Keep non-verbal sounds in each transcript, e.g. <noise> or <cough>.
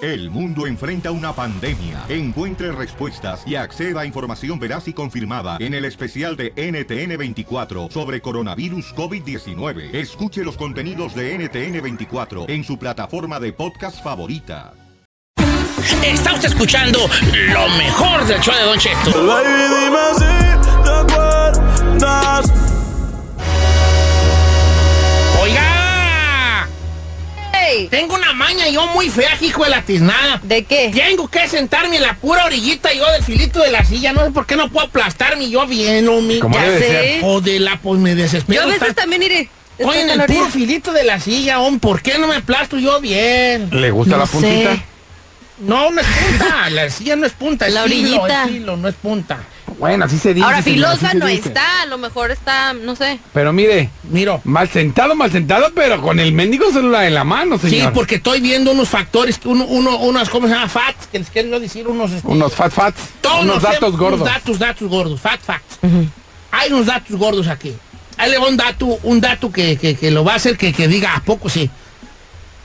El mundo enfrenta una pandemia. Encuentre respuestas y acceda a información veraz y confirmada en el especial de NTN24 sobre coronavirus COVID-19. Escuche los contenidos de NTN24 en su plataforma de podcast favorita. Está usted escuchando lo mejor del show de Don Cheto. Oiga, tengo una maña yo muy fea, hijo de la tiznada. ¿De qué? Tengo que sentarme en la pura orillita yo del filito de la silla. No sé por qué no puedo aplastarme yo bien, hombre. Como debe sé. ser. O de la, pues me desespero. Yo a veces estar- también iré. Oye, en el puro filito de la silla, hombre, ¿por qué no me aplasto yo bien? ¿Le gusta No la puntita? sé. No, no es punta, <laughs> la silla no es punta, es La filo, es orillita. filo, no es punta. Bueno, así se dice. Ahora, señora, así filosa se no dice. está, a lo mejor está, no sé. Pero mire, Miro. mal sentado, mal sentado, pero con el mendigo celular en la mano, señor. Sí, porque estoy viendo unos factores, que uno, uno, unas, ¿cómo se llama? Facts, que les quiero yo decir unos... este, Unos fat fats, todos unos los- datos unos gordos. datos, datos gordos, fact, facts. Hay unos datos gordos aquí. Ahí le va un dato, un dato que, que- que lo va a hacer que, que diga, ¿a poco sí?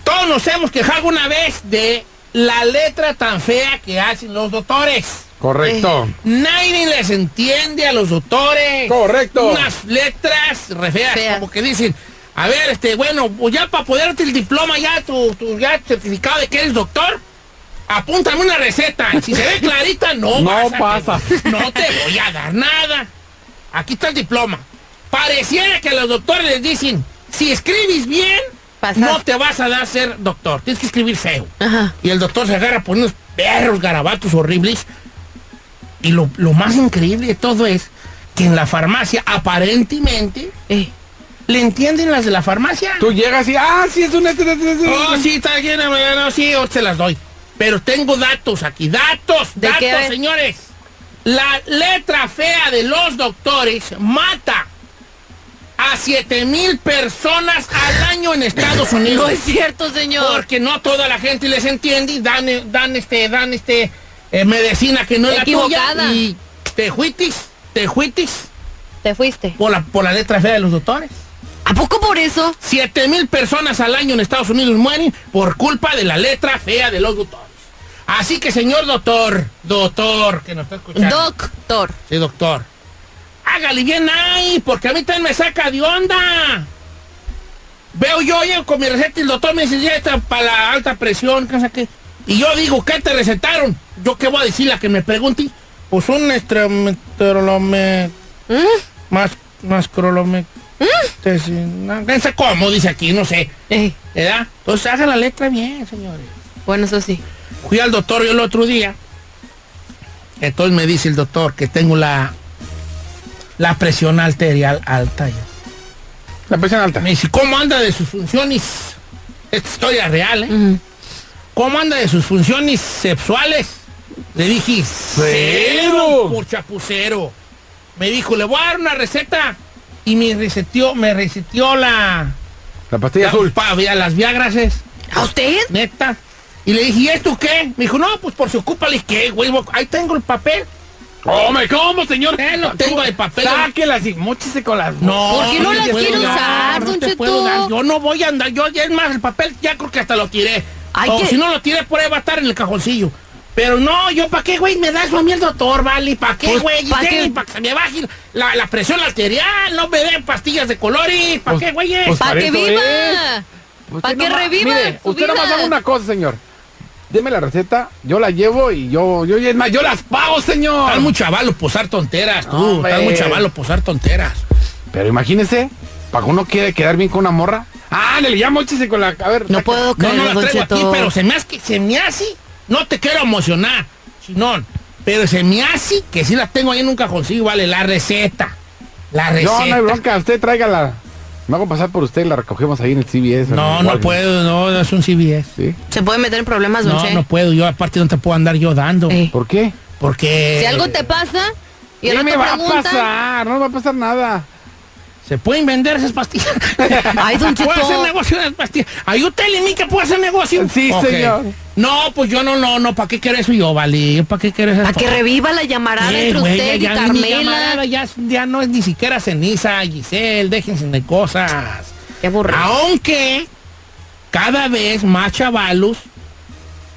Todos nos hemos quejado una vez de la letra tan fea que hacen los doctores. Correcto. Eh. Nadie les entiende a los doctores. Correcto. Unas letras re feas, Feas. como que dicen, a ver, este, bueno, pues ya para poder darte el diploma, ya tu, tu ya certificado de que eres doctor, apúntame una receta. Si se ve clarita, <laughs> no, No vas a- pasa. No te voy a dar nada. Aquí está el diploma. Pareciera que a los doctores les dicen, si escribes bien, Pasas. no te vas a dar ser doctor. Tienes que escribir feo. Ajá. Y el doctor se agarra por unos perros garabatos horribles. Y lo, lo más increíble de todo es que en la farmacia, aparentemente, Eh. le entienden las de la farmacia. Tú llegas y, ah, sí, es un... este, este, este, este. Oh, sí, está llena, no, sí, ahorita se las doy. Pero tengo datos aquí, datos, ¿De datos, qué? señores. La letra fea de los doctores mata a 7 mil personas al año en Estados <laughs> Unidos. No es cierto, señor. Porque no toda la gente les entiende y dan, eh, dan este, dan este eh, medicina que no es la tuya Equivocada. y te juitis, te juitis Te fuiste. por la, por la letra fea de los doctores. ¿A poco por eso? Siete mil personas al año en Estados Unidos mueren por culpa de la letra fea de los doctores. Así que señor doctor, doctor, que nos está escuchando. Doctor. Sí, doctor. Hágale bien ahí, porque a mí también me saca de onda. Veo yo, llego con mi receta y el doctor me dice, ya está para la alta presión, ¿qué sé qué? Y yo digo, ¿qué te recetaron? ¿Yo qué voy a decir la que me pregunte? Pues un estrometerolome... ¿Mm? Más... Más crolome... sé cómo dice aquí, no sé. Eh. ¿Verdad? Entonces haga la letra bien, señores Bueno, eso sí. fui al doctor yo el otro día. Entonces me dice el doctor que tengo la, la presión arterial alta. yo. La presión alta. Me dice, ¿cómo anda de sus funciones? Esta historia real, ¿eh? Ujú. ¿Cómo anda de sus funciones sexuales? Le dije, cero, por chapucero. Me dijo, le voy a dar una receta. Y me recetió, me recetió la... La pastilla la- azul. pa- las viagras. ¿A usted? Neta. Y le dije, ¿y esto qué? Me dijo, no, pues por si ocupa, le dije, ¿qué, güey? Ahí tengo el papel. ¡Hombre, cómo, señor! Eh, lo tengo de papel. Sáquelas y mochese con las... No, ¿Por qué no te las puedo quiere dar, usar, no don te Cheto? puedo dar. Yo no voy a andar, yo ya es más, el papel ya creo que hasta lo tiré. Ay, o que- si no lo tiré, por ahí va a estar en el cajoncillo. Pero no, yo para qué, güey, me das eso a mí el doctor, ¿vale? ¿Para qué, Pues, güey? ¿pa' ¿Para qué? que se me baje la, la presión arterial, no me den pastillas de colores, ¿para Pues- qué, güey? pues, ¡Para Para que eso eh. viva! Usted Para que nomás- reviva Mire, su usted nomás vida. haga una cosa, señor. Deme la receta, yo la llevo y yo... yo y es más, yo las pago, señor. Estás muy chavalo posar tonteras, tú. Hombre. Estás muy chavalo posar tonteras. Pero imagínese, para que uno quiere quedar bien con una morra. Ah, le ya mochese con la... A ver, No saque- puedo No, creer, no la don traigo aquí, Cheto. pero se me hace que se me hace. No te quiero emocionar, no, pero se me hace que sí la tengo ahí en un cajoncillo, vale, la receta. La receta. No, no hay bronca, usted tráigala. Me hago pasar por usted y la recogemos ahí en el CBS. No, en no Walgart. puedo, no, no es un CBS. ¿Sí? Se puede meter en problemas, don No, Che. no puedo, yo aparte no te puedo andar yo dando. Eh, ¿Por qué? Porque Si <laughs> algo te pasa y ¿Qué al me rato va a preguntan... pasar? No me va a pasar nada. se pueden vender esas pastillas. Ay, don Cheto. Puedo hacer negocio de las pastillas. Hay usted y mí que puedo hacer negocio. Sí, Ok. señor. No, pues yo no, no, no, ¿para qué quiero eso yo, vale? ¿Para qué quiero eso? Para que reviva la llamarada Eh, entre güey, usted y ya, ya ni llamarada, Carmela. ya, ya no es ni siquiera ceniza, Giselle, déjense de cosas. Qué aburrido. Aunque cada vez más chavalos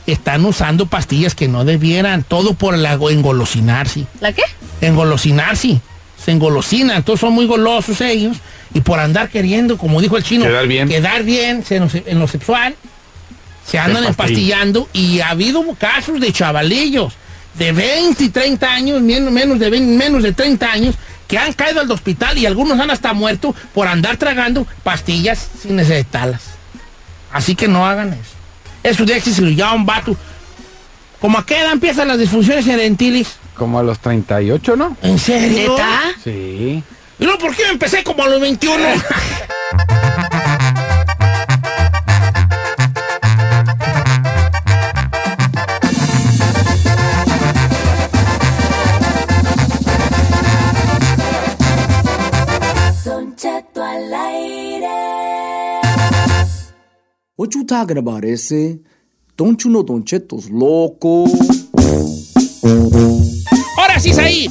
están usando pastillas que no debieran, todo por la engolosinarse. ¿La qué? Engolosinarse, se engolosinan, todos son muy golosos ellos y por andar queriendo, como dijo el chino, Quedar bien. quedar bien se- en, lo, se- en lo sexual, se andan pastilla. empastillando y ha habido casos de chavalillos de 20 y 30 años, men- menos de, 20 menos de 30 años, que han caído al hospital y algunos han hasta muerto por andar tragando pastillas sin necesitarlas. Así que no hagan eso. Eso de que se lo llama un vato. Como a qué edad empiezan las disfunciones herentiles? Como a los 38, ¿no? ¿En serio? ¿Neta? Sí. ¿Y no, por qué empecé como a los 21? What you talking about, ese? Don't you know Don Cheto's loco? Ahora sí, ahí.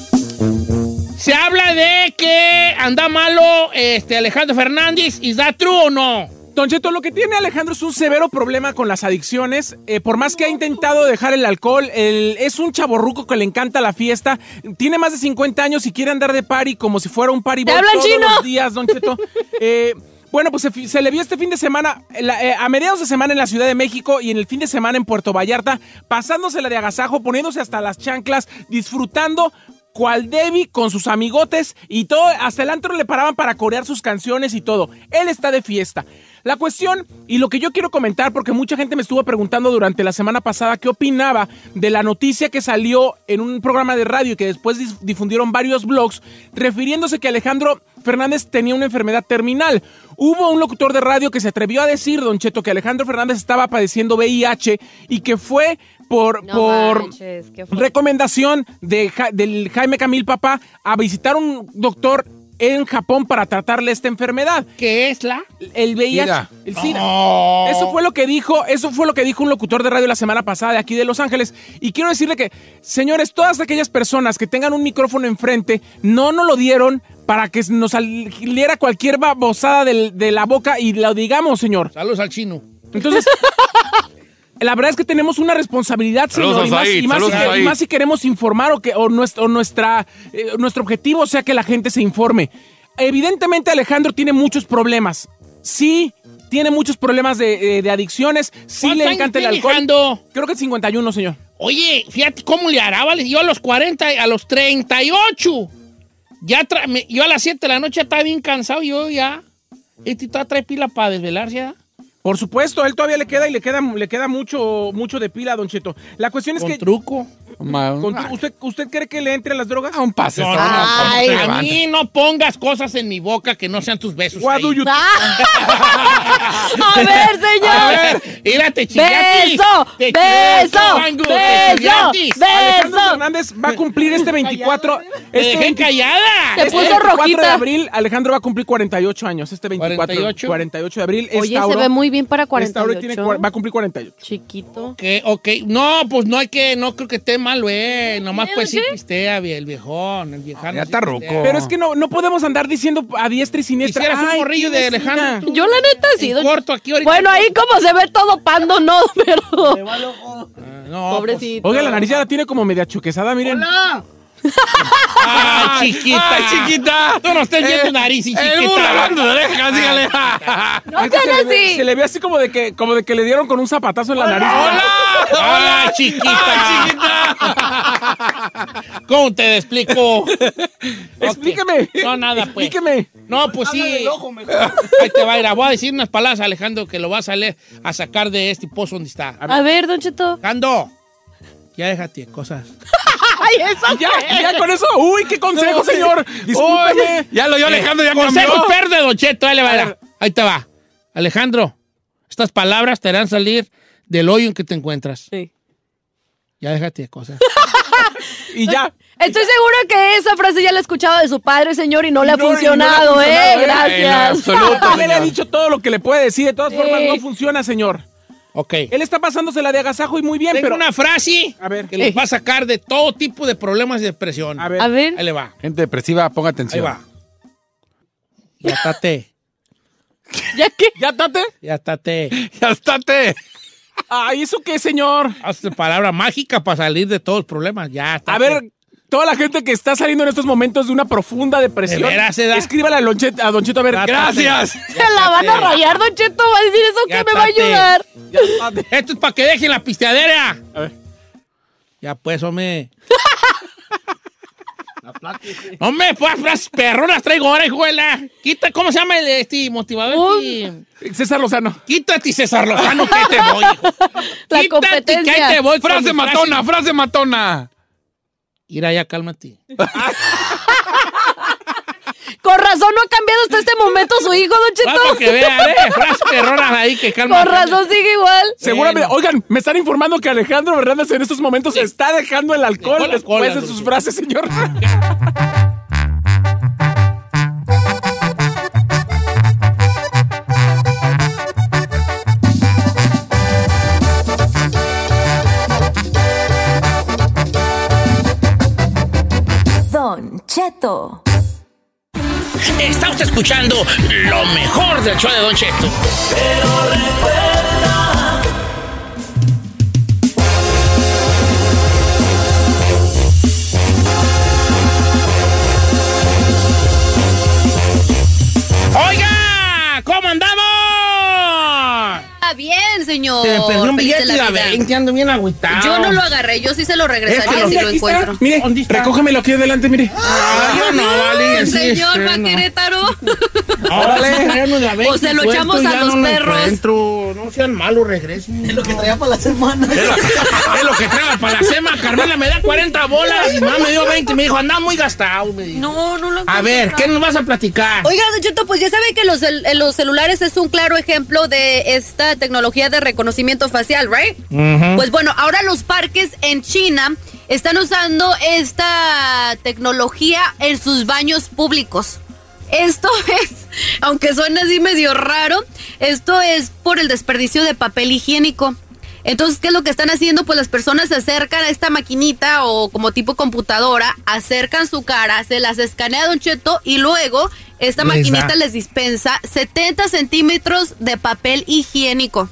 Se habla de que anda malo este Alejandro Fernández. ¿Is that true o no? Don Cheto, lo que tiene Alejandro es un severo problema con las adicciones. Eh, por más que ha intentado dejar el alcohol, él es un chaborruco que le encanta la fiesta. Tiene más de 50 años y quiere andar de party como si fuera un party ¡Te boy hablan todos chino! los días, Don Cheto. Eh, bueno, pues se, fi- se le vio este fin de semana, eh, la- eh, a mediados de semana en la Ciudad de México y en el fin de semana en Puerto Vallarta, pasándosela de agasajo, poniéndose hasta las chanclas, disfrutando cual Debbie con sus amigotes y todo, hasta el antro le paraban para corear sus canciones y todo. Él está de fiesta. La cuestión y lo que yo quiero comentar, porque mucha gente me estuvo preguntando durante la semana pasada qué opinaba de la noticia que salió en un programa de radio y que después dis- difundieron varios blogs, refiriéndose que Alejandro Fernández tenía una enfermedad terminal. Hubo un locutor de radio que se atrevió a decir, Don Cheto, que Alejandro Fernández estaba padeciendo VIH y que fue por, No por manches, qué fuerte. recomendación de Ja- del Jaime Camil Papá a visitar un doctor en Japón para tratarle esta enfermedad. ¿Qué es la? El VIH, Sida. el SIDA. No. Eso fue lo que dijo, eso fue lo que dijo un locutor de radio la semana pasada de aquí de Los Ángeles. Y quiero decirle que, señores, todas aquellas personas que tengan un micrófono enfrente, no nos lo dieron para que nos saliera cualquier babosada del- de la boca y lo digamos, señor. Saludos al chino. <laughs> Entonces, la verdad es que tenemos una responsabilidad, señor, Saludos y a más, Said, y más si, saludos a que- y Said. más si queremos informar o, que, o, nues- o nuestra, eh, nuestro objetivo sea que la gente se informe. Evidentemente Alejandro tiene muchos problemas, sí, tiene muchos problemas de, eh, de adicciones, sí ¿Cuántos le años encanta el tiene alcohol. Alejandro? Creo que 51, señor. Oye, fíjate cómo le hará, vale. Yo a los 40, a los 38. Ya tra- me- yo a las 7 de la noche ya estaba bien cansado. Yo ya. Este está trae pila para desvelarse. ¿ah? Por supuesto, él todavía le queda y le queda, le queda mucho, mucho de pila, Don Cheto. La cuestión es Con que... truco. con tru- ¿usted, ¿Usted cree que le entre a las drogas? A un pase. No, no, señor. Ay. Usted a levante. mí no pongas cosas en mi boca que no sean tus besos. What do ahí. <laughs> you- ¡Ah! A ver, A señor. ver, mira, te chingaste. Beso, Te chingaste, beso, Wango, te beso, chingaste. Alejandro beso. Fernández va a cumplir este 24... Te este dejé 24 callada. Te Este puso 24 de rojita. abril, Alejandro va a cumplir 48 años, este 24, 48. 48 de abril. Oye, es Tauro. se ve muy bien para Esta 48. ahora tiene cua- va a cumplir 48. Chiquito. Ok, ok. No, pues no hay que, no creo que esté malo, eh. Nomás ¿Tiene pues sí qué? pistea, vie- el viejón, el viejano. ya sí está pistea. roco. Pero es que no, no podemos andar diciendo a diestra y siniestra. Hicieras un "Ay, morrillo qué de vecina". Alejandro. Yo la neta sí. En doña- corto aquí ahorita. Bueno, ahí como se ve todo <laughs> pando, no, pero... Ah, No, Pobrecito. Oiga, la nariz ya la tiene como media chuquesada, miren. pues, Ay, chiquita. chiquita! Tú no estés viendo Eh, nariz, y el burro hablando de orejas, dígale. No Ahorita sean se, le ve, así. se le ve así como de que como de que le dieron con un zapatazo en la nariz. Hola, chiquita. ¿Cómo te explico? Explíqueme. Ok. No, nada, pues. Explíqueme. No, pues sí. <laughs> Ahí te va a ir. Voy a decir unas palabras, a Alejandro, que lo vas a leer a sacar de este pozo donde está. A ver, Don Cheto. Alejandro, ya déjate de cosas. <laughs> Ay, eso Ya, ya con eso. Uy, qué consejo, <laughs> señor. Discúlpeme. Ya lo yo Eh, Alejandro, ya Consejo cambió. perro de Don Cheto, ahí le va, A ahí ver. Ahí te va. Alejandro, estas palabras te harán salir del hoyo en que te encuentras. Sí. Ya déjate de cosas. Y ya. Estoy seguro que esa frase ya la he escuchado de su padre, señor, y no le ha No, y no le ha funcionado, ¿eh? funcionado, eh, en Gracias. absoluto. Usted le ha dicho todo lo que le puede decir. De todas Sí. formas, no funciona, señor. Ok. Él está pasándose la de agasajo y muy bien, Tengo pero. una frase A ver. que los va a sacar de todo tipo de problemas y depresión. A ver. A Ahí ver, le va. Gente depresiva, ponga Ahí atención. va. Ya estate. ¿ya qué? ¿Ya tate? Ya estate. <laughs> Ya estate. Ah, Ay, ¿eso qué, señor? Hazte palabra mágica para salir de todos los problemas. Ya estate. A ver, toda la gente que está saliendo en estos momentos de una profunda depresión, De veras, ¿eh, da? escríbale a, Lonche- a Don Cheto, a ver. Ya, Gracias. Se la van a rayar, Don Cheto. Va a decir eso Ya que me va a tate. ayudar. ah, Esto es para que dejen la pisteadera. A ver. Ya pues, hombre. hombre, pues las perronas traigo ahora, hijuela. Quita, ¿cómo se llama el este motivador? Este? César Lozano. Quítate, César Lozano, que te voy. hijo. La Quítate, competencia. que ahí te voy. con mi Frase matona, frase matona. Mira, ya cálmate. Con razón no ha cambiado hasta este momento su hijo, Don Vamos que Cheto. vean, eh. <laughs> Frases perronas ahí que calma. Con razón sigue igual. Seguramente, Bueno. oigan, me están informando que Alejandro Fernández en estos momentos está dejando el alcohol Dejó la después cola, de sus Dulce. frases, señor. Don Cheto. Está usted escuchando lo mejor del show de Don Cheto. Oiga, ¿cómo andamos? Está Ah, bien, señor. <laughs> Se me perdió un Feliz de billete de la la vida. 20, ando bien agüitado. Yo no lo agarré, yo sí se lo regresaría Este, si mira, lo Aquí está. encuentro. Mire, ¿Dónde está? recógemelo aquí adelante, mire. Ah, yo no, vale. así Señor, es, va a no. Querétaro. Ahora sí, <laughs> tráiganos la 20 O se lo encuentro, echamos a ya los no lo perros. encuentro. No sean malos, regresen. Es lo que traía para la semana. Es lo que traía para la semana. Carmela me da 40 bolas y mamá me dio 20. Me dijo, anda muy gastado. Me dijo. No, no lo A ver, ¿qué nos vas a platicar? Oiga, Don Cheto, pues ya sabe que los, cel- eh, los celulares es un claro ejemplo de esta tecnología de reconocimiento facial, ¿right? Pues bueno, ahora los parques en China están usando esta tecnología en sus baños públicos. Esto <laughs> es, aunque suena así medio raro, esto es por el desperdicio de papel higiénico. Entonces, ¿qué es lo que están haciendo? Pues las personas se acercan a esta maquinita o como tipo computadora, acercan su cara, se las escanea Don Cheto y luego esta Les da. maquinita les dispensa 70 centímetros de papel higiénico.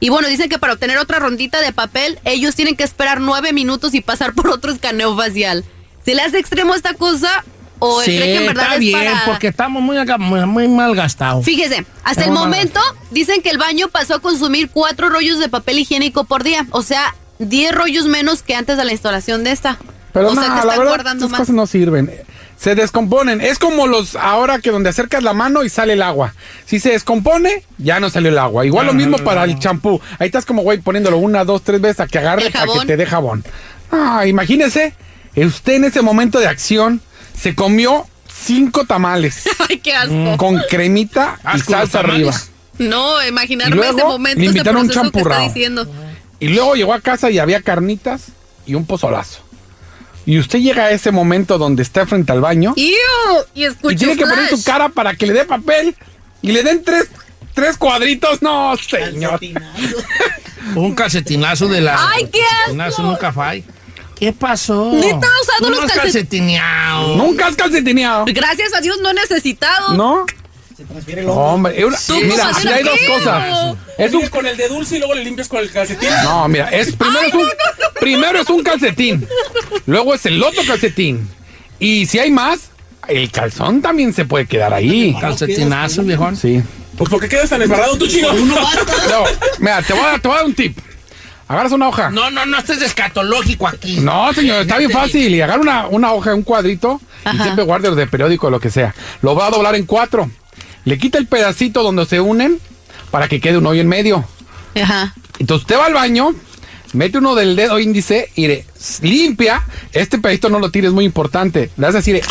Y bueno, dicen que para obtener otra rondita de papel, ellos tienen que esperar nueve minutos y pasar por otro escaneo facial. ¿Se le hace extremo esta cosa? ¿O sí, cree que en verdad está es bien, para- porque estamos muy, aga- muy, muy mal gastados. Fíjese, hasta el Vamos a ver. momento dicen que el baño pasó a consumir cuatro rollos de papel higiénico por día. O sea, 10 rollos menos que antes de la instalación de esta. Pero o no, sea, que la están verdad, guardando estas más. cosas no sirven. Se descomponen. Es como los ahora que donde acercas la mano y sale el agua. Si se descompone, ya no salió el agua. Igual lo mismo para el champú. Ahí estás como, güey, poniéndolo una, dos, tres veces a que agarre, El a que jabón. te dé jabón. Ah, imagínese, eh, usted en ese momento de acción se comió cinco tamales <laughs> Ay, qué <laughs> asco. Mm, con cremita y Asco, salsa los arriba. tamales. No, imaginarme Y luego, ese momento, le ese invitaron un proceso que está champurrao. diciendo. Y luego llegó a casa y había carnitas y un pozolazo. Y usted llega a ese momento donde está frente al baño. ¡Ew! Y Y escuché tiene que poner flash. su cara para que le dé papel y le den tres, tres cuadritos, no, señor. Un calcetinazo de la. ¡Ay, qué asco! calcetinazo nunca falla. ¿Qué pasó? Neta, ha usado Tú los no has calcet- calcetineado. Nunca has calcetineado. Gracias a Dios no he necesitado. ¿No? Hombre, una- Tú, mira, compadre, sí hay dos ¿qué? cosas. Es un- con el de dulce y luego le limpias con el calcetín. no, mira, es primero es un primero es un calcetín. Luego es el otro calcetín. Y si hay más, el calzón también se puede quedar ahí. Calcetinazo, viejón. Sí. Pues ¿por qué quedas tan embarrado tú, chico? No, mira, te voy, a, te voy a dar un tip. Agarras una hoja. No, no, no estés escatológico aquí. No, señor, está bien fácil. Y agarra una, una hoja, un cuadrito, y siempre guarde los de periódico, lo que sea. Lo va a doblar en cuatro. Le quita el pedacito donde se unen para que quede un hoyo en medio. Ajá. Entonces usted va al baño, mete uno del dedo índice y le limpia. Este pedacito no lo tires, es muy importante. Le haces así de...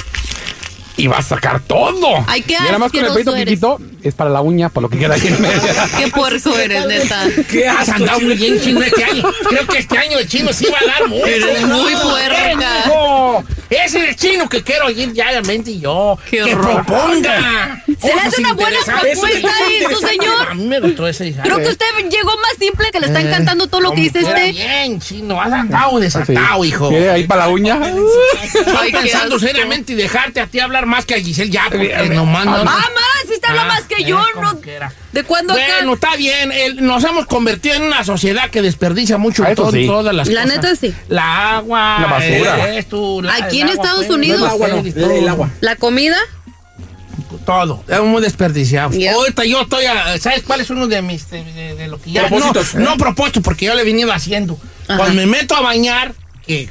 Y va a sacar todo. Ay, qué y nada más con el asqueroso pedito eres. chiquito es para la uña, para lo que queda ahí en medio. <laughs> Qué puerco <laughs> eres, neta. ¿Qué has andado muy bien chino este año? Creo que este año el chino sí va a dar mucho. Eres muy puerca. Eh, mijo, Ese es el chino que quiero ir diariamente yo. Qué que horror. proponga. Se le hace una buena interesantes. propuesta Eso es a eso, interesante. señor. A mí me gustó ese hija. Creo que usted llegó más simple que le Eh, está encantando todo lo que dice Era este. bien, chino. Has andado Así. desatado, hijo. Mire, ahí para la uña. Estoy Ay, qué pensando asco. seriamente y dejarte a ti hablar más que a Giselle ya. Porque Mira, nomás no- Ah, más, usted habla Ah, más que eh, yo, como ¿no? quiera. ¿De cuándo acá? Bueno, está bien. el- nos hemos convertido en una sociedad que desperdicia mucho Ah, eso todo- sí. todas las La cosas. neta sí. La agua. La basura. eh, esto, la- Aquí el en agua, Estados pues, Unidos. no es Agua, no, basura, el, el agua. ¿La comida? Todo. Es muy desperdiciado. Ya. Ahorita yo estoy a- ¿Sabes cuál es uno de mis. de, de- de lo que ya. Propósitos. No, no propuesto, porque yo lo he venido haciendo. Ajá. Cuando me meto a bañar, que.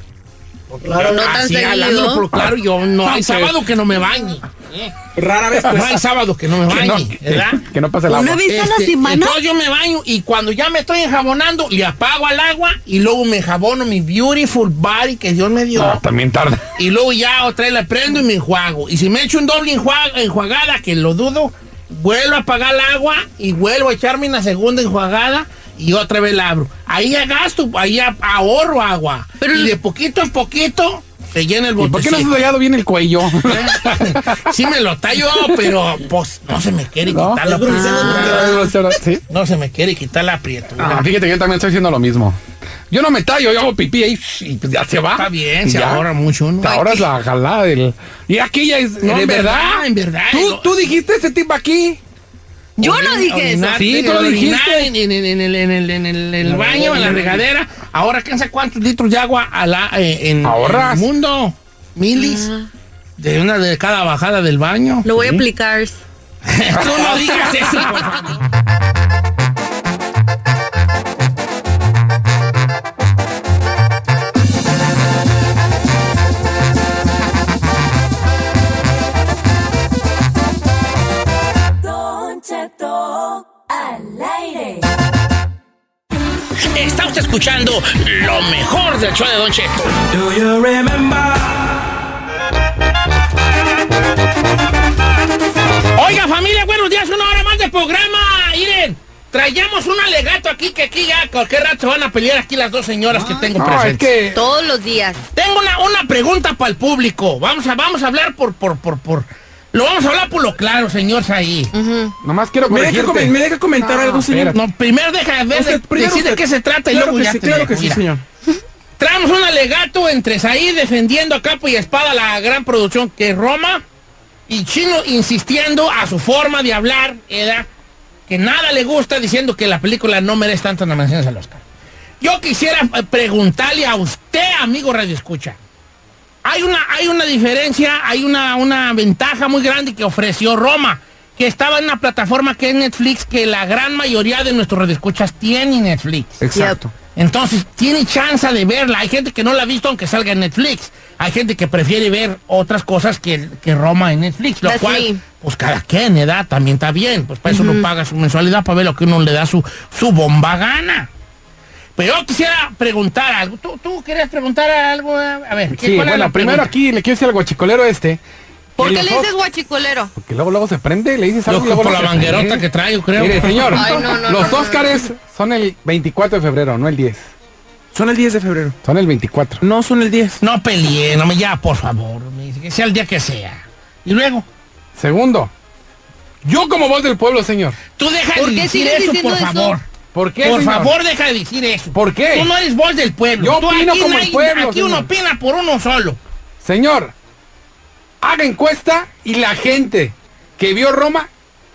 Claro, no tan así, al seguido. andro, pero claro, yo no. Hay Sí. sábado que no me bañe. ¿eh? Rara vez, No pues. hay sábado que no me Que bañe, no, ¿verdad? que- que no pase el agua. vez a la Este, semana? Entonces yo me baño y cuando ya me estoy enjabonando, le apago al agua y luego me enjabono mi beautiful body que Dios me dio. No, también tarda. Y luego ya otra vez la prendo y me enjuago. Y si me echo un doble enjua- enjuagada, que lo dudo, vuelvo a apagar el agua y vuelvo a echarme una segunda enjuagada y otra vez la abro. Ahí ya gasto, ahí ya ahorro agua. Pero- y de poquito en poquito se llena el ¿Y por qué no botecito. has tallado bien el cuello? <laughs> sí me lo tallo, pero pues no se me quiere ¿No? quitar la Ah, prietura. grosero, ¿Sí? No se me quiere quitar la prietura. Ah, fíjate que yo también estoy haciendo lo mismo. Yo no me tallo, yo hago pipí ahí y pues ya se va. Está bien, se Ya. ahorra mucho uno. Ahora es la jalada del. Y aquí ya es. No, ¿De verdad? en verdad, en verdad. ¿Tú, No. tú dijiste ese tipo aquí? Yo Orina- no dije eso. orinarte, Sí, tú lo orinar dijiste. En, en- en- en el, en el- en el- en el baño, en la regadera. Ahora, ¿quién sabe cuántos litros de agua a la, eh, en, Ahorras. en el mundo? Milis. De una de cada bajada del baño. Ah. Lo voy a aplicar. Tú no digas eso, por favor. Don Cheto al aire. Está usted escuchando lo mejor del show de Don Cheto. Oiga, familia, buenos días. Una hora más de programa. Miren, traíamos un alegato aquí que aquí ya cualquier rato van a pelear aquí las dos señoras Ah, que tengo No, presentes. es que. Todos los días. Tengo una, una pregunta para el público. Vamos a, vamos a hablar por, por, por, por. Lo vamos a hablar por lo claro, señor ahí. Nomás quiero ¿Me deja, corregirte. comen- me deja comentar algo, señor? espérate. No, primero deja de ver, Ah. Usted, primero decir de usted. qué se trata y Claro luego que ya sí, te claro dejo, que sí, mira. señor. Traemos un alegato entre Saí defendiendo a capo y espada la gran producción que es Roma y Chino insistiendo a su forma de hablar, era que nada le gusta diciendo que la película no merece tantas nominaciones al Oscar. Yo quisiera eh, preguntarle a usted, amigo Radio Escucha. Hay una, hay una diferencia, hay una, una ventaja muy grande que ofreció Roma, que estaba en una plataforma que es Netflix, que la gran mayoría de nuestros radioescuchas tienen Netflix. Exacto. Entonces, tiene chance de verla. Hay gente que no la ha visto aunque salga en Netflix. Hay gente que prefiere ver otras cosas que, que Roma en Netflix. Lo Así. cual, pues cada quien, edad, también está bien. Pues para eso uno paga su mensualidad, para ver lo que uno le da su, su bomba gana. Pero yo quisiera preguntar algo. ¿Tú, tú querías preguntar algo? eh, A ver, ¿qué- Sí, cuál es la bueno, primero pregunta? aquí le quiero decir al guachicolero este. ¿Por que qué los le ojos- dices guachicolero? Porque luego, luego se prende, le dices Yo algo y creo luego por la luego se banguerota prende. que trae, yo creo. Mire, señor, Ay, no, no, no, los no, Óscares son el 24 de febrero, no el 10. Son el 10 de febrero. Son el 24. No, son el 10. No peleé, no me ya, por favor. me dice Que sea el día que sea. Y luego, Segundo, Yo como voz del pueblo, señor. Tú deja ¿Por de qué decir sigues eso, diciendo por eso? favor. ¿Por qué, Por señor? favor, deja de decir eso. ¿Por qué? Tú no eres voz del pueblo. Yo Tú opino aquí como el nadie- pueblo, Aquí uno señor. opina por uno solo. Señor, haga encuesta y la gente que vio Roma,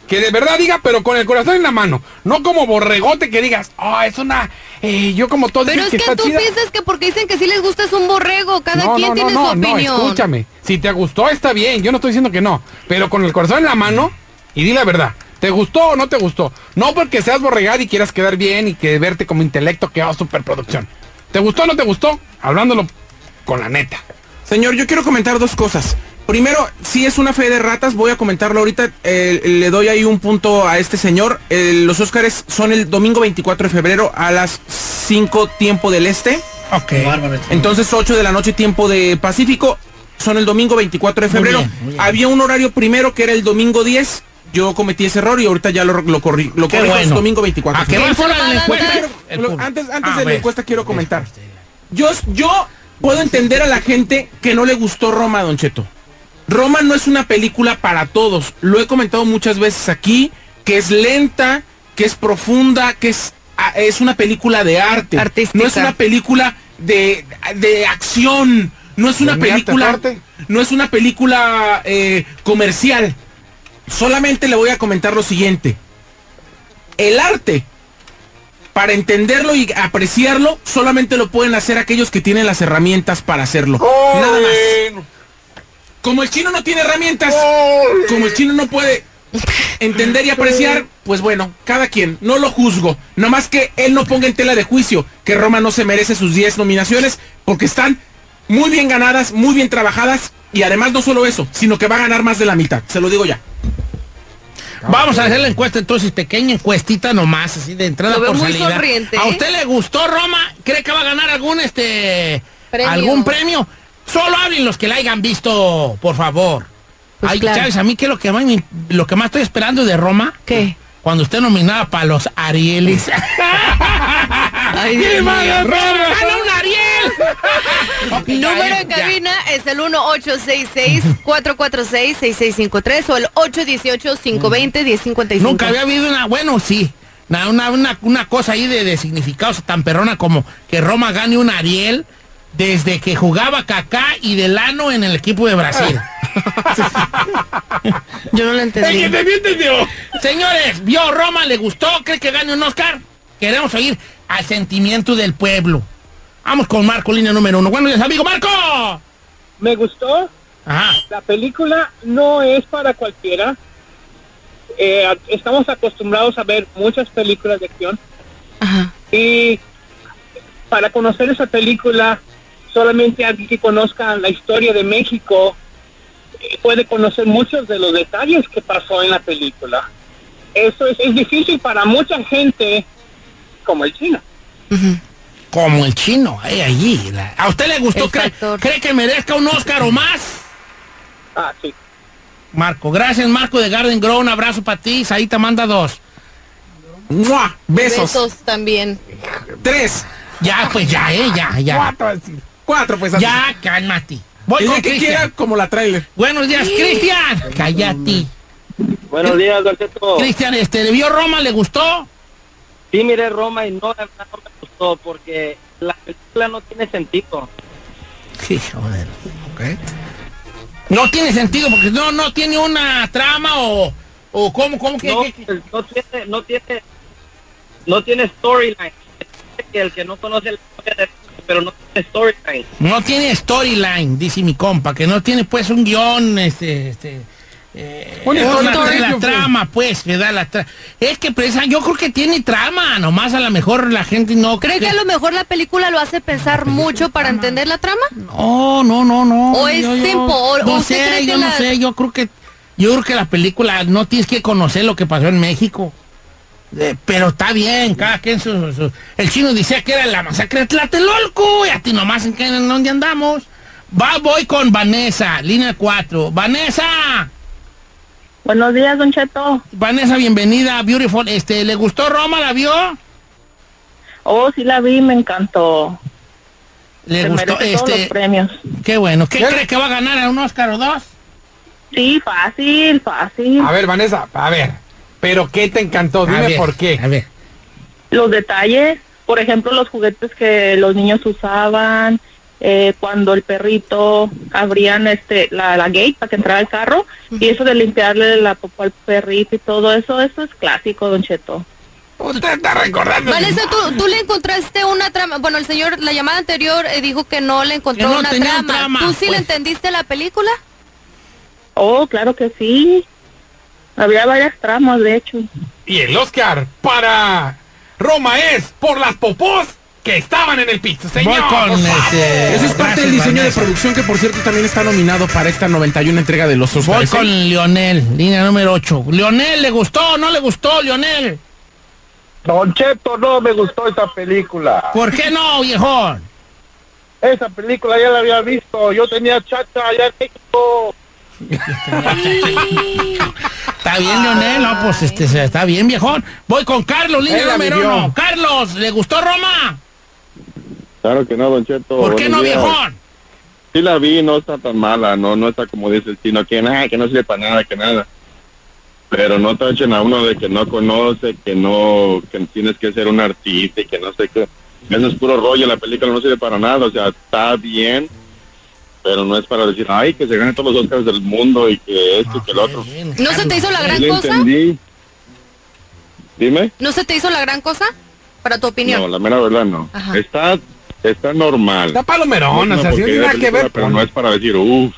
que de verdad diga, pero con el corazón en la mano. No como borregote que digas, ah, es una. eh, yo como todo Pero dicen es que, está tú chida". piensas que porque dicen que sí les gusta es un borrego. Cada No, quien no, no, tiene no, su no, opinión. escúchame. Si te gustó, está bien. Yo no estoy diciendo que no. Pero con el corazón en la mano y di la verdad. ¿Te gustó o no te gustó? No porque seas borregado y quieras quedar bien y que verte como intelecto que va superproducción. ¿Te gustó o no te gustó? Hablándolo con la neta. Señor, yo quiero comentar dos cosas. Primero, si es una fe de ratas, voy a comentarlo ahorita. eh, le doy ahí un punto a este señor. Eh, los Óscares son el domingo 24 de febrero a las 5 tiempo del este. Ok. Entonces 8 de la noche tiempo de Pacífico. Son el domingo 24 de Muy febrero. bien, muy bien. Había un horario primero que era el domingo 10. Yo cometí ese error y ahorita ya lo, lo corrí. Lo Qué corrijo, es bueno. domingo 24. ¿A qué va fuera de la encuesta? El Lo- público. antes antes Ah, A de la ver. encuesta quiero comentar. Yo, yo puedo entender a la gente que no le gustó Roma, Don Cheto. Roma no es una película para todos. Lo he comentado muchas veces aquí, que es lenta, que es profunda, que es, a- es una película de arte. Artística. No es una película de, de acción. No es De una mi arte película. fuerte. No es una película eh, comercial. Solamente le voy a comentar lo siguiente. El arte, para entenderlo y apreciarlo, solamente lo pueden hacer aquellos que tienen las herramientas para hacerlo. Nada más. Como el chino no tiene herramientas, como el chino no puede entender y apreciar, pues bueno, cada quien, no lo juzgo. Nada más que él no ponga en tela de juicio que Roma no se merece sus 10 nominaciones porque están muy bien ganadas, muy bien trabajadas y además no solo eso, sino que va a ganar más de la mitad. Se lo digo ya. Vamos a hacer la encuesta entonces, pequeña encuestita nomás, así de entrada Lo veo por muy salida. sonriente, ¿A ¿eh? usted le gustó Roma? ¿Cree que va a ganar algún este Premio. algún premio? Solo hablen los que la hayan visto, por favor. Pues Ay, claro. ¿sabes? a mí que lo que más me- lo que más estoy esperando de Roma. ¿Qué? Cuando usted nominaba para los Arieles. <laughs> Ay, <laughs> Dios mío. ¡Gana un Ariel! Ok, ya, Número ya, en ya. cabina es el 1-866-446-6653 o el 818-520-1055. Nunca había habido una, bueno, sí, una, una, una, una cosa ahí de, de significados tan perrona como que Roma gane un Ariel desde que jugaba Kaká y Delano en el equipo de Brasil. <laughs> Yo no lo entendí. Señores, vio Roma, le gustó, cree que gane un Oscar. Queremos oír al sentimiento del pueblo. Vamos con Marco, línea número uno. Buenos días, amigo Marco. Me gustó. Ajá. La película no es para cualquiera. Eh, a- estamos acostumbrados a ver muchas películas de acción. Ajá. Y para conocer esa película, solamente alguien que conozca la historia de México eh, puede conocer muchos de los detalles que pasó en la película. Eso es, es difícil para mucha gente, como el chino. Como el chino, ahí, allí. la- ¿A usted le gustó? El ¿Cree, factor. cree que merezca un Oscar o más? Ah, sí. Marco, gracias Marco de Garden Grow, un abrazo para ti, ahí te manda dos. ¡Mua! Besos. Besos también. Tres. Ya, pues ya, eh, ya, ya. Cuatro. Cuatro, pues. así. Ya, cálmate. Voy El con día que Cristian. quiera, como la trailer. Buenos días, Cristian. Cállate. Eh, Buenos días, Don Cheto. Cristian, este, ¿le vio Roma? ¿Le gustó? Sí, miré Roma y no, la verdad no me gustó porque la película no tiene sentido. Sí, joder. Ok. No tiene sentido porque no, no tiene una trama o, o cómo, cómo que... No, que- que- pues, no tiene, no tiene, no tiene storyline. El que no conoce la historia de pero no tiene storyline. No tiene storyline, dice mi compa, que no tiene pues un guión, este, este, eh, Un o sea, storyline, la yo creo. trama, pues, ¿verdad? La tra- es que presa, yo creo que tiene trama, nomás a lo mejor la gente no ¿Cree que a lo mejor la película lo hace pensar mucho para entender la trama? No, no, no, no. O es simple, o- no o usted sé, cree que yo no la- sé, yo creo que yo creo que la película no tienes que conocer lo que pasó en México. Eh, pero está bien, cada quien su, su- El chino decía que era la masacre de Tlatelolco y a ti nomás en, qué- en dónde andamos. Va, voy con Vanessa, línea 4. Vanessa, Buenos días, Don Cheto. Vanessa, bienvenida a Beautiful. Este, ¿le gustó Roma? ¿La vio? Oh, sí la vi, me encantó. ¿Le gustó? Este, premios. qué bueno. ¿Qué, ¿Qué? cree que va a ganar a un Oscar o dos? Sí, fácil, fácil. A ver, Vanessa, a ver. ¿Pero qué te encantó? Dime ver, por qué. A ver. Los detalles, por ejemplo, los juguetes que los niños usaban, eh, cuando el perrito abrían este la, la gate para que entrara el carro, y eso de limpiarle la popó al perrito y todo eso, eso es clásico, Don Cheto. Usted está recordando. Vanessa, ¿tú, tú le encontraste una trama. Bueno, el señor, la llamada anterior eh, dijo que no le encontró Que no una tenía trama. trama, ¿Tú sí le pues. entendiste la película? Oh, claro que sí. Había varias tramas, de hecho. Y el Oscar para Roma es por las popós que estaban en el piso, señor. por favor. Ese es parte del diseño de producción que, por cierto, también está nominado para esta 91 entrega de los Voy Oscars. ¿eh? con Lionel, línea número 8. Lionel, ¿le gustó o no le gustó, Lionel? Don Cheto, no me gustó esa película. ¿Por qué no, viejón? Esa película ya la había visto. Yo tenía chacha allá en México. Está bien, Lionel. No, pues este, se- está bien, viejón. Voy con Carlos, línea Él la número vivió. 1. Carlos, ¿le gustó Roma? Claro que no, Don Cheto. ¿Por qué Buenos no, días. viejón? Sí la vi, no está tan mala, no no está como dice el chino, que nada, que no sirve para nada, que nada. Pero no tachen a uno de que no conoce, que no, que tienes que ser un artista y que no sé qué. Eso es puro rollo, la película no sirve para nada, o sea, está bien, pero no es para decir, ay, que se ganen todos los Oscars del mundo y que esto y que el Ah, otro. ¿No se te hizo la gran Sí, cosa? entendí. Dime. ¿No se te hizo la gran cosa? Para tu opinión. No, la mera verdad no. Ajá. Está está normal. Está palomerón, No es o sea, una sí no tiene porquería nada que de ver, película, Pero no es para decir, uff,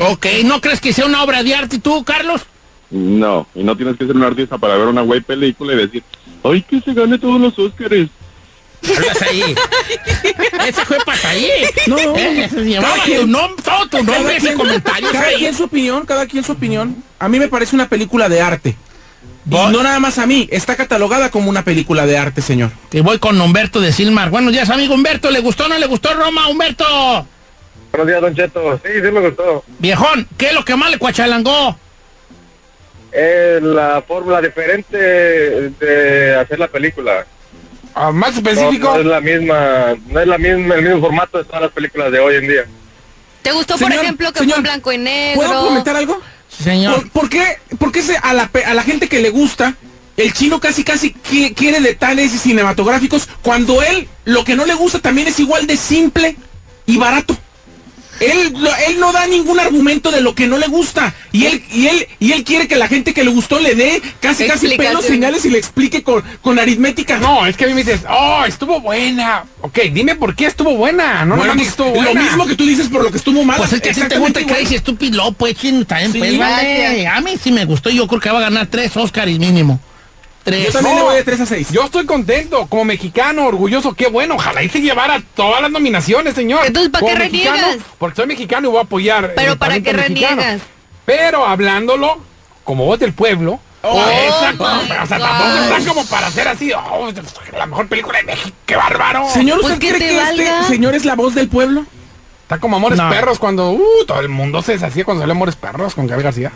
Ok, ¿no crees que sea una obra de arte tú, Carlos? no. Y no tienes que ser un artista para ver una güey película y decir, ay, que se gane todos los Óscares. Hablas ahí. Ese fue para ahí. <laughs> No, Eh, se llevaba tu nombre, todo tu nombre, ese comentario. cada ahí. quien su opinión, cada quien su opinión. A mí me parece una película de arte. Y no nada más a mí, está catalogada como una película de arte, señor. Te voy con Humberto de Silmar. Buenos días, amigo Humberto. ¿Le gustó o no le gustó Roma, Humberto? Buenos días, Don Cheto. Sí, sí me gustó. Viejón, ¿qué es lo que más le cuachalangó? Es Eh, la fórmula diferente de hacer la película. más específico. No, no es la misma, no es la misma, el mismo formato de todas las películas de hoy en día. ¿Te gustó, por ejemplo, que fue en blanco y negro? ¿Puedo comentar algo? Señor. ¿Por, por qué, por qué se- a, la, pe- a la gente que le gusta, el chino casi casi qui- quiere detalles cinematográficos cuando él lo que no le gusta también es igual de simple y barato? Él, no- él no da ningún argumento de lo que no le gusta y él y él y él quiere que la gente que le gustó le dé casi casi pelos Explicación. señales y le explique con, con aritmética. No, es que a mí me dices, oh, estuvo buena. Ok, dime por qué estuvo buena. No, nomás Bueno, pues, que estuvo lo buena. mismo que tú dices por lo que estuvo mala. Pues es que a ti te gusta Crazy Stupid Love, pues, chin, también, Sí, pues, vale. gracias. A mí sí me gustó. Yo creo que va a ganar tres Oscars mínimo. Tres. Yo también le voy de 3 a 6. Yo estoy contento, como mexicano, orgulloso, qué bueno. Ojalá y se llevara todas las nominaciones, señor. Entonces, ¿para Como qué mexicano, reniegas? Porque soy mexicano y voy a apoyar. Pero el ¿para qué talento mexicano. reniegas? Pero hablándolo, como voz del pueblo. Oh, exacto. my o sea, tampoco oh. gosh. está como para hacer así. "Oh, la mejor película de México, qué bárbaro. Señor, ¿usted Pues, Pues cree que este señor es la voz del pueblo? Está como Amores No. Perros cuando uh, todo el mundo se deshacía cuando salió Amores Perros con Gaby García.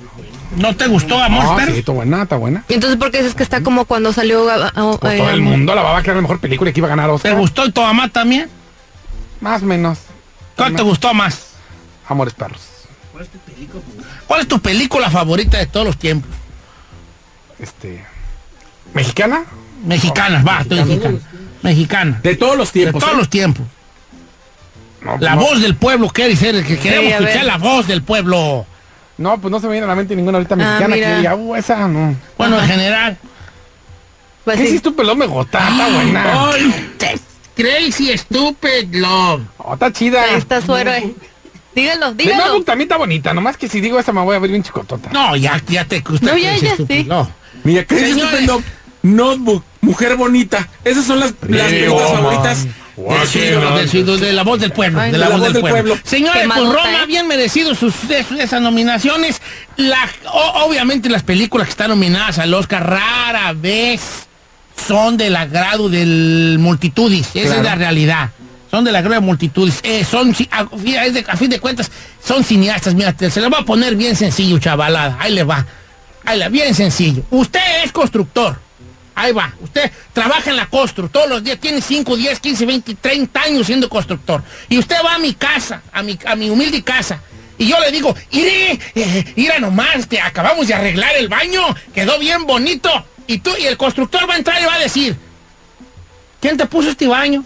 ¿No te gustó Amores no, Perros? Sí, está buena, está buena. Entonces, ¿por qué dices que está como cuando salió... ah, ah, Pues eh, todo el mundo la va a creer la mejor película y que iba a ganar Oscar. ¿Te gustó el Toamá también? Más o menos. ¿Cuál te gustó más? Amores Perros. ¿Cuál es tu película favorita de todos los tiempos? Este. ¿Mexicana? Mexicana, va, estoy mexicana. Mexicana. De todos los ¿eh? tiempos. De todos los tiempos. la no. voz del pueblo, quiere ser el que queremos a ver. escuchar la voz del pueblo. No, pues no se me viene a la mente ninguna ahorita Ah, mexicana mira. que diga, uh, esa no. Bueno, en general. ¿Qué si tu pelón me gota? Está buena. Ay, Crazy Stupid Love. Oh, está chida. Ahí está su eh. héroe. Dígalo, De dígalo. Notebook también está bonita, nomás que si digo esa me voy a abrir un chicotota. No, ya, ya te gusta. No, ya, Crazy ya, Stupid sí. Mira, Crazy Señores. Stupid Love, Notebook, Mujer Bonita. Esas son las, las Sí, películas oh, favoritas. Del siglo, del siglo, de la voz del pueblo. Ay, de la, voz, del, pueblo. Señores, Qué pues malota, Roma, ¿eh? bien merecido sus, de- de esas nominaciones. La- o- obviamente las películas que están nominadas al Oscar rara vez son del agrado del multitudis. Esa es Claro. la realidad. Son del agrado de multitudes. Eh, son, ci- a, fi- es de- a fin de cuentas, son cineastas. Mira, te- se lo voy a poner bien sencillo, chavalada. Ahí le va. Ahí la, bien sencillo. Usted es constructor. Ahí va. Usted trabaja en la constru todos los días. Tiene 5, 10, 15, 20, 30 años siendo constructor. Y usted va a mi casa, a mi, a mi humilde casa. Y yo le digo, iré, eh, ira nomás, te acabamos de arreglar el baño, quedó bien bonito. Y tú, y el constructor va a entrar y va a decir, ¿quién te puso este baño?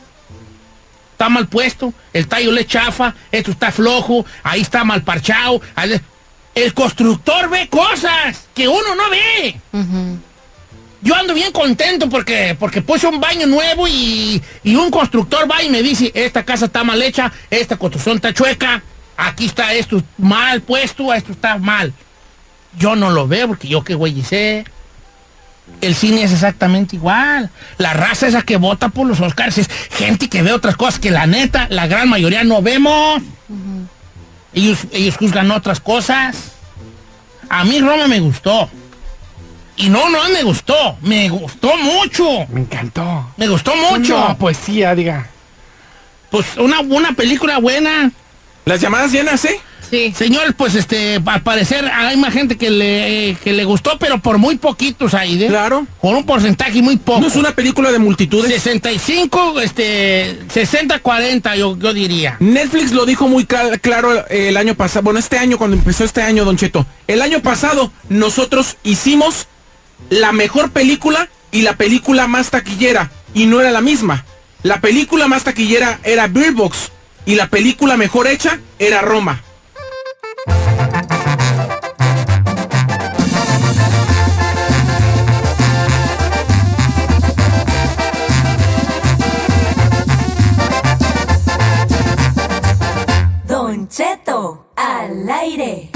Está mal puesto, el tallo le chafa, esto está flojo, ahí está mal parchado. ahí le- El constructor ve cosas que uno no ve. Yo ando bien contento porque, porque puse un baño nuevo y, y un constructor va y me dice, esta casa está mal hecha, esta construcción está chueca, aquí está esto mal puesto, esto está mal. Yo no lo veo porque yo qué güey sé. El cine es exactamente igual. La raza esa que vota por los Oscars es gente que ve otras cosas que la neta, la gran mayoría no vemos. ellos, ellos juzgan otras cosas. A mí Roma me gustó. Y no, no me gustó. Me gustó mucho. Me encantó. Me gustó mucho. Una poesía, diga. Pues una, una película buena. ¿Las llamadas llenas, eh? Sí. Señor, pues este, al parecer hay más gente que le, que le gustó, pero por muy poquitos ¿eh? ahí, Claro. Con un porcentaje muy poco. No es una película de multitudes. 65, este, 60-40, yo, yo diría. Netflix lo dijo muy cal- claro eh, el año pasado, bueno, este año, cuando empezó este año, Don Cheto. El año pasado nosotros hicimos la mejor película y la película más taquillera, y no era la misma. La película más taquillera era Bird Box, y la película mejor hecha era Roma. Don Cheto al aire.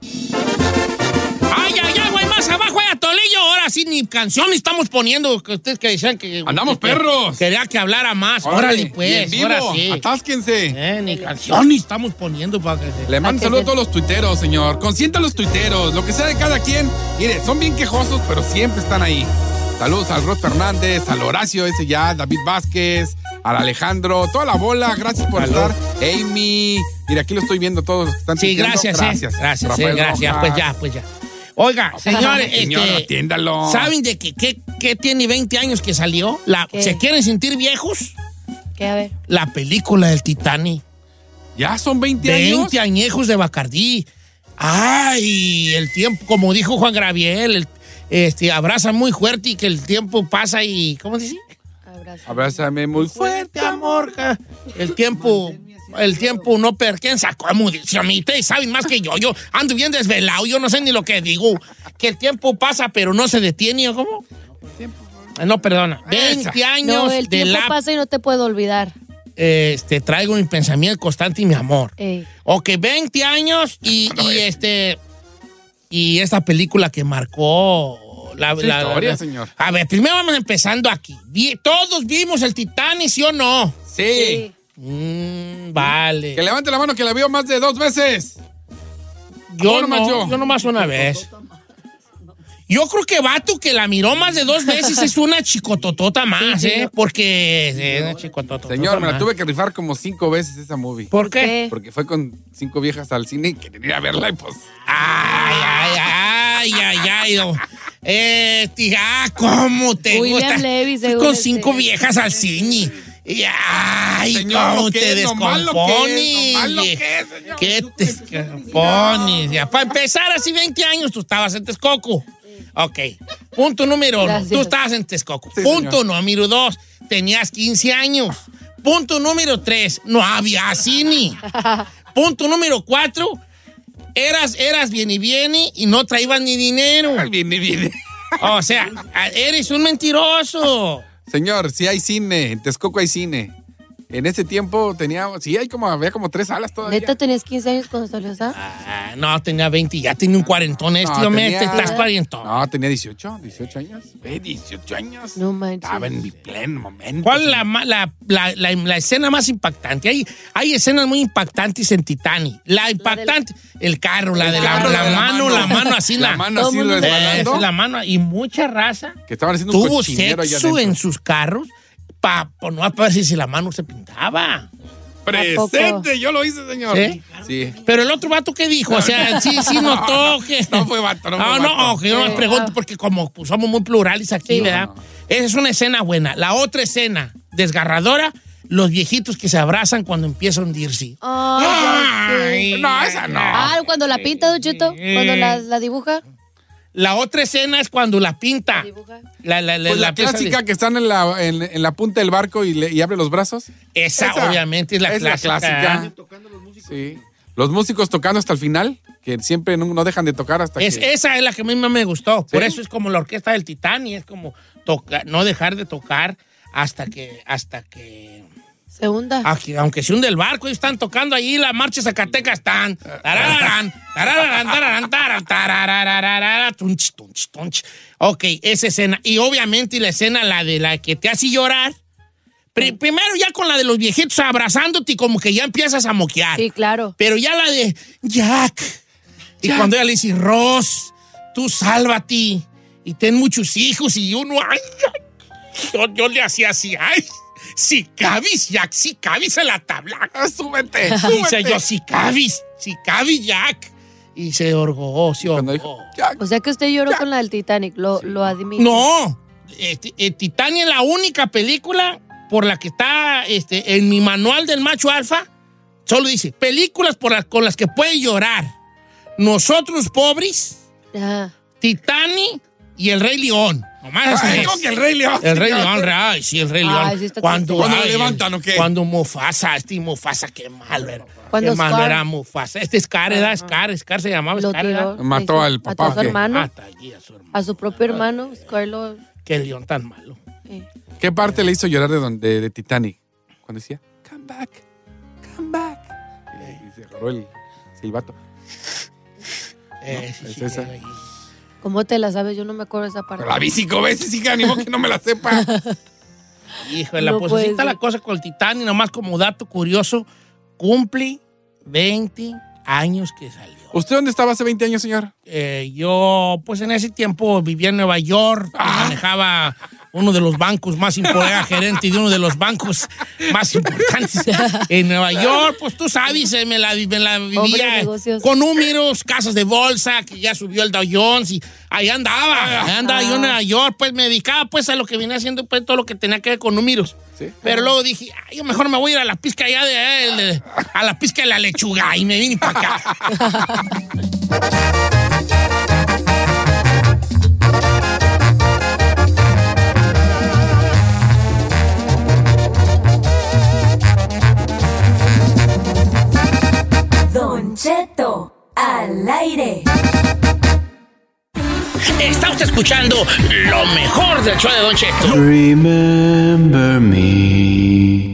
Ay, ay, ay, güey, más abajo hay atolillo. Ahora sí, ni canción estamos poniendo. Que ustedes que decían que. Andamos, que- perros. Quería que hablara más. Órale, Órale, y en pues. vivo, Ahora sí. atásquense. Eh, ni canción ni estamos poniendo para que se- Le mando para saludos a que se- todos los tuiteros, señor. Consienta a los tuiteros, lo que sea de cada quien. Mire, son bien quejosos, pero siempre están ahí. Saludos al Rod Fernández, al Horacio ese ya, David Vázquez, al Alejandro, toda la bola. Gracias por Salud. estar. Amy, mire, aquí lo estoy viendo todos los que están Sí, tuiteando. gracias, gracias. Gracias, eh, Rafael gracias. Rojas. Pues ya, pues ya. Oiga, señores, Señor, este, atiéndalo. ¿saben de qué qué- qué tiene 20 años que salió? La, ¿Qué? ¿Se quieren sentir viejos? ¿Qué? A ver. La película del Titanic. Ya son 20, años. 20 añejos de Bacardí. Ay, el tiempo, como dijo Juan Graviel, el- este, abraza muy fuerte y que el tiempo pasa y, ¿cómo dice? Abrázame muy fuerte. Fuerte amor. ja. El tiempo, el tiempo no pertenece, como dice a mí, ustedes saben más que yo, yo ando bien desvelado, yo no sé ni lo que digo. Que el tiempo pasa, pero no se detiene, ¿o ¿cómo? Ah, No, perdona. 20 años No, el de tiempo la... pasa y no te puedo olvidar. Este, traigo mi pensamiento constante y mi amor. Ey. O que 20 años y, Ah, y eh. este. Y esta película que marcó la, Su la- historia, la- señor. A ver, primero vamos empezando aquí. Vi- Todos vimos el Titanic, ¿sí o no? Sí. Mm, vale. Que levante la mano que la vio más de dos veces. Yo Ah, nomás no, yo. yo nomás una vez. Yo creo que Vato que la miró más de dos veces es una chicototota más, Sí, sí, ¿eh? yo- Porque eh, es una chicototota Señor, me la más. tuve que rifar como cinco veces esa movie. ¿Por qué? ¿Qué? Porque fue con cinco viejas al cine y quería ir a verla y pues. Ay, ay, ay, ay, ay. don. Eh, tía, ah, ¿cómo te William gusta? Levy, Fui seguro Con sí. cinco viejas al cine. Y, Ay, Señor, cómo lo que te es, lo malo descompones. que es, lo malo que es, señor. ¿Qué te descompones? Ya, para empezar, así 20 años tú estabas en Texcoco. Ok. Punto número uno. Gracias. Tú estabas en Texcoco. Sí, Punto señor. número dos. Tenías 15 años. Punto número tres. No había cine. Punto número cuatro. Eras, eras bien y bien y- y no traías ni dinero. Viene, viene. O sea, a- Ah, eres un mentiroso. Señor, si hay cine, en Texcoco hay cine. En ese tiempo teníamos, sí, hay como, había como tres salas todavía. ¿Neta tenías 15 años cuando salió esa? Ah, no, tenía 20, ya tenía un cuarentón este, No, hombre, tenía- te estás cuarentón. No, tenía 18, 18 años. Ve, 18 años. No manches. Estaba en mi pleno momento. ¿Cuál es la, ma- la- la- la- la escena más impactante? Hay, hay escenas muy impactantes en Titanic. La impactante, el carro, la de la, Claro, la mano, la mano así. La mano así Eh, resbalando. la mano y mucha raza Que estaban haciendo un tuvo cochinero allá sexo en adentro. sus carros para no para ver si la mano se pintaba. Presente, yo lo hice, señor. ¿Sí? Sí. Pero el otro vato, ¿qué dijo? O sea, sí, <laughs> sí notó que... No fue vato, Ah, no fue Ah, No, no, vato. que yo no Sí. pregunto porque como pues, somos muy plurales aquí, Sí. ¿verdad? Esa es una escena buena. La otra escena desgarradora los viejitos que se abrazan cuando empieza a hundirse. Ay, no, esa no. Ah, cuando la pinta, Don Cheto, cuando la, la dibuja. La otra escena es cuando la pinta. La, la, la- Pues la, la pieza clásica de- que están en la, en, en la punta del barco y, le- y abre los brazos. Esa, obviamente, es la clásica. Sí. Los músicos tocando hasta el final, que siempre no, no dejan de tocar hasta Es- que... esa es la que a mí más me gustó. Por ¿Sí? eso es como la orquesta del Titán y es como toca, no dejar de tocar hasta que, hasta que, Se hunda. aunque, aunque se hunde el barco, ellos están tocando ahí la marcha Zacateca están. Tarararán, tarararán, tararán, tararán, tarararararara, tunch, tunch, tunch. Ok, esa escena. Y obviamente la escena, la de la que te hace llorar. Pri- primero ya con la de los viejitos abrazándote y como que ya empiezas a moquear. Sí, claro. Ah, Pero ya la de Jack. Y Jack. cuando ella le dice, Ross, tú sálvate y ten muchos hijos y uno, ay, ay. Yo, yo le hacía así, ay, si cabis, Jack, si cabis en la tabla. Ah, Súbete, Y dice súbete. yo, si cabis, si cabis, Jack. Y se orgó, se orgó. O sea que usted lloró con la del Titanic, lo, lo admite. No, este, eh, Titania es la única película por la que está este, en mi manual del macho alfa. Solo dice, películas por las, con las que puede llorar. Nosotros pobres, Titani y el Rey León. Nomás esas Ay, tres. ¿cómo que el Rey León? El Rey León, ay, sí, el Rey Ay, León. sí está cuando triste. ¿Cuándo ay, lo levantan el- o qué? Cuando Mufasa, este Mufasa, qué malo era. Cuando qué malo Scar- era Mufasa. Este Scar, ¿verdad? Scar, Scar se llamaba Lo Scar, ¿verdad? Ah. tiró, Mató sí, al mató papá, a su ¿o qué? hermano. Mata allí a su hermano. A su propio hermano, Scarlo. Qué León tan malo. ¿Qué parte le hizo llorar de, don- de, de Titanic? Cuando decía, Come back. come back. Y se agarró el silbato. Eh, sí, es sí, esa. ahí. ¿Cómo te la sabes? Yo no me acuerdo de esa parte. Pero la vi cinco veces, hija, ni modo que no me la sepa. Hijo, de la No pues puede así está ser. la cosa con el Titán y nomás como dato curioso, cumple 20 años que salió. ¿Usted dónde estaba hace 20 años, señor? Eh, yo, pues en ese tiempo vivía en Nueva York, Ah. manejaba uno de los bancos más importantes, era gerente de uno de los bancos <laughs> más importantes en Nueva York. Pues tú sabes, eh, me, la, vi- me la Hombre de vivía negocios. con números, casas de bolsa, que ya subió el Dow Jones y ahí andaba, ahí andaba Ah. yo en Nueva York, pues me dedicaba pues a lo que venía haciendo, pues todo lo que tenía que ver con números. Pero luego dije, "Ay, yo mejor me voy a ir a la pizca allá de, allá de- a la pizca de la lechuga y me vine para <laughs> acá. Don Cheto al aire. Está usted escuchando lo mejor del show de Don Cheto. Remember me.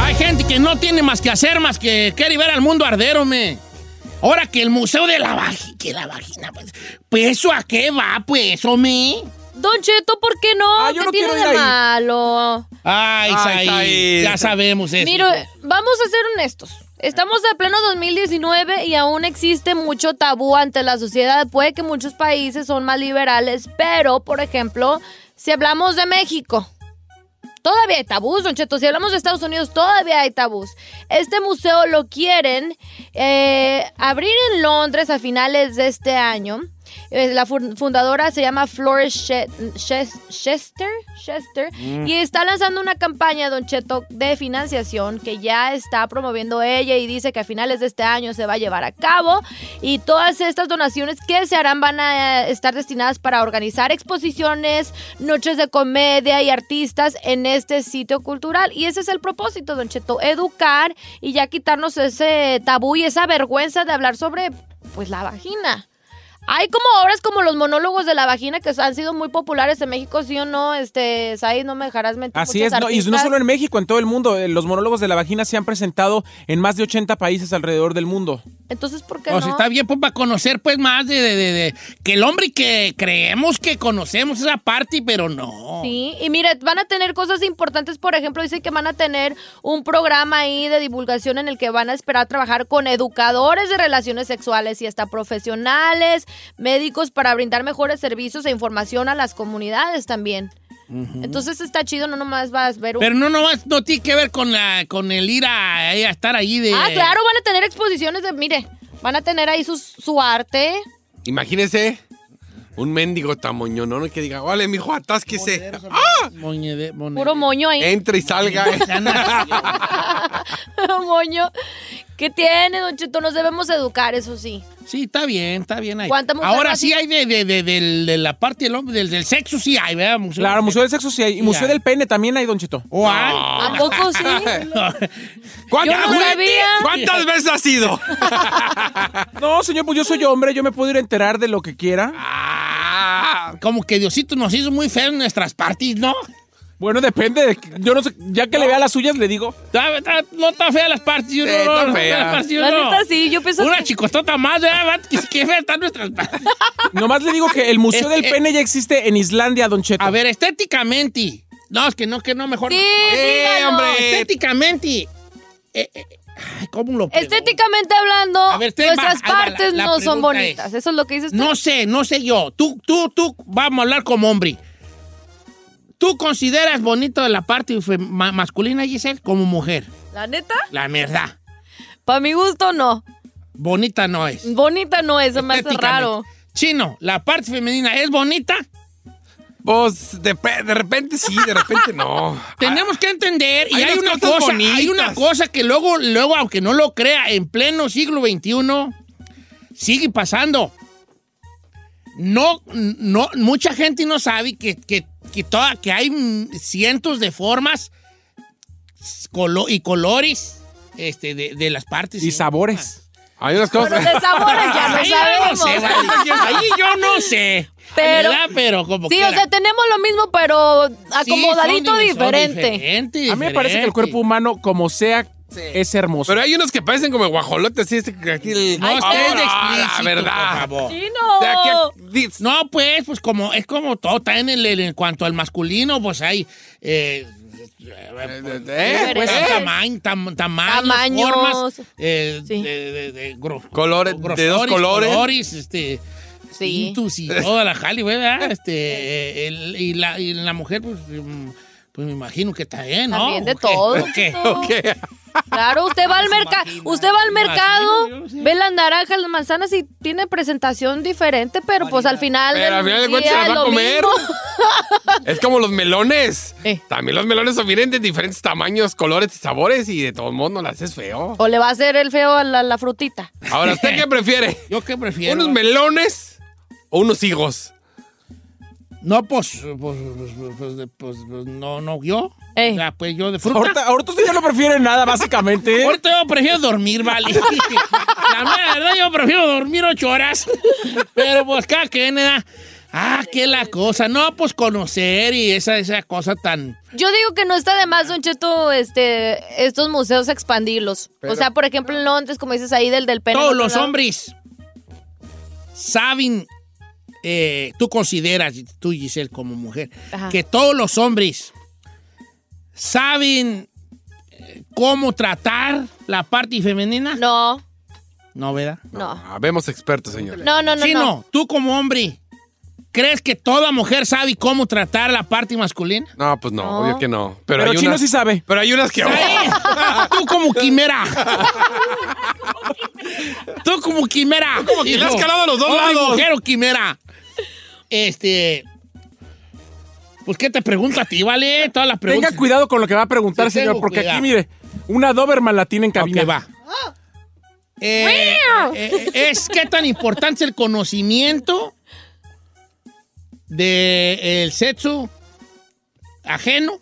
Hay gente que no tiene más que hacer más que querer ver al mundo arder, hombre. Ahora que el Museo de la Vagina, que la vagina, pues, pues eso a qué va, pues, hombre. <laughs> Don Cheto, ¿por qué no? Ah, yo ¿Qué no tiene quiero de ir ahí. malo? Ay, Ay, Ay Said. ya sabemos eso. Mira, vamos a ser honestos. Estamos a pleno 2019 y aún existe mucho tabú ante la sociedad. Puede que muchos países son más liberales, pero, por ejemplo, si hablamos de México, todavía hay tabús, Don Cheto. Si hablamos de Estados Unidos, todavía hay tabús. Este museo lo quieren eh, abrir en Londres a finales de este año. Eh, La fun- fundadora se llama Flores She- Shes- Chester, Chester Mm. y está lanzando una campaña, Don Cheto, de financiación que ya está promoviendo ella y dice que a finales de este año se va a llevar a cabo. Y todas estas donaciones que se harán van a eh, estar destinadas para organizar exposiciones, noches de comedia y artistas en este sitio cultural. Y ese es el propósito, Don Cheto, educar y ya quitarnos ese tabú y esa vergüenza de hablar sobre, pues, la vagina. Hay como obras como los monólogos de la vagina que han sido muy populares en México, sí o no, este, Said, no me dejarás mentir. Así es, muchos no, y no artistas. solo en México, en todo el mundo. Eh, Los monólogos de la vagina se han presentado en más de 80 países alrededor del mundo. Entonces, ¿por qué Oh, O no? si está bien, pues para conocer pues más de, de- de- de- que el hombre que creemos que conocemos esa parte, pero no. Sí, y mira, van a tener cosas importantes, por ejemplo, dicen que van a tener un programa ahí de divulgación en el que van a esperar trabajar con educadores de relaciones sexuales y hasta profesionales, médicos para brindar mejores servicios e información a las comunidades también. Mm. Entonces está chido, no nomás vas a ver un... Pero no, no, vas- no tiene que ver con, la, con el ir a, a estar allí de... Ah, claro, van a tener exposiciones de, mire, van a tener ahí sus, su arte. Imagínese. un mendigo tamoño, no, no que diga, vale, mijo, atásquese. ¡Ah! Moñede- monede- Puro moño ahí. Entre y <laughs> salga. eh. moño. ¿Qué tiene, Don Cheto? Nos debemos educar, eso sí. Sí, está bien, está bien ahí. ¿Cuánta mujer Ahora más sí hay de, de- de- del- de la parte del hombre, del, del sexo sí hay, ¿verdad? Museo Claro, Museo del Sexo sí hay. Eh, Y Museo del Pene también hay, Don Chito. ¿O hay? ¿A poco <laughs> sí? ¿Cuántas- Yo no ah. güey? sabía. ¿Cuántas veces has ido? <laughs> No, señor, pues yo soy hombre, yo me puedo ir a enterar de lo que quiera. Ah, Como que Diosito nos hizo muy feo en nuestras parties, ¿no? Bueno, depende. de- yo no sé, ya que le vea las suyas, le digo. Está- está- Ah, no está fea las parties, yo Sí, no, está no, no, fea. las parties, yo La no. neta sí, yo pienso Una que- chicotota más, ¿verdad? Que, que fea están nuestras parties. Nomás le digo que el Museo del Eh, eh. Pene ya existe en Islandia, Don Cheto. A ver, estéticamente. No, es que no, que no, mejor Sí, no. Eh, dígalo. hombre. Estéticamente. Eh, eh, ay, ¿cómo lo pregunto? Estéticamente hablando, ver, usted nuestras va, ahí va, la- partes la no son pregunta es- bonitas. Eso es lo que dices tú. No sé, no sé yo. Tú, tú, tú, vamos a hablar como hombre. ¿Tú consideras bonito la parte fe- ma- masculina, Giselle, como mujer? La neta, La verdad. para mi gusto, no. Bonita no es. Bonita no es, se me hace Estéticamente. raro. Chino, ¿la parte femenina es bonita? Pues de, pe- de repente sí, de repente no. Tenemos que entender, y hay hay, unas una cosas cosa, bonitas. hay una cosa que luego, luego, aunque no lo crea, en pleno siglo XXI, sigue pasando. No, no, mucha gente no sabe que, que, que, toda, que hay mm, cientos de formas colo- y colores este, de, de las partes. Y sabores. Hay unas Pero cosas. de <laughs> sabores ya no Ahí yo no sabemos. sé, vale, yo- ahí yo no sé. Pero- ¿verdad? pero como Sí, o quiera. sea, tenemos lo mismo, pero Sí, son acomodadito diver- son diferente. diferente, A mí me parece que el diferente. cuerpo humano, como sea, es hermoso. Pero hay unos que parecen como guajolotes, sí, este que aquí el- No, Ah, estés la explícito, por verdad. favor. Sí, De aquí a- no. di- No, pues, pues como es como todo, está en, el, en cuanto al masculino, pues hay eh, eh, pues, eh. tamaño, tam- tamaños, Tamaños. formas, eh, Sí. de, de- de gro- Colores, de dos colores. este, Sí. tintus y toda la jali, ¿verdad? Este, eh, el- y, la, y la mujer, pues, mm, pues me imagino que también, ¿no? También de ¿O qué? todo, ¿O qué? todo. ¿O qué? Claro, usted va al mercado, imagina, usted va al me mercado, imagino, yo sí. ve las naranjas, las manzanas y tiene presentación diferente, pero pues al final Pero al final de cuentas se las va a comer. Es como los melones. Eh. También los melones son vienen de diferentes tamaños, colores y sabores y de todos modos no las haces feo. O le va a hacer el feo a la, la frutita. Ahora, <laughs> ¿usted qué prefiere? ¿Yo qué prefiero? ¿Unos melones o unos higos? No, pues, pues, pues, pues, pues, pues, no, no, yo. Eh. O sea, pues yo de fruta. Ahorita, ahorita usted ya no prefiere nada, básicamente. <laughs> Ahorita yo prefiero dormir, vale. <laughs> La mera verdad, yo prefiero dormir ocho horas. Pero pues cada quien, ¿verdad? Ah, qué la cosa. No, pues conocer y esa, esa cosa tan. Yo digo que no está de más, Don Cheto, este, estos museos expandirlos. o sea, por ejemplo, en Londres, como dices ahí, del del pene. Todos en otro los lado. hombres saben, eh, tú consideras, tú Giselle como mujer, Ajá. que todos los hombres saben eh, cómo tratar la parte femenina. No, No, ¿verdad? no. Habemos Ah, expertos, señor. No, no, no. Chino, no. tú como hombre, ¿crees que toda mujer sabe cómo tratar la parte masculina? No, pues no, No. obvio que no. Pero, Pero hay Chino unas, sí sabe. Pero hay unas que. ¿Sabes? tú como quimera. tú como quimera. como que le has calado a los dos Hombre, lados. mujer o quimera. Este... Pues, ¿qué te pregunto a ti, vale? Todas las preguntas. Tenga cuidado con lo que va a preguntar, Sí, señor, tengo porque cuidado. aquí, mire, una Doberman la tiene en Ok, cabina. va. Eh, eh, es que tan importante es el conocimiento del sexo ajeno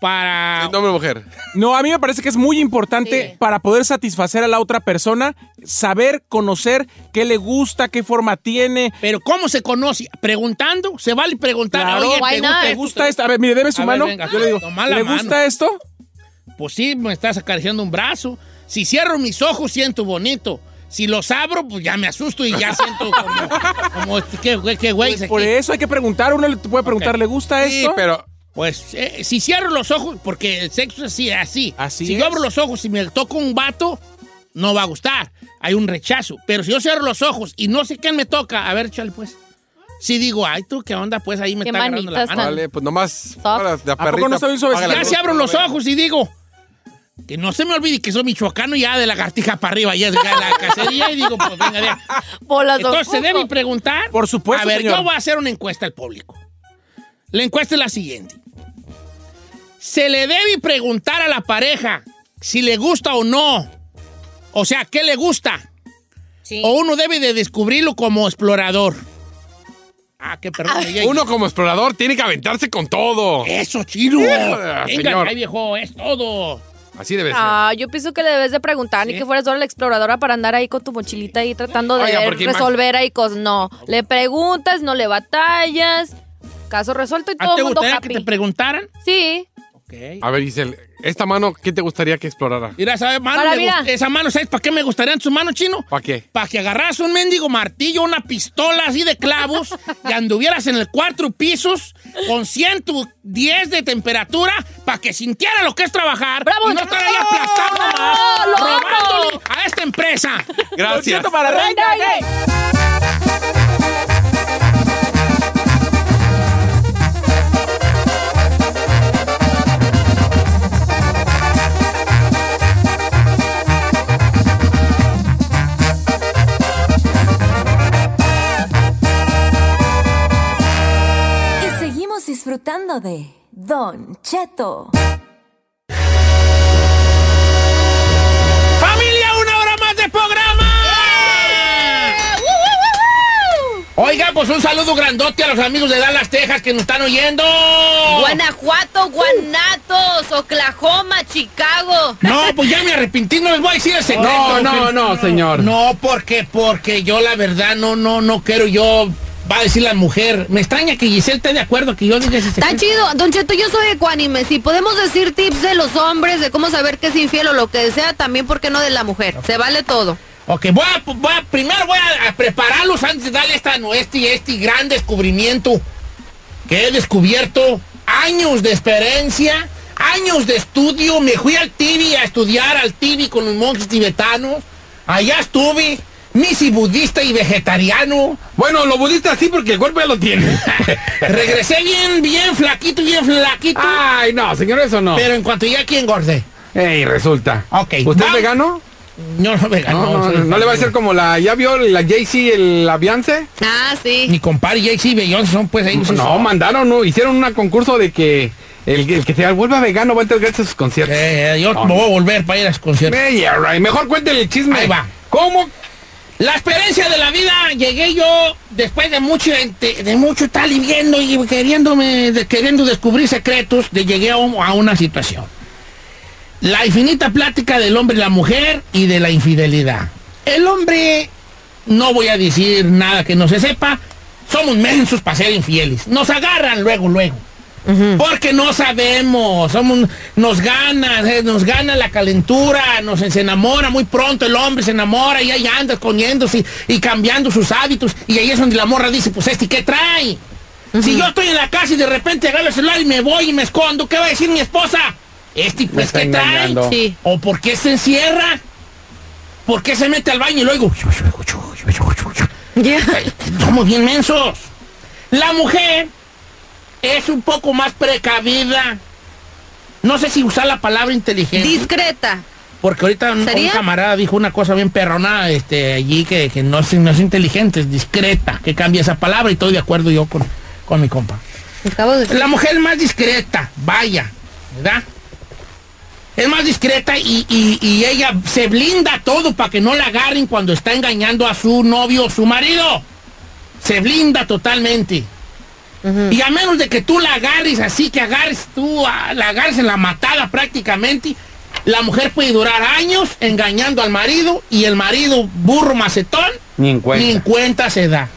para... No, hombre, mujer. No, a mí me parece que es muy importante Sí. para poder satisfacer a la otra persona, saber, conocer qué le gusta, qué forma tiene. Pero ¿cómo se conoce? Preguntando, se vale preguntar. Claro. Oye, Why ¿te not? gusta, ¿Le te gusta gusta esto? A ver, mire, deme su A ver, mano. venga, Yo le digo, toma la ¿le mano. gusta esto? Pues sí, me estás acariciando un brazo. Si cierro mis ojos, siento bonito. Si los abro, pues ya me asusto y ya siento como... <laughs> como este, ¿Qué güey? Qué güey Pues es por aquí? eso hay que preguntar. Uno le puede preguntar, Ok. ¿le gusta Sí, esto? pero. Pues eh, si cierro los ojos, porque el sexo es así, así. Así si es. yo abro los ojos y me toco un vato, no va a gustar. Hay un rechazo. Pero si yo cierro los ojos y no sé quién me toca, a ver, chale, pues. Si digo, ay, tú, ¿qué onda? Pues ahí me Qué está agarrando la manitas mano. tan- Vale, pues nomás. Stop. ahora, de pues, poco no perrito, está bien suavecito? hágala Ya Vale. si tú. abro los ojos y digo, Que no se me olvide que soy michoacano y ya de lagartija para arriba, ya es la cacería y digo, pues venga, ya. Entonces, ¿se debe preguntar? Por supuesto, A ver, señor. yo voy a hacer una encuesta al público. La encuesta es la siguiente. ¿Se le debe preguntar a la pareja si le gusta o no? O sea, ¿qué le gusta? ¿O uno debe de descubrirlo como explorador? Ah, qué perdón. ya- ya- Uno como explorador tiene que aventarse con todo. Eso, chino. Venga, Venga, ahí, viejo, es todo. Así debe ser. Ah, yo pienso que le debes de preguntar, ni que fueras ahora la exploradora para andar ahí con tu mochilita ahí tratando de Oiga, porque imag- resolver ahí cosas. No, le preguntas, no le batallas, caso resuelto y ¿Ah, todo te el mundo gustaría happy. que te preguntaran? Sí. A ver, Giselle, esta mano, ¿qué te gustaría que explorara? Mira, esa mano, Para, me mira. gust- esa mano, ¿sabes para qué me gustaría en su mano, chino? ¿Para qué? Para que agarras un mendigo martillo, una pistola así de clavos y anduvieras en el cuatro pisos con 110 de temperatura para que sintiera lo que es trabajar y no estar ahí aplastado nomás, robándole a esta empresa. Gracias. Don Cheto para reina, hey. Y seguimos disfrutando de Don Cheto. ¡Familia, una hora más de programa! Oiga, pues un saludo grandote a los amigos de Dallas, Texas que nos están oyendo. Guanajuato, Guanatos, Oklahoma, Chicago. No, pues ya me arrepentí, no les voy a decir el secreto. No, no, que- no, señor. No, porque, porque yo la verdad no, no, no quiero yo, va a decir la mujer. Me extraña que Giselle esté de acuerdo que yo diga ese Está secreto. chido, Don Cheto, yo soy ecuánime. Si podemos decir tips de los hombres, de cómo saber que es infiel o lo que sea, también, ¿por qué no de la mujer? Se vale todo. Ok, voy a, voy a- primero voy a, a prepararlos antes de darle esta, no, este, este gran descubrimiento que he descubierto años de experiencia, años de estudio. Me fui al TV a estudiar al TV con los monjes tibetanos. Allá estuve, misi budista y vegetariano. Bueno, lo budistas sí porque el cuerpo ya lo tiene. <laughs> Regresé bien, bien flaquito, bien flaquito. Ay, no, señor, eso no. Pero en cuanto ya aquí engordé. Ey, resulta. Ok. ¿Usted es va- vegano? No, no vegano. No, no, no, no le va a hacer como la. ¿Ya vio la Jay-Z, el Aviance? Ah, sí. Ni compadre Jay-Z y Beyoncé son pues ahí. No, mandaron, no, hicieron un concurso de que el, el que se vuelva vegano va a entregarse a sus conciertos. Eh, eh, yo No, me voy a volver para ir a los conciertos. Eh, yeah, right. Mejor cuéntele el chisme. Ahí va. ¿Cómo? La experiencia de la vida, llegué yo después de mucho, de, de mucho estar viviendo y queriéndome, de- queriendo descubrir secretos, de llegué a, un- a una situación. La infinita plática del hombre y la mujer y de la infidelidad. El hombre, no voy a decir nada que no se sepa, somos mensos para ser infieles. Nos agarran luego, luego. Porque no sabemos, somos, nos gana, eh, nos gana la calentura, nos se enamora muy pronto el hombre, se enamora y ahí anda escondiéndose y, y cambiando sus hábitos. Y ahí es donde la morra dice, pues este, ¿qué trae? Si yo estoy en la casa y de repente agarro el celular y me voy y me escondo, ¿qué va a decir mi esposa? Este, pues, está ¿qué trae? engañando. Sí. ¿O por qué se encierra? ¿Por qué se mete al baño y luego... Ay, Somos bien mensos. La mujer es un poco más precavida. No sé si usar la palabra inteligente. Discreta. porque ahorita un, ¿Sería? un camarada dijo una cosa bien perrona este, allí que, que no, es, no es inteligente, es discreta. Que cambia esa palabra y estoy de acuerdo yo con, con mi compa. Acabo de La mujer es más discreta, vaya, ¿verdad? Es más discreta y, y- y ella se blinda todo para que no la agarren cuando está engañando a su novio o su marido. Se blinda totalmente. Y a menos de que tú la agarres así, que agarres tú, a- la agarres en la matada prácticamente, la mujer puede durar años engañando al marido y el marido burro macetón Ni en cuenta. ni en cuenta se da.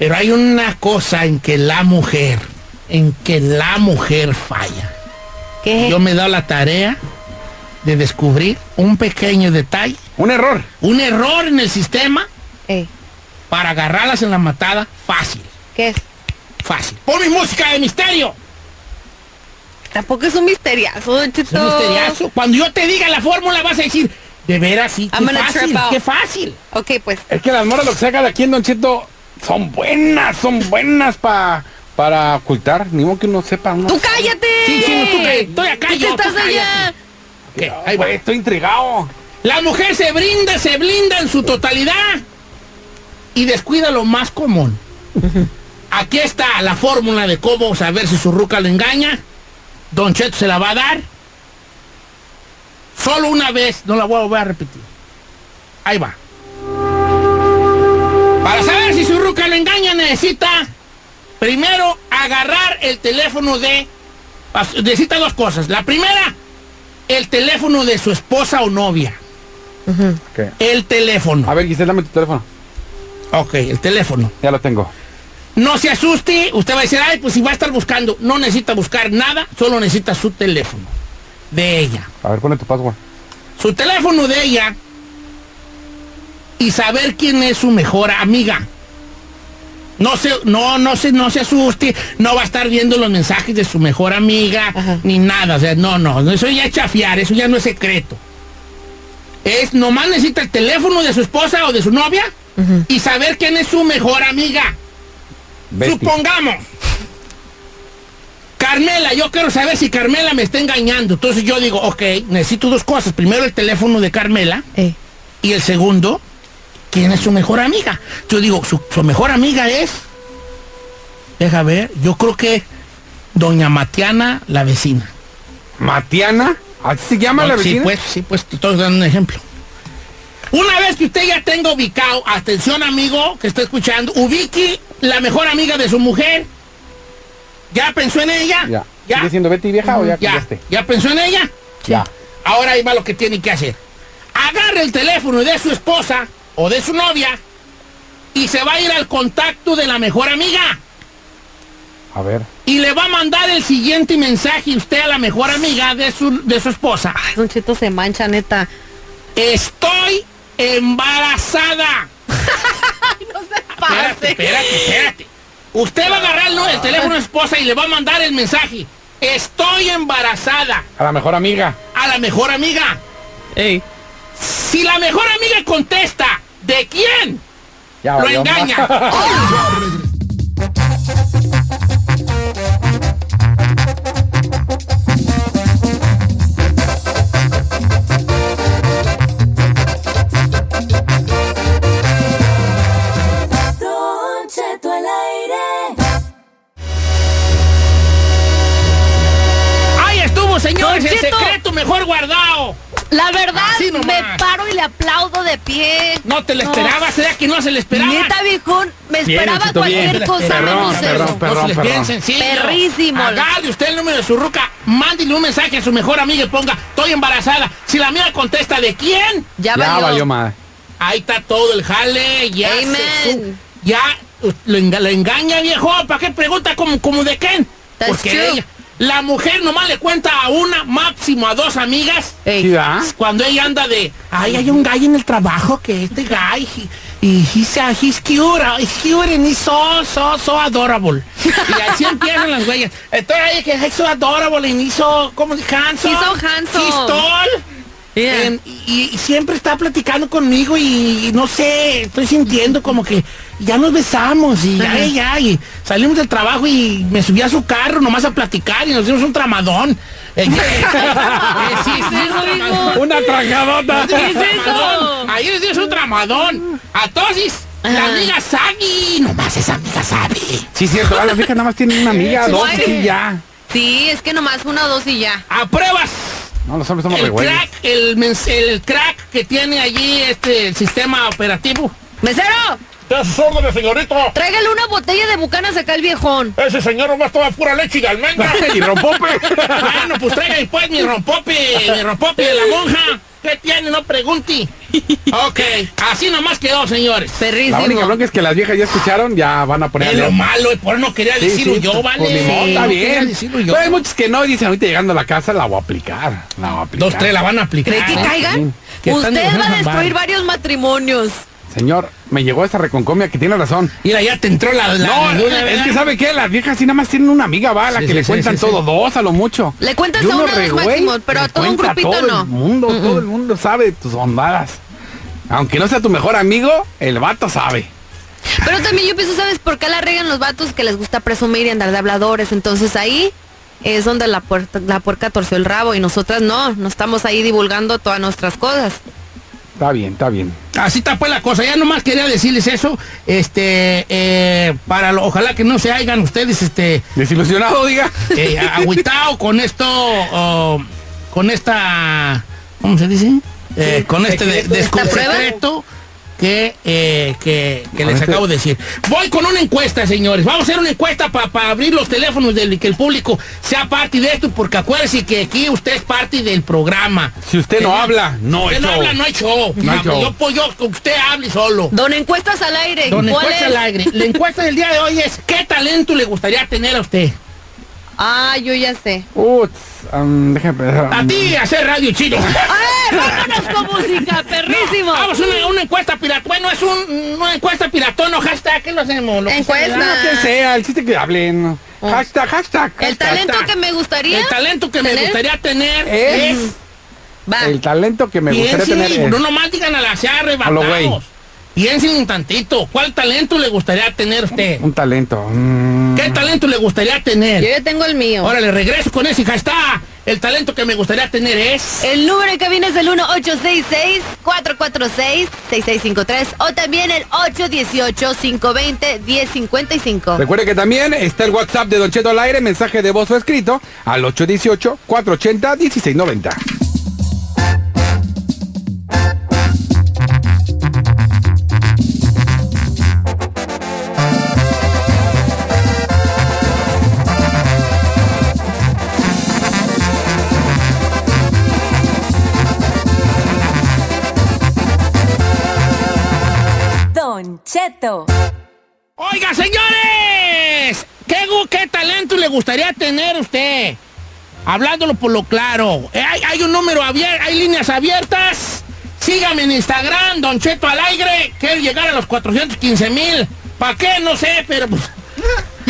Pero hay una cosa en que la mujer, en que la mujer falla. ¿Qué? Yo me he dado la tarea de descubrir un pequeño detalle, Un error. un error en el sistema Ey, para agarrarlas en la matada fácil, ¿Qué es? fácil. Pon mi música de misterio. Tampoco es un misteriazo, Don Es un Cheto. misteriazo. Cuando yo te diga la fórmula vas a decir, de veras sí, qué I'm gonna fácil, trip out. qué fácil. Ok, pues. Es que las moras lo que saca de aquí en Don Cheto son buenas, son buenas pa, para ocultar. Ni modo que uno sepa. uno- ¡Tú cállate! Sí, sí, no, tú cállate, estoy acá ¿Tú yo, que tú estás cállate. allá? Ok, ahí va. Estoy intrigado. La mujer se brinda, se blinda en su totalidad y descuida lo más común. Aquí está la fórmula de cómo saber si su ruca lo engaña. Don Cheto se la va a dar. Solo una vez, no la voy a volver a repetir. Ahí va. Para saber si su ruca lo engaña necesita primero agarrar el teléfono de... Necesita dos cosas. La primera, el teléfono de su esposa o novia. El teléfono. A ver, Giselle, dame tu teléfono. Ok, el teléfono. Ya lo tengo. No se asuste, usted va a decir, ay, pues si va a estar buscando. No necesita buscar nada, solo necesita su teléfono de ella. A ver, ponle tu password. Su teléfono de ella y saber quién es su mejor amiga. No se, no, no se, no se asuste, no va a estar viendo los mensajes de su mejor amiga, ni nada. O sea, no, no, no, eso ya es chafiar, eso ya no es secreto. Es nomás necesita el teléfono de su esposa o de su novia y saber quién es su mejor amiga. Betty. Supongamos. Carmela, yo quiero saber si Carmela me está engañando. Entonces yo digo, ok, necesito dos cosas. Primero el teléfono de Carmela. Y el segundo, ¿quién es su mejor amiga? Yo digo, su, su mejor amiga es... Deja ver, yo creo que doña Matiana, la vecina. ¿Matiana? ¿Así se llama No, la vecina? Sí, pues, sí, pues, te estoy dando un ejemplo. Una vez que usted ya tenga ubicado, atención amigo que está escuchando, ubique la mejor amiga de su mujer. ¿Ya pensó en ella? Ya. ¿Sigue siendo Betty vieja o ya ya, cambiaste? ¿Ya pensó en ella? Ya. Ahora ahí va lo que tiene que hacer. Agarre el teléfono de su esposa o de su novia y se va a ir al contacto de la mejor amiga. A ver. Y le va a mandar el siguiente mensaje usted a la mejor amiga de su, de su esposa. Ay, Don Cheto se mancha, neta. Estoy <laughs> embarazada. Espérate, espérate, espérate. Usted va a agarrar el, el teléfono de su esposa y le va a mandar el mensaje. Estoy embarazada. A la mejor amiga. a la mejor amiga. Si la mejor amiga contesta, ¿de quién? Ya, Lo valió. <laughs> engaña. <laughs> Don Cheto al aire. Ahí estuvo, señores, Don el Cheto. secreto mejor guardado. La verdad, Así nomás. me paro y le aplaudo de pie. No te lo No. esperabas, ¿será que no se le esperaba? Neta, viejón, me Bien, esperaba Chito, bien. cualquier cosa Perrón, menos perrón, eso. perrón, No se les perrón. piensen, sí. Perrísimo. Agarre usted el número de su ruca, mándele un mensaje a su mejor amiga y ponga, estoy embarazada. Si la mía contesta, ¿de quién? Ya valió, madre. Ahí está todo el jale, ya se su- ya uh, lo, enga- lo engaña, viejo. ¿Para qué pregunta como, como de quién? That's Porque true. ella- la mujer nomás le cuenta a una, máximo a dos amigas. Sí, ¿verdad? Cuando ella anda de, ay, hay un guy en el trabajo que este guy, he- y he's, a- he's cute, uh, he's cute and he's so, so, so adorable. y así empiezan las huellas. Entonces, ay, que he's so adorable and he's so, ¿cómo? Handsome. He's so handsome. He's tall. Em, y, y siempre está platicando conmigo y, y no sé, estoy sintiendo como que ya nos besamos y ya, Ajá. ya, y salimos del trabajo y me subí a su carro nomás a platicar y nos dimos un tramadón. Eh, eh, eh, sí, sí, <laughs> un tramadón. Una Nos tragadota. dimos un tramadón. Ahí nos dimos un tramadón. Entonces, la amiga Sabi, nomás esa amiga Sabi. Sí, cierto. A las viejas nada más tienen una amiga, Sí, dos madre. y ya. Sí, es que nomás una, dos y ya. A pruebas No, los hombres somos el regüeyes. crack, el, mens- el crack que tiene allí este, el sistema operativo. ¡Mesero! De sus órdenes, señorito. Tráigale una botella de bucanas acá al viejón. Ese señor nomás toma pura leche y <laughs> de almendra. y rompope. Bueno, pues traiga después mi rompope, mi rompope de la monja. ¿Qué tiene? No pregunte. Ok, así nomás quedó, señores. La única Perrísimo. bronca es que las viejas ya escucharon, ya van a poner... Es lo malo, y por eso no quería Sí, decirlo sí, yo, pues, ¿vale? ni modo, está No quería bien. decirlo yo. Pero hay muchos que no y dicen, ahorita llegando a la casa la voy a aplicar. La voy a aplicar. Dos, tres la van a aplicar. ¿Cree que ¿eh? caigan? Que están Usted va a dibujando destruir mal. varios matrimonios. Señor, me llegó esa reconcomia que tiene razón. Mira, ya te entró la... la no, ninguna, es ¿verdad? que ¿sabe qué? Las viejas sí nada más tienen una amiga, va, a la Sí, que sí, le sí, cuentan sí, sí. todo, dos a lo mucho. Le cuentas Y a uno una vez regüey máximo, pero a le todo un cuenta a grupito todo no. el mundo, todo el mundo sabe de tus ondadas. Aunque no sea tu mejor amigo, el vato sabe. Pero también yo pienso, ¿sabes por qué la regan los vatos que les gusta presumir y andar de habladores? Entonces ahí es donde la, puerta, la puerca torció el rabo y nosotras no, no estamos ahí divulgando todas nuestras cosas. Está bien, está bien. Así está pues la cosa. Ya nomás quería decirles eso. Este, eh, para lo- ojalá que no se hagan ustedes, este. Desilusionado, diga. Eh, agüitao con esto, oh, con esta, ¿cómo se dice? Eh, con este de, ¿Secreto? descu- ¿Esta prueba? secreto que, eh, que, que Con les este- acabo de decir. Voy con una encuesta, señores. Vamos a hacer una encuesta para abrir los teléfonos del y que el público sea parte de esto, porque acuérdense que aquí usted es parte del programa. Si usted no Señor, habla, no usted es no show. habla, no hay show. No hay show. Yo, pues, yo, usted hable solo. Don Encuestas al aire. Don ¿cuál encuesta es? al aire. La encuesta del día de hoy es ¿qué talento le gustaría tener a usted? Ah, yo ya sé. Uh, tss, um, déjame pensar. A ti hacer radio chino. ¡Vámonos con <laughs> música, perrísimo! Vamos, una, una encuesta pirata. Bueno, es un, una encuesta piratón o hashtag. ¿Qué lo hacemos? Lo que Encuesta. sea. No, que sea, el chiste que hablen. Oh. Hashtag, hashtag. El hashtag. talento que me gustaría. El talento que me ¿Tener? gustaría tener Es- es... Va. El talento que me Piensen, gustaría tener eh, es- No nomás digan a la sea Hola, güey. arrebatados. Piensen un tantito. ¿Cuál talento le gustaría tener a usted? un talento. Mm, ¿Qué talento le gustaría Yo tener? ya tengo el mío. Ahora le regreso con ese hashtag. El talento que me gustaría tener es... El número en cabina es el 1-866-446-6653 o también el 818-520-1055. Recuerde que también está el WhatsApp de Don Cheto al aire, mensaje de voz o escrito al 818-480-1690. Don Cheto. Oiga, señores, ¿qué, gu- qué talento le gustaría tener usted? Hablándolo por lo claro. Eh, Hay, hay un número abierto, hay líneas abiertas. Sígame en Instagram, Don Cheto al aire. Quiero llegar a los 415 mil. ¿Para qué? No sé, pero... pues,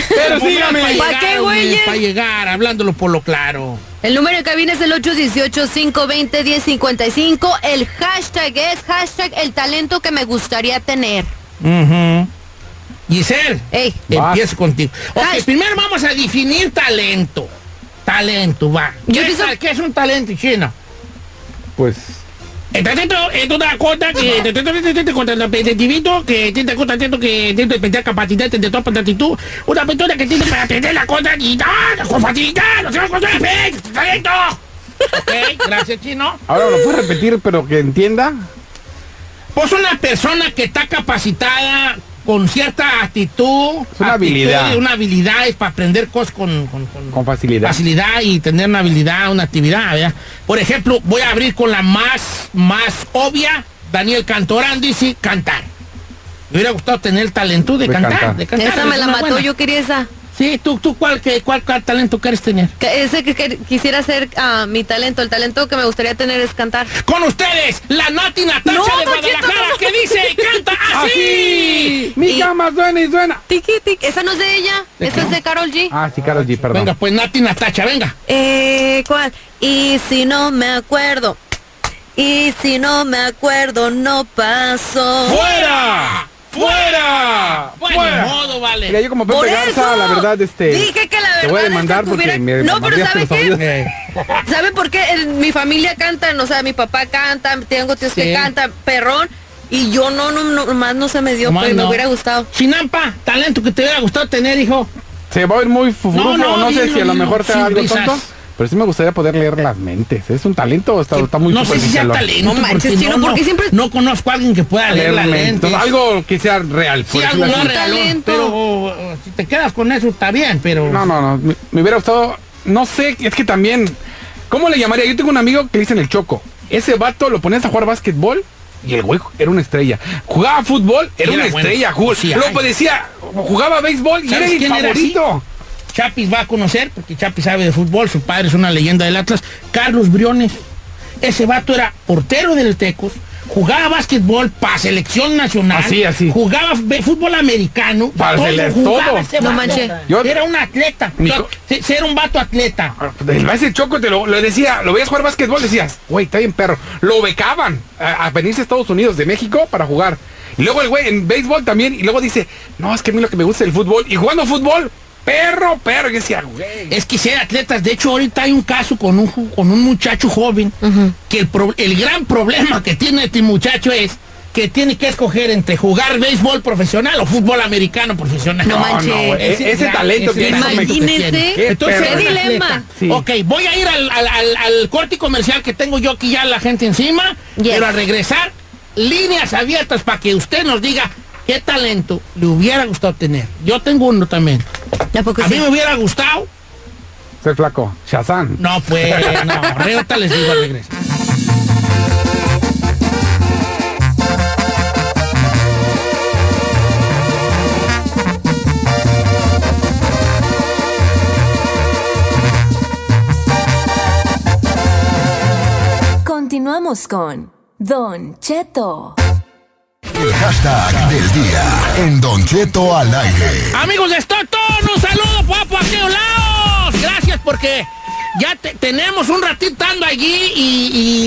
Pero Para sígame. ¿Pa' llegar, qué, hombre, güeyes? Para llegar, hablándolo por lo claro. El número en cabina es el 818-520-1055. El hashtag es hashtag el talento que me gustaría tener. Giselle, Ey. Vas. empiezo contigo. Ok, Ay. primero vamos a definir talento. Talento, va. Yo ¿Qué, pienso- tal- ¿Qué es un talento chino? Eh, Pues Está atento, es una cosa que te atento, te atento contra el apetitito, que tiene cosa atento que tiene que pensar capacidad de toda actitud, una persona que tiene para aprender la cosa y dar, con facilidad, no se va a encontrar, ven, talento. Ok, gracias, chino. ahora lo puedo repetir, pero que entienda. Pues una persona que está capacitada con cierta actitud, Es una habilidad. una habilidad es para aprender cosas con, con- con- Con facilidad. facilidad y tener una habilidad, una actividad. ¿verdad? Por ejemplo, voy a abrir con la más, más obvia. Daniel Cantorán dice cantar. Me hubiera gustado tener el talento de, De cantar, cantar. de cantar. Esa es me la una mató, buena. yo quería esa. Sí, tú, tú ¿cuál, qué- cuál, cuál talento quieres tener? Que- Ese que, que quisiera ser ah, mi talento. El talento que me gustaría tener es cantar. Con ustedes, la Nati Natasha No, de Don Cheto, Guadalajara no. que dice <laughs> canta así. Mi Y- cama suena y suena. Tiki, tiki. Esa no es de ella. ¿De Esa qué? es de Carol G. Ah, sí, Carlos G, perdón. Venga, pues Nati Natacha, venga. Eh, ¿cuál? Y si no me acuerdo. Y si no me acuerdo, no pasó. ¡Fuera! ¡Fuera! Bueno, ni modo, vale. Pues, Mira, yo como Pepe Por Garza, eso la verdad, este... dije que la Te voy verdad es a que demandar porque tuviera- me No, pero <laughs> ¿sabe madreaste los qué? oídos. Eh, ¿Sabe por qué? En mi familia cantan, o sea, mi papá canta, tengo tíos Sí. que cantan, perrón. Y yo no, no, no, más no se me dio, Nomás pues me no. hubiera gustado. Chinampa, talento que te hubiera gustado tener, hijo. Se va a ir muy fufurufo, No, no, no, sé dilo, si a lo dilo, mejor sin sea algo risas. tonto. Pero sí me gustaría poder leer las mentes. ¿Es un talento o está, está muy no sé si sea superficial? No talento. manches, porque chino, porque siempre- No conozco a alguien que pueda leer la lente. mentes. Algo que sea real. Sí, por algo decirlo más así. regalón, Talento. Pero uh, si te quedas con eso está bien, pero... No, no, no. Me, me hubiera gustado. No sé, es que también. ¿Cómo le llamaría? Yo tengo un amigo que le dicen el Choco. Ese vato lo ponías a jugar básquetbol y el güey era una estrella. Jugaba fútbol, era, Y era una bueno. estrella. Jugaba, Sí, luego ay. decía, jugaba béisbol y era ¿Sabes el quién era así? favorito. Chapis va a conocer, porque Chapis sabe de fútbol, su padre es una leyenda del Atlas, Carlos Briones. Ese vato era portero del Tecos, jugaba básquetbol para selección nacional, Así, así. jugaba be- fútbol americano, Pa' sele- jugaba todo. ese No vato. manches. Yo- era un atleta, Mi Yo- co- Ah, se- se- era un vato atleta. Pues, El ese Choco te lo, lo decía, lo veías jugar básquetbol, decías, güey, está bien perro. Lo becaban a, a venirse a Estados Unidos de México para jugar. Y luego el güey en béisbol también, y luego dice, no, es que a mí lo que me gusta es el fútbol. Y jugando fútbol, perro, perro. Yo decía, güey. Es que si hay atletas, de hecho, ahorita hay un caso con un, ju- con un muchacho joven que el, pro- el gran problema que tiene este muchacho es que tiene que escoger entre jugar béisbol profesional o fútbol americano profesional. No manches. güey. E-, Ese- ese talento ese tiene. talento que Imagínese. tiene. Qué Entonces, perro. es un Qué atleta. dilema. Sí. Ok, voy a ir al, al- al- al corte comercial que tengo yo aquí ya la gente encima, pero al regresar, líneas abiertas para que usted nos diga qué talento le hubiera gustado tener. Yo tengo uno también. a mí me hubiera gustado. Ser flaco. Shazam. No, pues, no. Rehota les digo al regreso. Continuamos con Don Cheto. El hashtag del día en Don Cheto al aire. Amigos de Stockton, un saludo guapo a aquellos lados. Gracias porque ya te- tenemos un ratito ando allí y,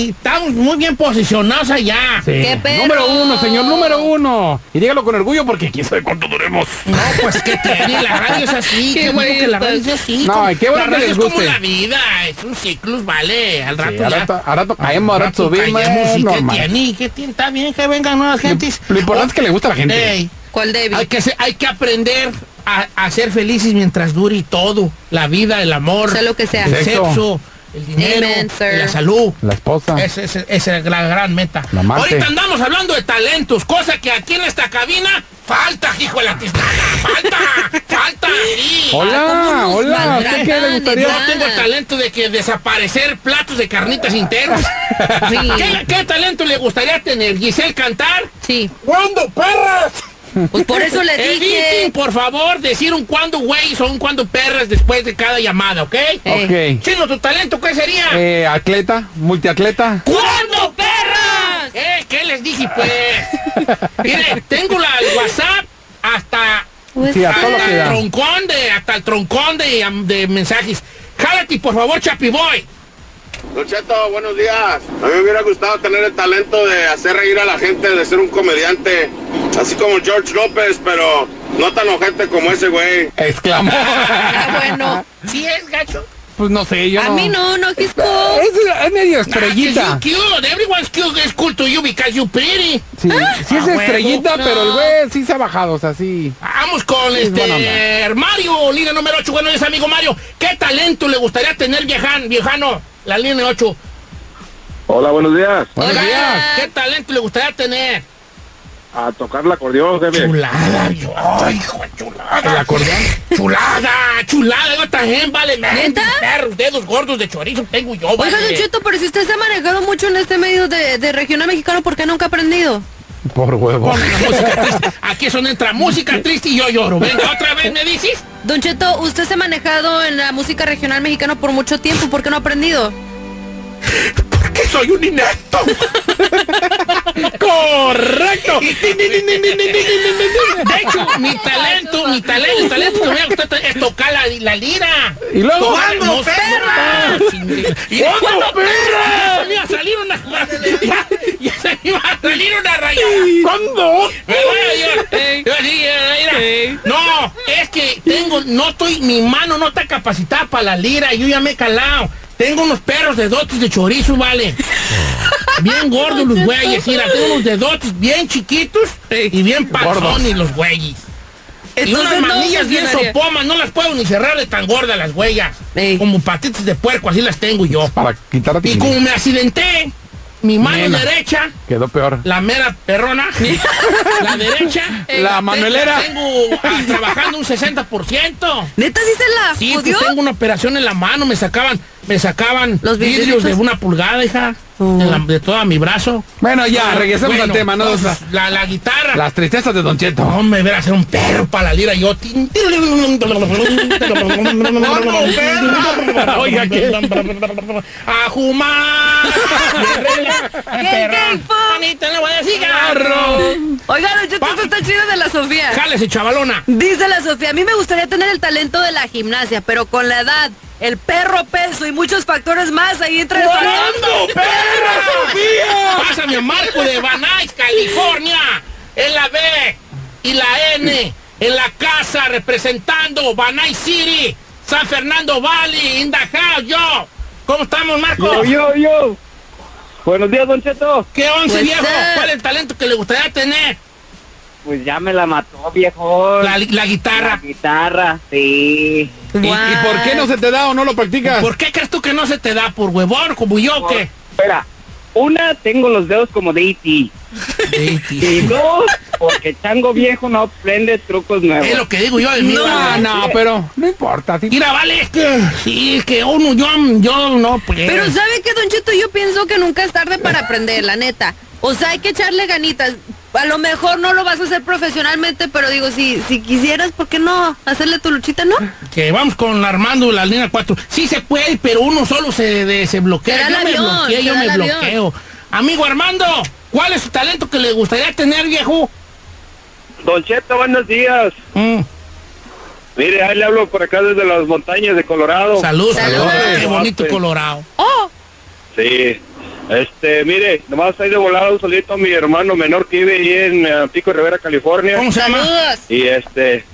y estamos muy bien posicionados allá. Sí. Número uno, señor, número uno. Y dígalo con orgullo porque aquí sabe cuánto duremos. No, pues que <laughs> tiene, la radio es así, Qué <laughs> qué, bueno que la bonitas. radio es así. No, como- y qué bueno la que radio les es como guste. la vida, es un ciclo, vale, al rato a ya. rato- a rato caemos, a rato subimos, caemos, ¿y es ¿Qué normal. tiene? ¿Qué tiene? Está bien que vengan nuevas gentes. lo importante es que le gusta a la gente. ¿Cuál David? Hay que, ser- hay que aprender a, a ser felices mientras dure y todo. La vida, el amor. Sea lo que sea. El Exacto. sexo, el dinero, Amen, sir. la salud. La esposa. Esa es, esa es la gran meta. La amante. Ahorita andamos hablando de talentos, cosa que aquí en esta cabina falta, hijo de la tiznada. Falta, falta. sí. Hola, Ah, ¿cómo nos hola, ¿usted maltratan, qué le gustaría? Yo tengo el talento de que desaparecer platos de carnitas enteros. Sí. ¿Qué, qué talento le gustaría tener? ¿Giselle cantar? Sí. ¿Cuándo, perras? Pues por eso le dije. Eviten, por favor, decir un cuándo güey o un cuándo perras después de cada llamada, ¿ok? Ok. Chino, ¿tu talento qué sería? Eh, atleta, multiatleta. ¿Cuándo, perras? ¿Eh? ¿Qué les dije, pues? Mire, tengo la, el WhatsApp hasta, Pues Sí, a todo lo que hasta el da. troncón de, hasta el troncón de, am, de mensajes. Jálate, por favor, Chapi Boy. Don Cheto, buenos días. A mí me hubiera gustado tener el talento de hacer reír a la gente, de ser un comediante, así como George López, pero no tan ojete como ese güey. Exclamó. Ah, bueno. ¿Sí es, gacho? Pues no sé, yo A no. mí no, no, que es cool. Es, es medio estrellita. Ah, que you cute. Everyone's cute. It's cool to you because you pretty. Sí, sí es Ah, huevo. estrellita, No. pero el güey sí se ha bajado, o sea, sí. Vamos con Es buena este Mario, línea número 8. Bueno, es amigo Mario. ¿Qué talento le gustaría tener, viejan, viejano? La línea 8. <laughs> Hola, buenos días. Oiga, ¿Qué talento le gustaría tener? A tocar el acordeón, jefe. Chulada, yo. Ay, hijo, chulada. ¿El acordeón? Chulada, <laughs> chulada. Yo también, vale. ¿Neta? Perros, dedos gordos de chorizo tengo yo, vale. Oiga, Don Cheto, pero si usted se ha manejado mucho en este medio de, de regional mexicano, ¿por qué nunca ha aprendido? Por huevo. Aquí son entra música triste y yo lloro. Venga, otra vez me dices. Don Cheto, usted se ha manejado en la música regional mexicana por mucho tiempo, ¿por qué no ha aprendido? que soy un <laughs> inepto. <laughs> Correcto. De hecho, mi talento, mi talento, el talento que me gusta es tocar la, la lira. Y luego, Tocando, ¡Cuándo, no, perra! <laughs> Y ¡Cuándo, cuando perra! perra! Ya se me iba a salir una <laughs> ya, ya se me iba a salir una rayada. ¿Cuándo? Me voy a llorar. Yo así, eh, mira, No, es que tengo, no estoy, mi mano no está capacitada para la lira, yo ya me he calado. Tengo unos perros dedotes de chorizo, vale. Bien gordos los güeyes, mira, tengo unos dedotes bien chiquitos y bien panzones los güeyes. <laughs> Y Entonces, no unas manillas bien funcionaría. sopomas, no las puedo ni cerrar de tan gordas las huellas. Como patitas de puerco, así las tengo yo. Para quitar Y como me accidenté, mi mano Nena. <laughs> derecha Quedó peor. la mera perrona, la derecha, La manuelera. te- Tengo ah, trabajando un 60%. ¿Neta sí se la Sí, jodió? pues tengo una operación en la mano, me sacaban, me sacaban Los vidrios vidrios. de una pulgada, hija, de, la- de toda mi brazo. Ah, Bueno, ya, regresemos al tema, ¿no? pues, la, la guitarra. Las tristezas de Don Cheto. No, me verás ser un perro para la lira, yo. tin- Oiga, ¿qué? A Jumar. Bonita, no voy a decir garro. Oiga, Don Cheto, esto está chido de la Sofía. Jálese, chavalona. Dice la Sofía, a mí me gustaría tener el talento de la gimnasia, pero con la edad, el perro peso y muchos factores más, ahí entra el ¡Cuándo, perra Sofía! Pásame a Marco de Van Nuys, California. Es la B y la N en la casa representando Banay City, San Fernando Valley, in the house, yo. ¿Cómo estamos, Marco? Yo, yo, yo. Buenos días, Don Cheto. ¿Qué once, Pues, viejo? eh. ¿Cuál es el talento que le gustaría tener? Pues ya me la mató, viejo. La, la guitarra. La guitarra, sí. ¿Y, y por qué no se te da o no lo practicas? ¿Por qué crees tú que no se te da? ¿Por huevón, como yo o qué? Espera, una, tengo los dedos como de E.T. Y dos, porque chango viejo no aprende trucos nuevos. Es lo que digo yo de mí. No, Ah, no, pero no importa. Mira, vale, es que, sí, es que uno, yo, yo no, pues. Pero ¿sabe qué, Don Cheto? Yo pienso que nunca es tarde para aprender, la neta. O sea, hay que echarle ganitas. A lo mejor no lo vas a hacer profesionalmente, pero digo, si, si quisieras, ¿por qué no hacerle tu luchita, no? Que vamos con Armando la línea 4. Sí se puede, pero uno solo se, de- se bloquea. Será Yo el me avión, bloqueo, yo será me el avión. bloqueo. Amigo Armando, ¿cuál es su talento que le gustaría tener, viejo? Don Cheto, buenos días. Mm. Mire, ahí le hablo por acá desde las montañas de Colorado. Salud, salud. Qué bonito Ah, pues, Colorado. Oh, Sí. Este, mire, nomás ahí de volado un solito mi hermano menor que vive ahí en eh, Pico Rivera, California. ¿Cómo se llama? Saludos. Y este,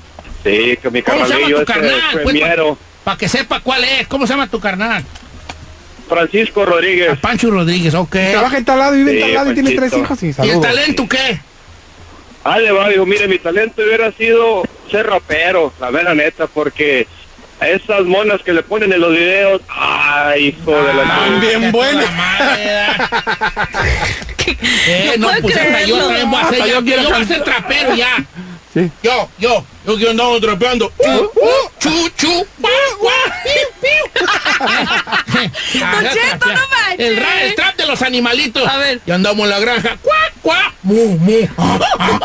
sí, que mi ¿Cómo se llama carnalillo tu este carnal? Pues, premiero, Para que sepa cuál es. ¿Cómo se llama tu carnal? <laughs> Francisco Rodríguez. Pues. Pancho Rodríguez, ok. Trabaja en tal lado, vive en Sí, tal lado y tiene tres Panchito. hijos. Y, ¿Y el saludos. talento qué? Ah, le va, dijo, mire, mi talento hubiera sido ser rapero, la vera neta, porque a esas monas que le ponen en los videos, ay, hijo de Ah, la... Bien bueno. Eh, no, puedo pues hasta yo también creerlo. voy a ser, yo Hasta yo quiero yo voy a cantar. ser trapero ya. Sí. Yo, yo, yo que andaba trapeando. Uh, uh, chu, chu, guau, guau, piu, piu. Don Cheto, no manches. El, ra- el trap de los animalitos. A ver. Y andamos en la granja. Cuac, cuac, mu, mu. Ah, ah.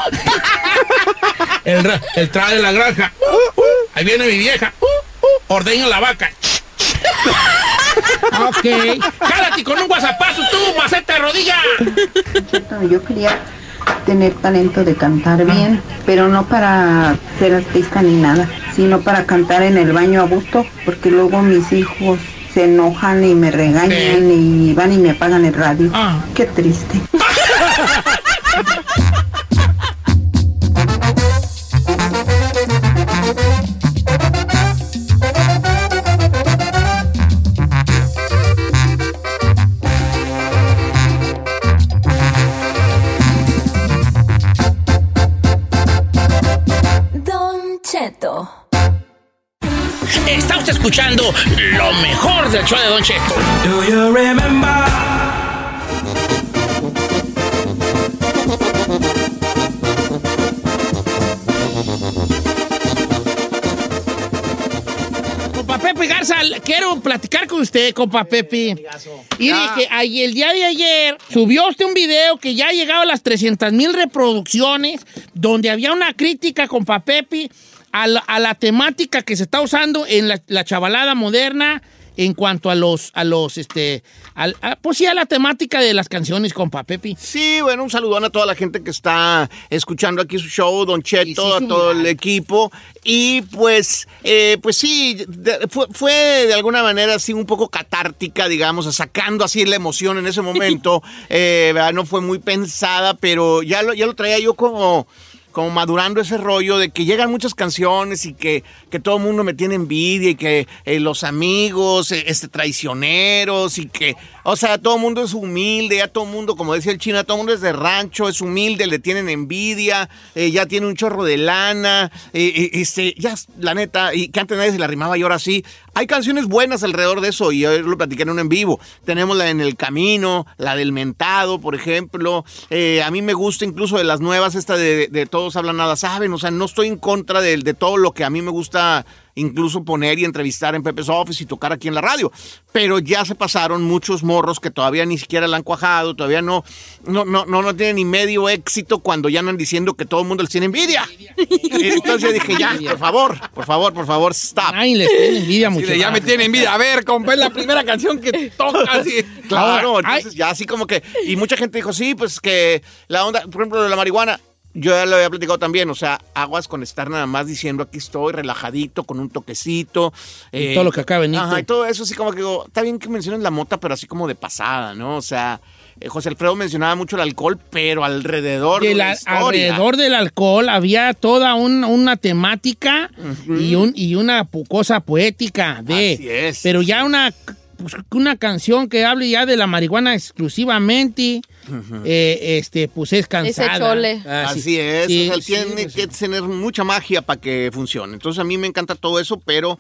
El, ra- el trap de la granja. Uh, uh. Ahí viene mi vieja. Uh, uh. Ordeño la vaca. ok. Jálate con un guasapazo tú, maceta de rodilla. Yo quería tener talento de cantar bien, pero no para ser artista ni nada, sino para cantar en el baño a gusto, porque luego mis hijos se enojan y me regañan y van y me apagan el radio. Qué triste. Don Cheto. Está usted escuchando lo mejor del show de Don Cheto. Compa Pepe Garza, quiero platicar con usted, compa Pepe. Y dije, ay- el día de ayer subió usted un video que ya ha llegado a las 300 mil reproducciones, donde había una crítica, compa Pepe, a la, a la temática que se está usando en la, la chavalada moderna en cuanto a los, a los, este, al- a- pues sí, a la temática de las canciones, compa Pepe. Sí, bueno, un saludón a toda la gente que está escuchando aquí su show, Don Cheto, sí, a todo el equipo. Y pues, eh, pues sí, de- fue, fue de alguna manera así un poco catártica, digamos, sacando así la emoción en ese <laughs> momento. Eh, ¿verdad? no fue muy pensada, pero ya lo, ya lo traía yo como como madurando ese rollo de que llegan muchas canciones y que, que todo el mundo me tiene envidia y que eh, los amigos, eh, este, traicioneros y que, o sea, todo el mundo es humilde, ya todo el mundo, como decía el chino, todo el mundo es de rancho, es humilde, le tienen envidia, eh, ya tiene un chorro de lana, eh, eh, este, ya, la neta, y que antes nadie se la rimaba y ahora sí. Hay canciones buenas alrededor de eso y hoy lo platiqué en un en vivo. Tenemos la de En el Camino, la del Mentado, por ejemplo. Eh, a mí me gusta incluso de las nuevas, esta de, de Todos Hablan Nada Saben. O sea, no estoy en contra del- de, todo lo que a mí me gusta incluso poner y entrevistar en Pepe's Office y tocar aquí en la radio. Pero ya se pasaron muchos morros que todavía ni siquiera la han cuajado, todavía no, no, no, no, no tienen ni medio éxito cuando ya andan diciendo que todo el mundo les tiene envidia. Entonces yo dije, ya, por favor, por favor, por favor, stop. Ay, les tiene envidia mucho. ya me tiene envidia. A ver, compa, es la primera canción que toca así. Claro, entonces ya así como que. Y mucha gente dijo, sí, pues que la onda, por ejemplo, de la marihuana. yo ya lo había platicado también, o sea, aguas con estar nada más diciendo aquí estoy, relajadito, con un toquecito. eh, Y todo lo que acá Benito. Ajá, y todo eso así como que digo, está bien que menciones la mota, pero así como de pasada, ¿no? O sea, eh, José Alfredo mencionaba mucho el alcohol, pero alrededor de Del la al- historia. alrededor del alcohol había toda un- una temática y, un, y una pu- cosa poética de... Así es. Pero ya una, pues, una canción que hable ya de la marihuana exclusivamente, eh, este, pues es cansada. Ah, Así, es. o sea, tiene que tener mucha magia para que funcione. Entonces a mí me encanta todo eso, pero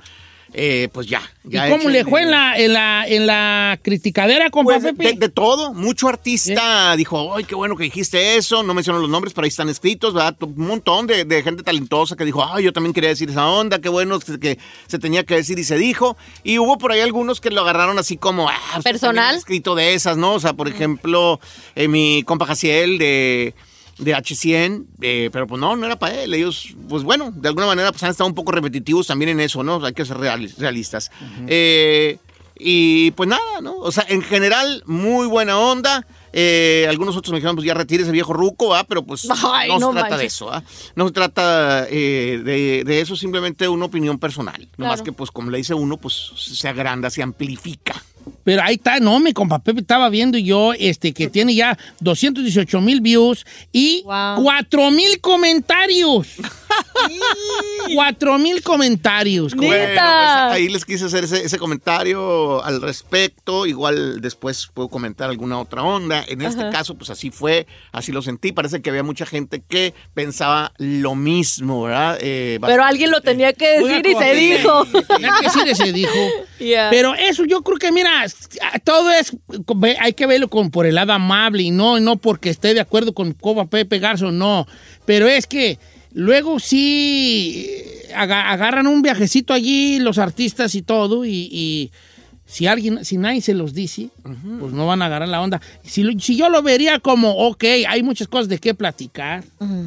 eh, pues ya. ya ¿Y cómo échenle. le fue en la, en la, en la criticadera, compa Pues, de- Pepe? de, de todo, mucho artista dijo, ay, qué bueno que dijiste eso, no menciono los nombres, pero ahí están escritos, ¿verdad? Un montón de, de gente talentosa que dijo, ay, yo también quería decir esa onda, qué bueno que, que se tenía que decir y se dijo. Y hubo por ahí algunos que lo agarraron así como, ah, usted también Personal. ha escrito de esas, ¿no? O sea, por ejemplo, eh, mi compa Jaciel de de H100, eh, pero pues no, no era para él. Ellos, pues bueno, de alguna manera pues han estado un poco repetitivos también en eso, ¿no? Hay que ser real- realistas. Eh, y pues nada, ¿no? O sea, en general, muy buena onda. Eh, algunos otros me dijeron, pues ya retire ese viejo ruco, ¿ah? Pero pues Ay, no, no se trata de manches. eso, ¿ah? No se trata eh, de, de eso, simplemente una opinión personal. Nomás Claro. que pues como le dice uno, pues se agranda, se amplifica. Pero ahí está, no, mi compa Pepe estaba viendo yo este que tiene ya 218 mil views y 4 mil comentarios. 4 mil comentarios. compa. Bueno, pues, ahí les quise hacer ese, ese comentario al respecto. Igual después puedo comentar alguna otra onda. En este Ajá. caso, pues así fue, así lo sentí. Parece que había mucha gente que pensaba lo mismo, ¿verdad? Eh, Pero alguien lo tenía que decir y se dijo. eh. Tenía <laughs> que decir y se dijo. Yeah. Pero eso yo creo que, mira, todo es, ve- hay que verlo con, por el lado amable y no, no porque esté de acuerdo con Coba Pepe Garzo, no. Pero es que luego sí eh, aga- agarran un viajecito allí los artistas y todo y... y si alguien, si nadie se los dice, pues no van a agarrar la onda. Si, lo- si yo lo vería como, ok, hay muchas cosas de qué platicar.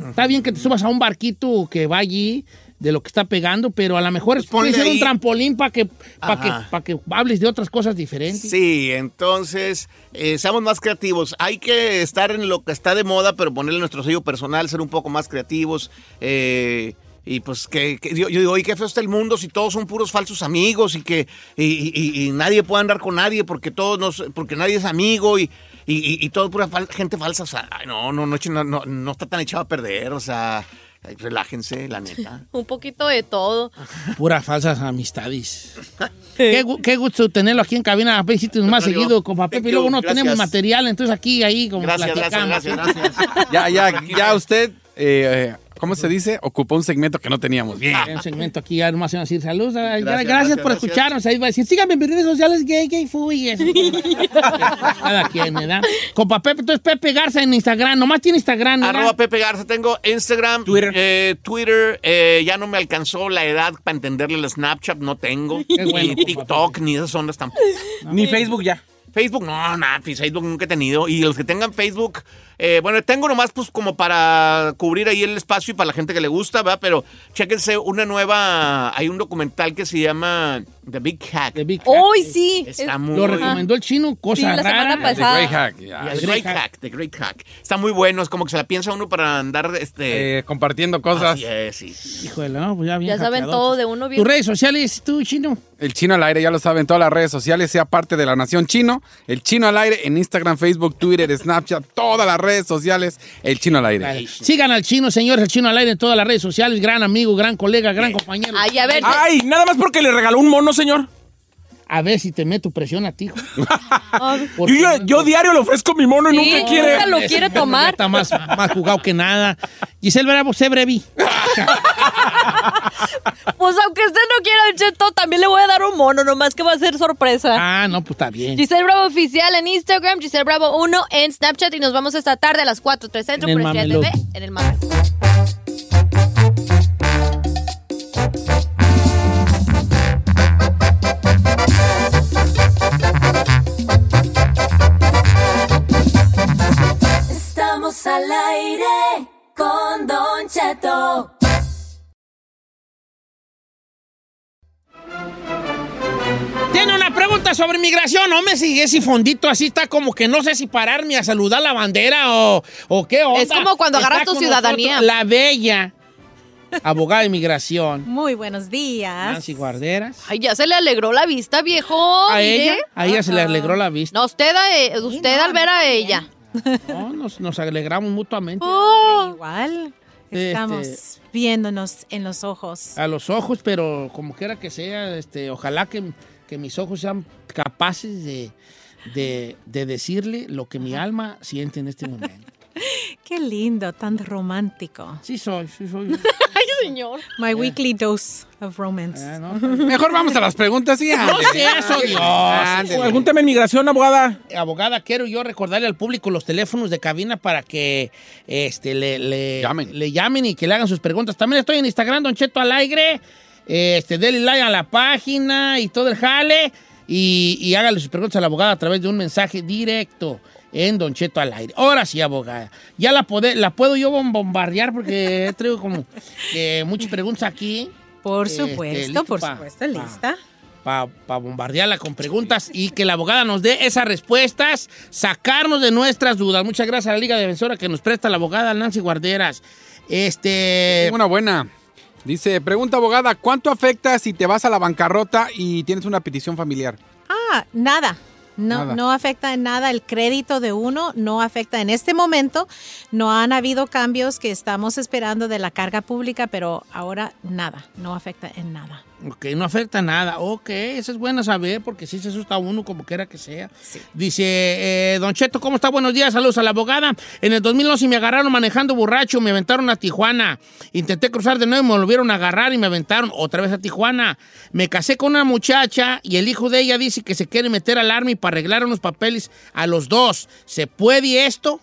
Está bien que te subas a un barquito que va allí de lo que está pegando, pero a lo mejor es Pues ponle puede ser ahí. un trampolín para que, pa' que, Ajá. pa' que hables de otras cosas diferentes. Sí, entonces eh, seamos más creativos. Hay que estar en lo que está de moda, pero ponerle nuestro sello personal, ser un poco más creativos. eh, y pues que, que yo, yo digo, ¿y qué feo está el mundo si todos son puros falsos amigos y que y, y- y nadie puede andar con nadie porque todos nos, porque nadie es amigo y, y, y- y todo pura fal- gente falsa? O sea, ay, no, no, no, no, no, no está tan echado a perder, o sea, ay, relájense, la neta. Un poquito de todo. Puras falsas amistades. qué, gu- qué gusto tenerlo aquí en cabina. A ver si tenemos más Contrario. seguido, compa Pepe. Thank Y luego you, no gracias. tenemos material, entonces aquí, ahí, como Gracias, gracias, platicamos. gracias, gracias. <laughs> Ya, ya, ya usted, eh, eh, ¿cómo se dice? Ocupó un segmento que no teníamos. Bien. Hay un segmento aquí, ya nomás se va a decir salud. Gracias, gracias, gracias, por gracias. escucharnos. Ahí va a decir, síganme en mis redes sociales, gay, gay, <laughs> fui. eso. Cada quien, ¿verdad? Compa Pepe, entonces Pepe Garza en Instagram. Nomás tiene Instagram, ¿verdad? Arroba Pepe Garza, tengo Instagram, Twitter, Twitter eh, ya no me alcanzó la edad para entenderle el Snapchat, no tengo, Qué bueno, ni TikTok, ni esas ondas tampoco. Ni Facebook ya. Facebook, no, nada, pues, Facebook nunca he tenido. Y los que tengan Facebook, eh, bueno, tengo nomás pues como para cubrir ahí el espacio y para la gente que le gusta, ¿verdad? Pero chéquense una nueva, hay un documental que se llama The Big Hack. The Big ¡Hoy sí! Está Es- muy... Lo recomendó el chino, cosa Sí, la semana rara. pasada. The Great Hack, Yeah, The Great Hack, The Great Hack. Está muy bueno, es como que se la piensa uno para andar este... compartiendo cosas. Así es, sí. Híjole, no, pues ya bien Ya saben hackeador. todo de uno bien. Tus redes sociales, tú, chino. El chino al aire, ya lo saben, todas las redes sociales, sea parte de la Nación Chino. El chino al aire en Instagram, Facebook, Twitter, Snapchat, todas las redes sociales. El chino al aire. Sigan al chino, señores, al chino al aire en todas las redes sociales. Gran amigo, gran colega, gran compañero. Ay, a ver. Ay, nada más porque le regaló un mono, señor. A ver si te meto presión a ti. hijo. Yo, yo- yo diario le ofrezco mi <laughs> mono y Sí, nunca quiere. nunca lo quiere tomar. Está más, más jugado que nada. Giselle Bravo, sé brevi. Pues aunque usted no quiera un cheto, también le voy a dar un mono, nomás que va a ser sorpresa. Ah, no, pues está bien. Giselle Bravo Oficial en Instagram, Giselle Bravo 1 en Snapchat y nos vamos esta tarde a las 4, 3 Centro En el por Estrella Mamelón. TV en el Mamelón. Estamos al aire con Don Cheto. Tiene una pregunta pregunta sobre migración. No me sigue si fondito así está como que no sé si pararme a saludar la bandera o, o qué onda. Es como cuando Está agarras tu con ciudadanía. nosotros La bella abogada de migración, Muy buenos días. Nancy Guarderas. Ay, ya se le alegró la vista, viejo. A mire. ella, a ella se le alegró la vista. No, usted, a e- usted al ver <laughs> a ella. No, nos, nos alegramos mutuamente. Igual. Este, Estamos viéndonos en los ojos. a los ojos, pero como quiera que sea, este, ojalá que, que mis ojos sean capaces de, de- de decirle lo que mi alma siente en este momento. Qué lindo, tan romántico. Sí soy, sí soy. <laughs> Ay, señor. My weekly dose of romance. Ah, Mejor vamos a las preguntas y No ándele. sé eso, Dios. Ándele. ¿Algún tema en migración, abogada? Abogada, quiero yo recordarle al público los teléfonos de cabina para que este, le, le- le llamen y que le hagan sus preguntas. También estoy en Instagram, Don Cheto al aire. Este, denle like a la página y todo el jale. Y, y hágale sus preguntas a la abogada a través de un mensaje directo en Don Cheto al aire. Ahora sí, abogada. Ya la, pode- la puedo yo bom- bombardear porque traigo como eh, muchas preguntas aquí. Por Este, supuesto, listo por pa- supuesto, lista. para bombardearla con preguntas y que la abogada nos dé esas respuestas, sacarnos de nuestras dudas. Muchas gracias a la Liga Defensora que nos presta la abogada Nancy Guarderas. Este. Tengo una buena. Dice, pregunta abogada, ¿cuánto afecta si te vas a la bancarrota y tienes una petición familiar? Ah, nada. No, Nada. no afecta en nada el crédito de uno, no afecta en este momento. No han habido cambios que estamos esperando de la carga pública, pero ahora nada, no afecta en nada. Ok, no afecta nada. Ok, eso es bueno saber porque sí se asusta uno como quiera que sea. Dice, eh, Don Cheto, ¿cómo está? Buenos días, saludos a la abogada. En el 2011 me agarraron manejando borracho, me aventaron a Tijuana. Intenté cruzar de nuevo, me volvieron a agarrar y me aventaron otra vez a Tijuana. Me casé con una muchacha y el hijo de ella dice que se quiere meter al army para arreglar unos papeles a los dos. ¿Se puede esto?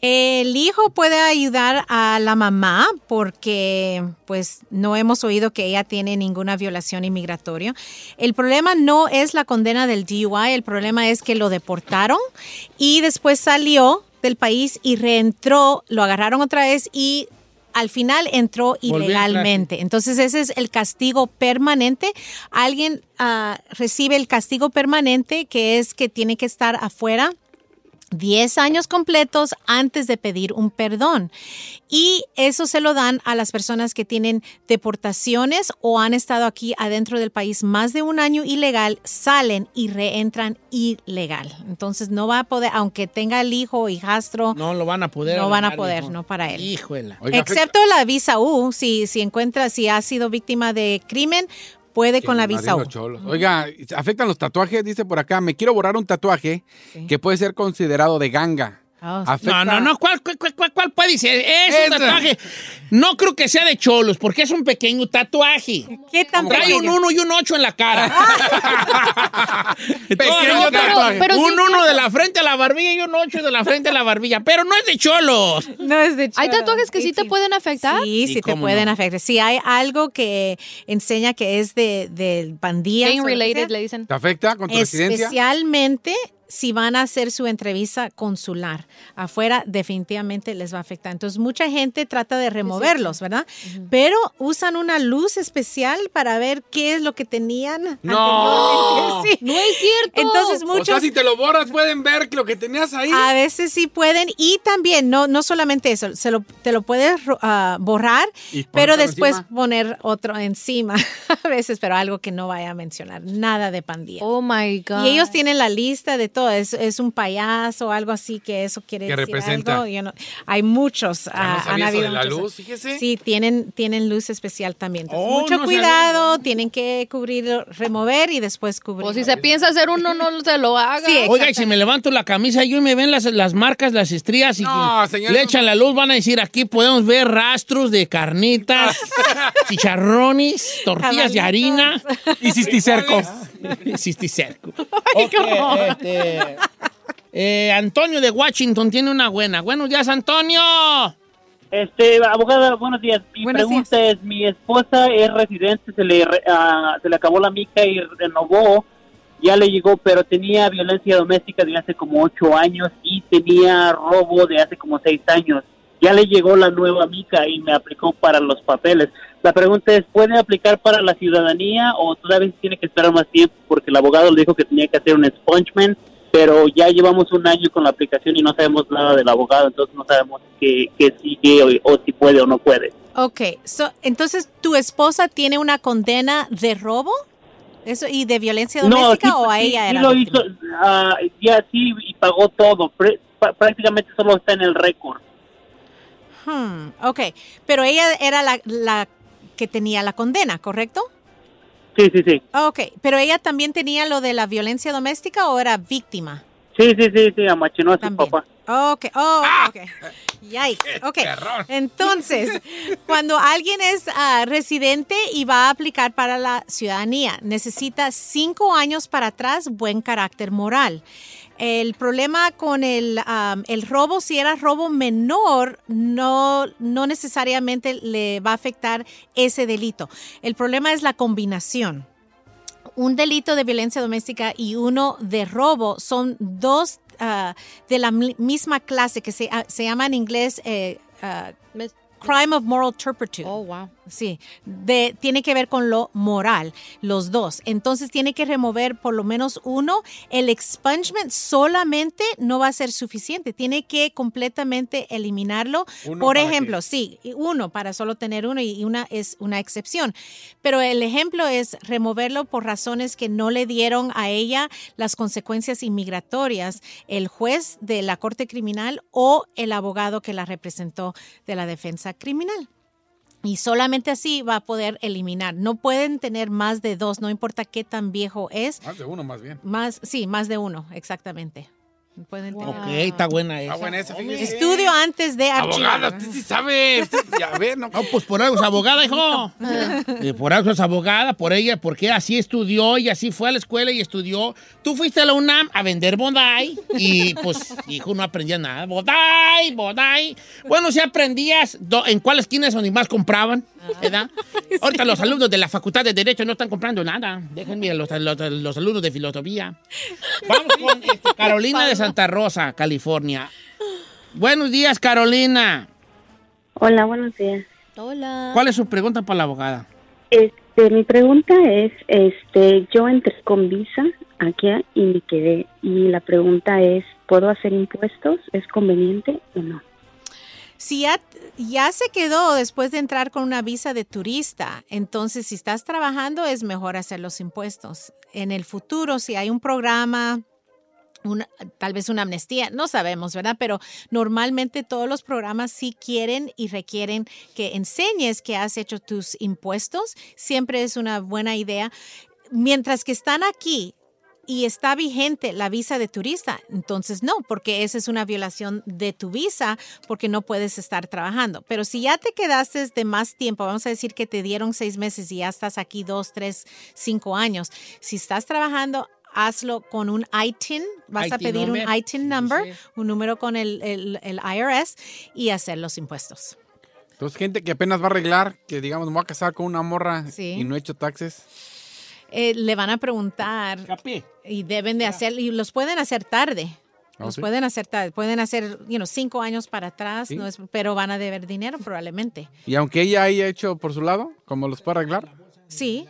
El hijo puede ayudar a la mamá porque pues no hemos oído que ella tiene ninguna violación inmigratoria. El problema no es la condena del DUI, el problema es que lo deportaron y después salió del país y reentró, lo agarraron otra vez y al final entró Volvió a entrar, sí. ilegalmente. Entonces ese es el castigo permanente. Alguien ah, recibe el castigo permanente que es que tiene que estar afuera 10 años completos antes de pedir un perdón. Y eso se lo dan a las personas que tienen deportaciones o han estado aquí adentro del país más de un año ilegal, salen y reentran ilegal. Entonces no va a poder, aunque tenga el hijo o hijastro, No lo van a poder. no van a arreglar, poder, mijo. no para él. Híjole. Excepto la visa U, si, si encuentra, si ha sido víctima de crimen, puede con la visa U. Marido Cholos. Oiga, ¿afectan los tatuajes? Dice por acá, me quiero borrar un tatuaje que puede ser considerado de ganga. Afecta- No, no, no, ¿cuál, cuál, cuál, cuál- cuál puede ser? Es un tatuaje. No creo que sea de cholos, porque es un pequeño tatuaje. ¿Qué tan Trae un pequeño? 1 y un 8 en la cara. <laughs> Pequeño Todo, tatuaje. pero sí Ah. un es 1 de cierto. la frente a la barbilla y un 8 de la frente a la barbilla. Pero no es de cholos. No es de Hay tatuajes que sí te pueden afectar. Sí, Sí, sí, te cómo pueden no. afectar. Si hay algo que enseña que es de, del bandía. Gang o lo que related, sea, le dicen. ¿Te afecta Ah, con tu residencia? Especialmente si van a hacer su entrevista consular afuera, definitivamente les va a afectar. Entonces, mucha gente trata de removerlos, ¿verdad? Pero usan una luz especial para ver qué es lo que tenían. ¡No! anteriormente. Sí. No es cierto. Entonces, muchos... O sea, si te lo borras, pueden ver lo que tenías ahí. A veces sí pueden y también, no, no solamente eso, se lo, te lo puedes ro- ah, borrar, Y pero ponértelo después encima. poner otro encima <laughs> a veces, pero algo que no vaya a mencionar, nada de pandilla. Oh my God. Y ellos tienen la lista de todo, es, es un payaso o algo así que eso quiere Que decir representa. algo. yo no- hay muchos, ah, no sabía han eso habido de la muchos. luz, fíjese. Sí, tienen, tienen luz especial también. Entonces, Oh, mucho no sabía. cuidado, tienen que cubrir, remover y después cubrir. O si se piensa hacer uno, no se lo haga. Oiga, y si me levanto la camisa y hoy me ven las, las marcas, las estrías y No, que señor, le no. echan la luz, van a decir, aquí podemos ver rastros <laughs> de carnitas, chicharrones, tortillas de harina. Y <laughs> cisticerco. cisticerco. Ok, este, eh, Antonio de Washington tiene una buena. Buenos días, Antonio. Este, abogada, buenos días. Mi pregunta es, mi esposa es residente, se le, re- ah, se le acabó la mica y renovó, ya le llegó, pero tenía violencia doméstica de hace como ocho años y tenía robo de hace como seis años. Ya le llegó la nueva mica y me aplicó para los papeles. La pregunta es, ¿puede aplicar para la ciudadanía o todavía tiene que esperar más tiempo? Porque porque el abogado le dijo que tenía que hacer un expungement, pero ya llevamos un año con la aplicación y no sabemos nada del abogado, entonces no sabemos qué, qué sigue o, o si puede o no puede. Ok, so, entonces tu esposa tiene una condena de robo eso y de violencia doméstica sí, o a sí, ella sí era lo víctima? hizo, ah, ya sí, y pagó todo. Pr- pa- prácticamente solo está en el récord. Hmm, ok, pero ella era la, la que tenía la condena, ¿correcto? Sí, sí, sí. Ok, pero ella también tenía lo de la violencia doméstica o era víctima? Sí, sí, sí, sí, amachinó a su papá. Ok, oh, ok. Yikes. Ok. Entonces, cuando alguien es ah, residente y va a aplicar para la ciudadanía, necesita cinco años para atrás buen carácter moral. El problema con el, am, el robo, si era robo menor, no, no necesariamente le va a afectar ese delito. El problema es la combinación un delito de violencia doméstica y uno de robo son dos ah, de la mi- misma clase que se, ah, se llama en inglés eh, ah, crime of moral turpitude. Oh, wow. Sí, de- tiene que ver con lo moral, los dos. Entonces tiene que remover por lo menos uno. El expungement solamente no va a ser suficiente, tiene que completamente eliminarlo. Uno por para qué? ejemplo, sí, y uno para solo tener uno y una es una excepción. Pero el ejemplo es removerlo por razones que no le dieron a ella las consecuencias inmigratorias, el juez de la Corte Criminal o el abogado que la representó de la defensa criminal. Y solamente así va a poder eliminar. No pueden tener más de dos, no importa qué tan viejo es. Más de uno, más bien. Más, sí, más de uno, exactamente. Pueden tener- Ok, está buena esa. buena esa, fíjese. Estudio antes de archivar. Abogada, usted sí sabe. Usted, ya ve, no. No, pues por algo es abogada, hijo. Eh, por algo es abogada, por ella, porque así estudió y así fue a la escuela y estudió. Tú fuiste a la UNAM a vender bodai y pues, hijo, no aprendía nada. Bodai, bodai. Bueno, si aprendías do- en cuáles esquinas donde más compraban, ¿verdad? Ahorita los alumnos de la Facultad de Derecho no están comprando nada. Déjenme a los, a los- a los alumnos de filosofía. Vamos con este, Carolina de Santa Rosa, California. Buenos días, Carolina. Hola, buenos días. Hola. ¿Cuál es su pregunta para la abogada? Este, mi pregunta es, este, yo entré con visa aquí y me quedé y la pregunta es, ¿puedo hacer impuestos? ¿Es conveniente o no? Si ya, ya se quedó después de entrar con una visa de turista, entonces si estás trabajando es mejor hacer los impuestos. En el futuro, si hay un programa, una- tal vez una amnistía, no sabemos, ¿verdad? Pero normalmente todos los programas sí quieren y requieren que enseñes que has hecho tus impuestos. Siempre es una buena idea. Mientras que están aquí, y está vigente la visa de turista, entonces no, porque esa es una violación de tu visa porque no puedes estar trabajando. Pero si ya te quedaste de más tiempo, vamos a decir que te dieron seis meses y ya estás aquí dos, tres, cinco años, si estás trabajando, hazlo con un ITIN, vas a ITIN pedir un number. ITIN number, un número con el, el- el IRS y hacer los impuestos. Entonces, gente que apenas va a arreglar, que digamos, me voy a casar con una morra Sí. y no he hecho taxes. Eh, le van a preguntar y deben de hacer, y los pueden hacer tarde. Ah, Los ¿sí? pueden hacer tarde, pueden hacer, you know, cinco años para atrás, Sí. no es- pero van a deber dinero probablemente. Y aunque ella haya hecho por su lado, como los puede arreglar. Sí,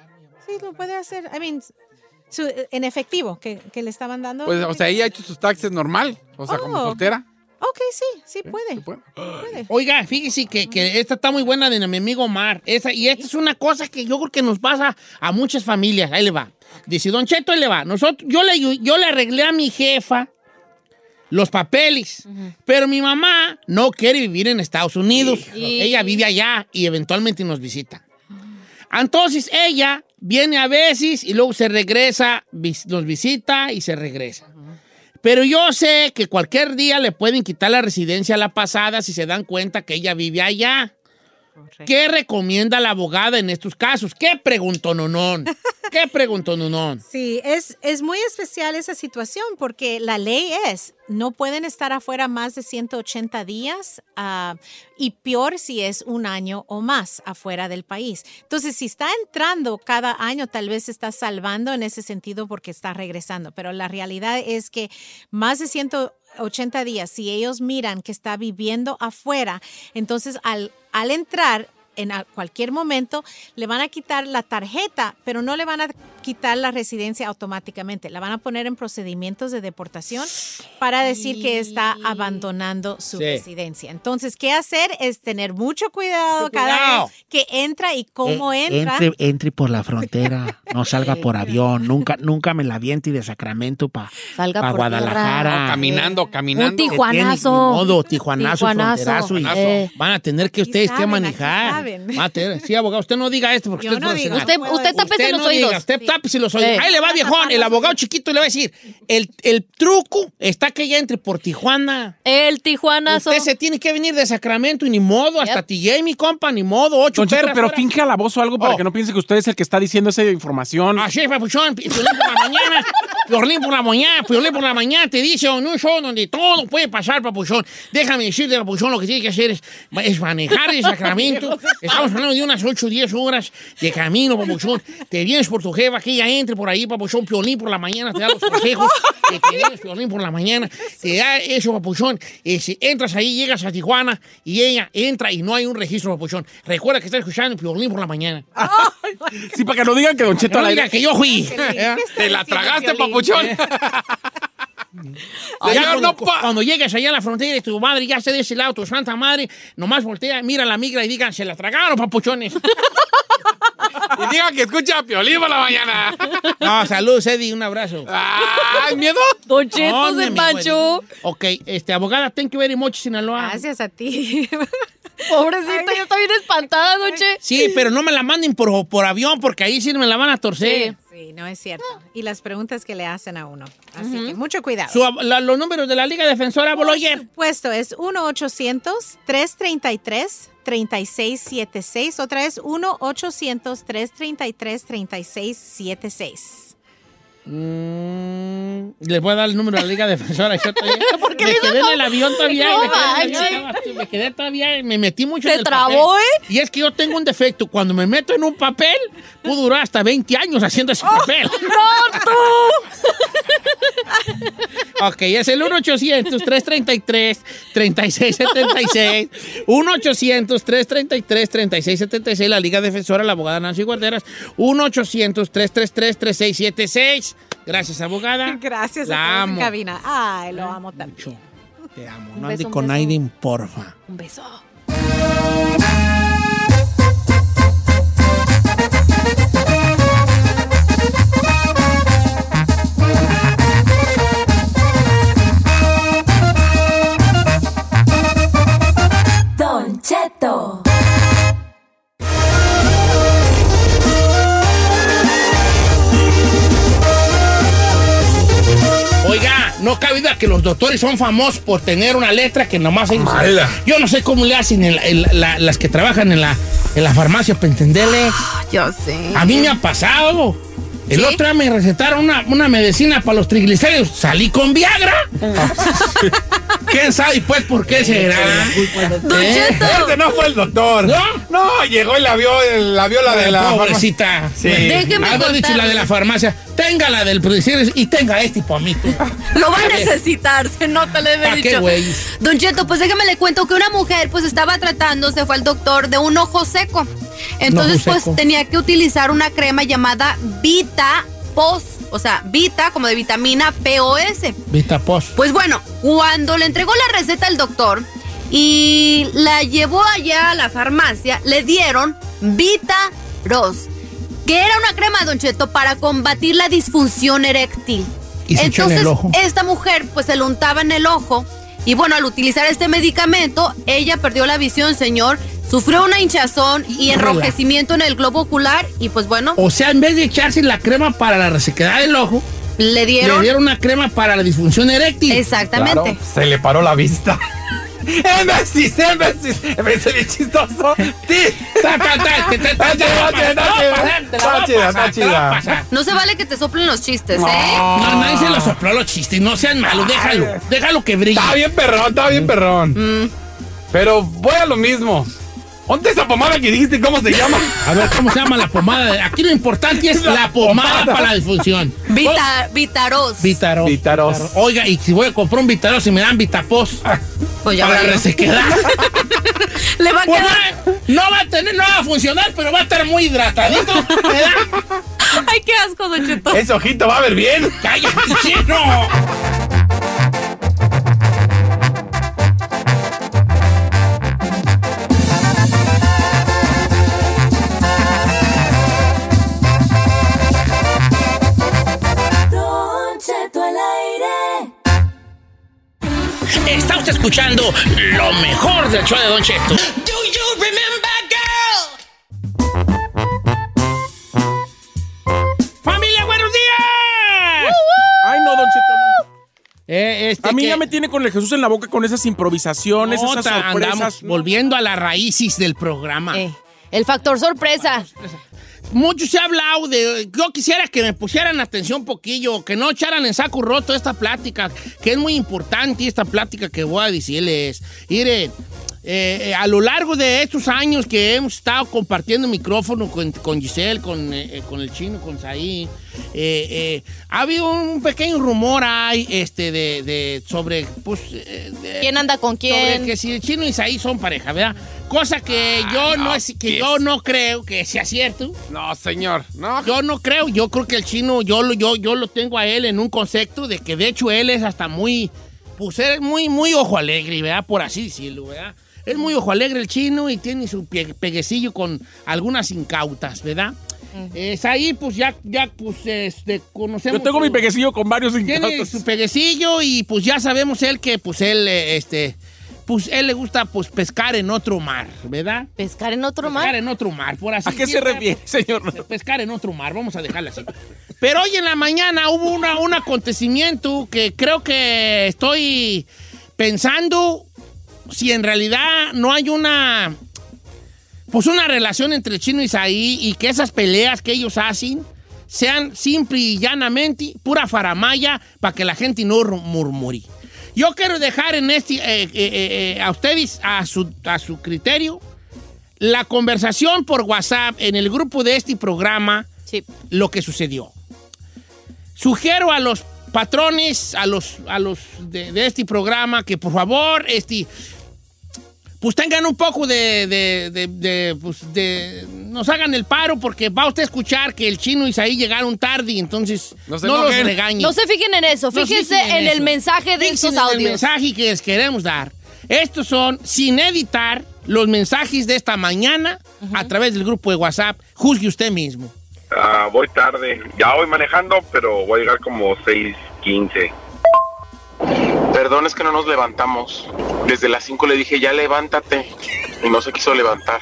sí, lo puede hacer. I mean, su- en efectivo que, que le estaban dando. Pues, o sea, ella ha hecho sus taxes normal, o sea, como Oh. soltera. Ok, sí, sí puede. Oiga, fíjese que, que esta está muy buena de mi amigo Omar. Esa, y esta es una cosa que yo creo que nos pasa a muchas familias. Ahí le va. Dice, Don Cheto, ahí le va. Nosotros, yo, le, ayu- yo le arreglé a mi jefa los papeles, pero mi mamá no quiere vivir en Estados Unidos. Ella vive allá y eventualmente nos visita. Entonces ella viene a veces y luego se regresa, vis- nos visita y se regresa. Pero yo sé que cualquier día le pueden quitar la residencia a la pasada si se dan cuenta que ella vive allá. ¿Qué recomienda la abogada en estos casos? ¿Qué preguntó Nonón? ¿Qué preguntó Nonón? Sí, es, es muy especial esa situación porque la ley es, no pueden estar afuera más de 180 días ah, y peor si es un año o más afuera del país. Entonces, si está entrando cada año, tal vez está salvando en ese sentido porque está regresando, pero la realidad es que más de 180 días, si ellos miran que está viviendo afuera, entonces al, al entrar en a- cualquier momento, le van a quitar la tarjeta, pero no le van a quitar la residencia automáticamente. La van a poner en procedimientos de deportación para decir que está abandonando su Sí. residencia. Entonces, ¿qué hacer? Es tener mucho cuidado Mucho cada cuidado. vez que entra y cómo Eh, entra. Entre, entre por la frontera, <laughs> no salga por avión, nunca, nunca me la aviente de Sacramento para Salga por Guadalajara. tierra. Eh, No, caminando, Un caminando. Se tiene- tijuanazo. Ni modo, tijuanazo, Tijuanazo. fronterazo, y Eh. Van a tener que ustedes saben, que aquí manejar. saben. Van a tener- sí, abogado, usted no diga esto porque Yo usted no es digo, profesional. usted- usted tápese los no diga, oídos. usted tápese los Sí. Eh. oídos. Ahí le va, viejón. El abogado chiquito le va a decir, el, el truco está que ya entre por Tijuana. El tijuanazo. Usted se tiene que venir de Sacramento y ni modo, hasta TJ, mi compa, ni modo, ocho Don Cheto, perras pero horas. <laughs> finge al o algo para que no piense que usted es el que está diciendo esa información. Así es, papuchón. Piolín por la mañana. Piolín por la mañana. Piolín por la mañana te dice en un show donde todo puede pasar, papuchón. Déjame decirte, papuchón, lo que tiene que hacer es, es manejar <laughs> de Sacramento. <laughs> Estamos hablando de unas 8 o 10 horas de camino, papuchón. Te vienes por tu jefa, que ella entre por ahí, papuchón. Piolín por la mañana te da los consejos. Te, te vienes, Piolín por la mañana. Te da eso, papuchón. Eh, si entras ahí, llegas a Tijuana y ella entra y no hay un registro, papuchón. Recuerda que estás escuchando Piolín por la mañana. Sí, para que no digan que Don Cheto No al aire- digan que yo fui. Te la tragaste, <laughs> papuchón. Ahí Ya cuando, no pa- cuando llegues allá a la frontera y tu madre ya esté de ese lado, tu santa madre, nomás voltea, mira a la migra y digan, se la tragaron, papuchones. <laughs> Y diga Oh. que escucha a Piolín por la mañana. No, salud, Eddie, un abrazo. Ah, ¡Ay, miedo! Don Cheto se manchó. Ok, este, abogada, thank you very much, Sinaloa. Gracias a ti. Pobrecita, ya está bien espantada, noche. Sí, pero no me la manden por, por avión porque ahí sí me la van a torcer. Sí, no es cierto. Y las preguntas que le hacen a uno. Así que mucho cuidado. Su ab- la- los números de la Liga Defensora Boloyer. Puesto es 1-800-333-3676. Otra es 1-800-333-3676. Mm, les voy a dar el número de la Liga Defensora. Yo todavía- <laughs> ¿Por qué me me hizo quedé en todo? el avión todavía. No me, quedé en el avión, manches. me quedé todavía, me metí mucho Te en el trabó, eh? papel. eh? Y es que yo tengo un defecto. Cuando me meto en un papel, puedo durar hasta 20 años haciendo ese Oh. <laughs> papel. Oh, ¡No, tú! Ok, es el 1-800-333-3676. 1-800-333-3676, la Liga Defensora, la abogada Nancy Guarderas. 1-800-333-3676. Gracias, abogada. Gracias La a todos en amo. cabina. Ay, lo amo tanto. Te amo. Un No beso, ande un con beso. Aiden, porfa. Un beso. Don Cheto. Oiga, no cabe duda que los doctores son famosos por tener una letra que nomás ellos. Mala. Yo no sé cómo le hacen en la- en la- la- las que trabajan en la, en la farmacia para entenderle. Ah, Yo sé. A mí me ha pasado. El otro día me recetaron una, una medicina para los triglicéridos. Salí con Viagra. Ah. <laughs> ¿Quién sabe pues por qué será? Don Cheto. Este no fue el doctor. ¿No? Ah, No, llegó y la vio, la vio la de la. Pobrecita. Sí. Déjeme Algo dicho la de la contarles. farmacia. Tenga la del triglicéridos y tenga este para <laughs> mí. tú. Lo va a necesitar, se nota, le ¿Pa' he qué, dicho. güey? Don Cheto, pues déjame le cuento que una mujer pues estaba tratando, se fue al doctor de un ojo seco. Entonces Ojo pues seco. tenía que utilizar una crema llamada Vita Pos, o sea, Vita como de vitamina POS. Vista pos. Pues bueno, cuando le entregó la receta al doctor y la llevó allá a la farmacia, le dieron Vita Ros, que era una crema, Don Cheto, para combatir la disfunción eréctil. Y se echó en Entonces, el ojo. esta mujer pues se lo untaba en el ojo y bueno, al utilizar este medicamento, ella perdió la visión, señor, sufrió una hinchazón y Híjole. enrojecimiento en el globo ocular y pues bueno, O sea, en vez de echarse la crema para la resequedad del ojo, le le dieron... dieron una crema para la disfunción eréctil. Exactamente. se le paró la vista. <laughs> ¡Émesis! ¡Émesis! Me hice bien chistoso. ¡Sí! <laughs> Ta, ta, ta, te- te- te- Está te- chida, te- te- está te- chida, te- te- te- está te- chida, te- está te- te- chida. te- te- No se vale que te soplen los chistes, ¿eh? No, nadie se lo sopló los chistes. No sean malos, déjalo. Déjalo que brille. Mm. Está bien perrón, está Mm. bien perrón. Pero voy a lo mismo. ¿Dónde esa pomada que dijiste? ¿Cómo se llama? A ver, ¿cómo se llama la pomada? Aquí lo importante es la, pomada, pomada. para la disfunción. Vita, Vitaros. Vitaros. Vitaros. Oiga, y si voy a comprar un vitaros y me dan vitapos Pues ya para la valió. resequedad. <laughs> Le va a Pues quedar. <laughs> va- no va a tener, no va a funcionar, pero va a estar muy hidratadito. ¿verdad? Ay, qué asco, Don Cheto. Ese ojito va a ver bien. ¡Cállate, chino! Don Cheto al aire. Está usted escuchando lo mejor del show de Don Cheto. Do you remember, girl? ¡Familia, buenos días! Ay, no, Don Cheto, no. este Eh, a mí que- ya me tiene con el Jesús en la boca con esas improvisaciones, esas Otra, sorpresas. andamos volviendo a las raíces del programa. Eh, El factor sorpresa. Mucho se ha hablado de. Yo quisiera que me pusieran atención un poquillo, que no echaran en saco roto esta plática, que es muy importante esta plática que voy a decirles. Miren, eh, eh, a lo largo de estos años que hemos estado compartiendo micrófono con, con Giselle, con, eh, eh, con el chino, con Saí, eh, eh, ha habido un pequeño rumor ahí este, de, de- sobre. Pues, eh, de- ¿Quién anda con quién? sobre que si el chino y Saí son pareja, ¿verdad? Cosa que yo no, es que yo no creo que sea cierto. No, señor. No. Yo no creo, yo creo que el chino, yo lo, yo, yo lo tengo a él en un concepto de que de hecho él es hasta muy, pues él es muy, muy ojo alegre, ¿verdad? Por así decirlo, ¿verdad? Es muy ojo alegre el chino y tiene su pie- peguecillo con algunas incautas, ¿verdad? Es ahí, pues ya, ya, pues, este, conocemos. Yo tengo su- mi peguecillo con varios tiene incautos. su peguecillo y pues ya sabemos él que pues él, eh, este, pues él le gusta pues pescar en otro mar, ¿verdad? ¿Pescar en otro mar? Pescar en otro mar, por así ¿A qué se decirlo. refiere, señor? Pescar en otro mar, vamos a dejarla así. Pero hoy en la mañana hubo una, un acontecimiento que creo que estoy pensando si en realidad no hay una, pues una relación entre el chino y Saí y que esas peleas que ellos hacen sean simple y llanamente pura faramaya para que la gente no ru- murmure. Yo quiero dejar en este, eh, eh, eh, eh, a ustedes, a su, a su criterio, la conversación por WhatsApp en el grupo de este programa, lo que sucedió. Sugiero a los patrones, a los, a los de, de este programa, que por favor, este, pues tengan un poco de, de- de- de, pues, de- nos hagan el paro porque va usted a escuchar que el chino y Isaí llegaron tarde y entonces no, se los enojen. regañen. No se fijen en eso, No se fíjense fijen en, el eso. mensaje de Fíjense estos en el audios. mensaje que les queremos dar. Estos son, sin editar, los mensajes de esta mañana a través del grupo de WhatsApp. Juzgue usted mismo. Ah, voy tarde. Ya voy manejando, pero voy a llegar como 6.15. Perdón, es que no nos levantamos. Desde las 5 le dije, ya levántate. Y no se quiso levantar.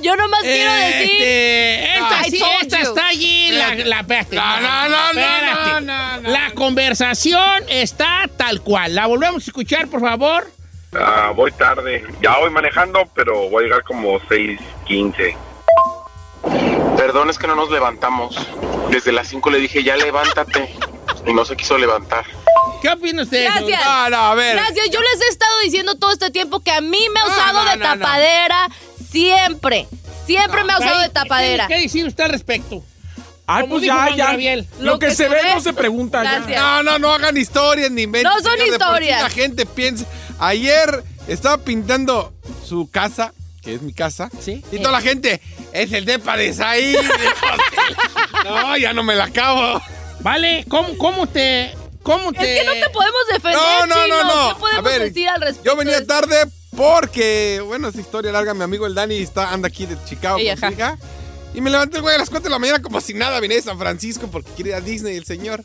Yo nomás quiero decir. Este, esta I sí, told esta you. está allí. La, la, espérate, No, no, no, no, espérate. no, no, no. La conversación está tal cual. La volvemos a escuchar, por favor. Ah, voy tarde. Ya voy manejando, pero voy a llegar como 6.15. Perdón, es que no nos levantamos. Desde las 5 le dije, ya levántate. Y no se quiso levantar. ¿Qué opina usted? Gracias. Ah, No, no, a ver. Gracias. Yo les he estado diciendo todo este tiempo que a mí me ha usado no, de no, no. tapadera siempre. Siempre me ha usado de tapadera. ¿Qué decir usted al respecto? Ay, Como pues dijo ya, Juan ya. Gabriel. Lo, que, se ve no se pregunta. ya. Gracias. No, no, no hagan historias ni inventen. No son historias. La gente piensa. Ayer estaba pintando su casa, que es mi casa. Sí. Y Eh. toda la gente, es el depa de Saí. no, ya no me la acabo. Vale, ¿cómo, cómo te.? ¿Cómo te.? Es que no te podemos defender, No, no, chino. no, no. ¿Qué podemos A ver, decir al respecto? Yo venía tarde porque, bueno, es historia larga. Mi amigo el Dani está, anda aquí de Chicago Ey, con ajá. su hija. Y me levanté, güey, a las 4 de la mañana como si nada. Vine de San Francisco porque quiere ir a Disney el señor.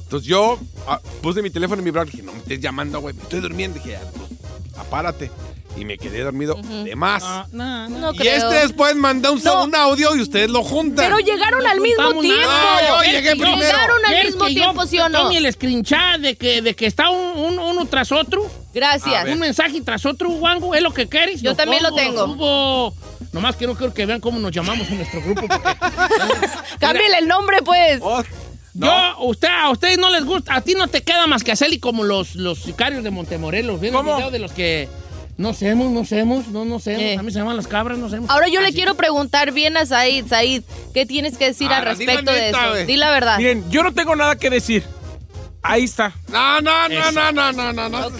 Entonces yo ah, puse mi teléfono en vibrador. Dije, no me estés llamando, güey. Me estoy durmiendo. Dije, ah, pues, apárate. Y me quedé dormido Mm. de más. Ah, No, Ah, no y creo. este después mandó un, un audio y ustedes lo juntan. Pero llegaron al mismo juntamos tiempo. nada. No, yo llegué primero. Llegaron al ¿Quieres mismo que yo tiempo, ¿sí o no? tome el screenshot de que, de que está un- un- uno tras otro? Gracias. Un mensaje tras otro, Wango, es lo que quieres. Yo también lo pongo, tengo. subo. Nomás que no quiero que vean cómo nos llamamos en nuestro grupo. porque- Cámbiale el nombre, <laughs> pues. Yo, usted, a ustedes no les gusta, a ti no te queda más que hacer y como los, los sicarios de Montemorelos. ¿Vieron el ¿Cómo? video de los que no semos, no semos, no, no semos? Eh. A mí se llaman las cabras, no semos. Ahora yo le Así. quiero preguntar bien a Said. Said, ¿qué tienes que decir Ah, al no, di la respecto de neta, eso? güey. Di la verdad. Miren, yo no tengo nada que decir. Ahí está. No, no, no, Eso. no, no, no, no, no. Ok.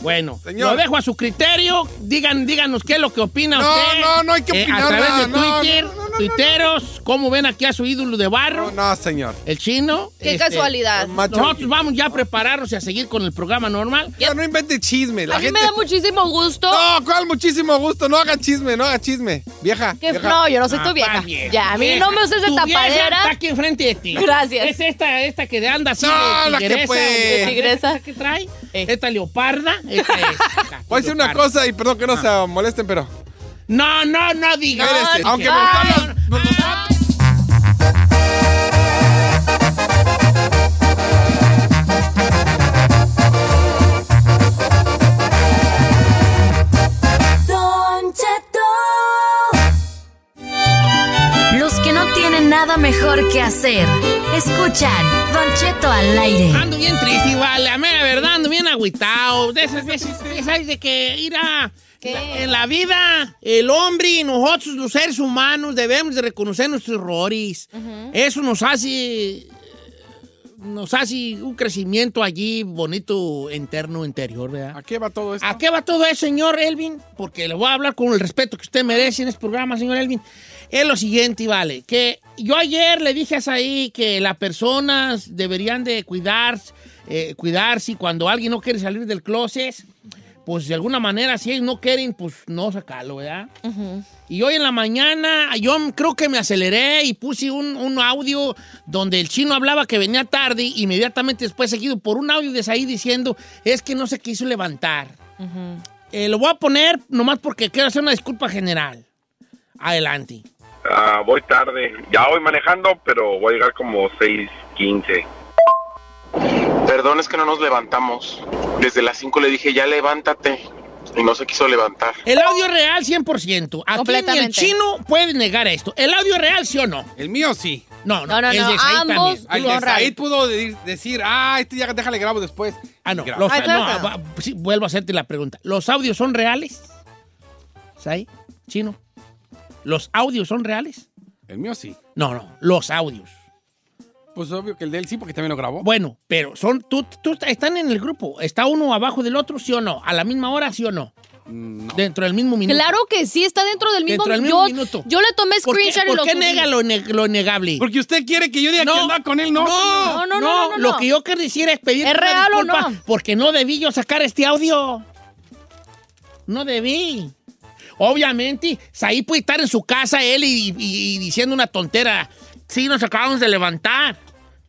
Bueno, Señor. lo dejo a su criterio. Digan, díganos qué es lo que opina No, usted. Eh, no, no hay que opinar A través nada, de no, Twitter, tuiteros, cómo ven aquí a su ídolo de barro. No, señor. El chino. Este, Qué casualidad. Macho. Nosotros vamos ya a prepararnos y a seguir con el programa normal. No, no invente chisme. La a mí gente... me da muchísimo gusto. No, ¿cuál muchísimo gusto? No haga chisme, no haga chisme. Vieja. que- vieja. no, yo no soy tu vieja. Ya, a mí no me uses de Tu Ah, vieja Está tapadera. aquí enfrente de ti. Gracias. Es esta, esta que anda así. No, de la que tigresa, pues. de Tigresa. que trae. Esta leoparda. este, Esta es. Voy a decir una cosa y perdón Ah. que no se molesten, pero. No, no, no digas. Espérese, No, aunque me no, gustan no, los- Don Cheto. Los que no tienen nada mejor que hacer, escuchan Don Cheto al aire. Ando bien triste igual, la mera verdad, ando bien agüitado. De esas veces, de esas de que ir a... la- en la vida, el hombre y nosotros, los seres humanos, debemos de reconocer nuestros errores. Eso nos hace... Nos hace un crecimiento allí bonito, interno, interior, ¿verdad? ¿A qué va todo esto? ¿A qué va todo eso, señor Elvin? Porque le voy a hablar con el respeto que usted merece en este programa, señor Elvin. Es lo siguiente, y vale, que yo ayer le dije a Saí que las personas deberían de cuidarse, eh, cuidarse y cuando alguien no quiere salir del closet, pues de alguna manera, si ellos no quieren, pues no sacarlo, ¿verdad? Y hoy en la mañana yo creo que me aceleré y puse un, un audio donde el chino hablaba que venía tarde, inmediatamente después seguido por un audio de Saí diciendo, es que no se quiso levantar. Eh, lo voy a poner nomás porque quiero hacer una disculpa general. Adelante. Ah, voy tarde. Ya voy manejando, pero voy a llegar como 6.15. Perdón, es que no nos levantamos. Desde las 5 le dije, ya levántate. Y no se quiso levantar. El audio real 100%. Aquí ni el Completamente. chino puede negar esto. ¿El audio real sí o no? El mío sí. No, no, No, no, el no, de Said ambos también. Al de Said pudo de- decir, ah, este ya déjale grabo después. Ah, no. Grabo. los- Ah, claro no, que no. va- sí, vuelvo a hacerte la pregunta. ¿Los audios son reales? ¿Sai? ¿Chino? ¿Los audios son reales? El mío sí. No, no, los audios. Pues obvio que el de él sí, porque también lo grabó. Bueno, pero son, tú, tú- están en el grupo. ¿Está uno abajo del otro, sí o no? ¿A la misma hora, sí o no? Mm, Dentro del mismo minuto. Claro que sí, está dentro del mismo, Dentro del yo- mismo minuto. Yo le tomé ¿Por qué, screenshot y por lo qué subí. nega lo, ne- lo negable? Porque usted quiere que yo diga que andaba con él, ¿no? No, no, no, no, no, no. Lo que yo quiero decir es pedir ¿Es una real o disculpa no? porque no debí yo sacar este audio. No debí. Obviamente, Saí puede estar en su casa él y, y- y diciendo una tontera. Sí, nos acabamos de levantar.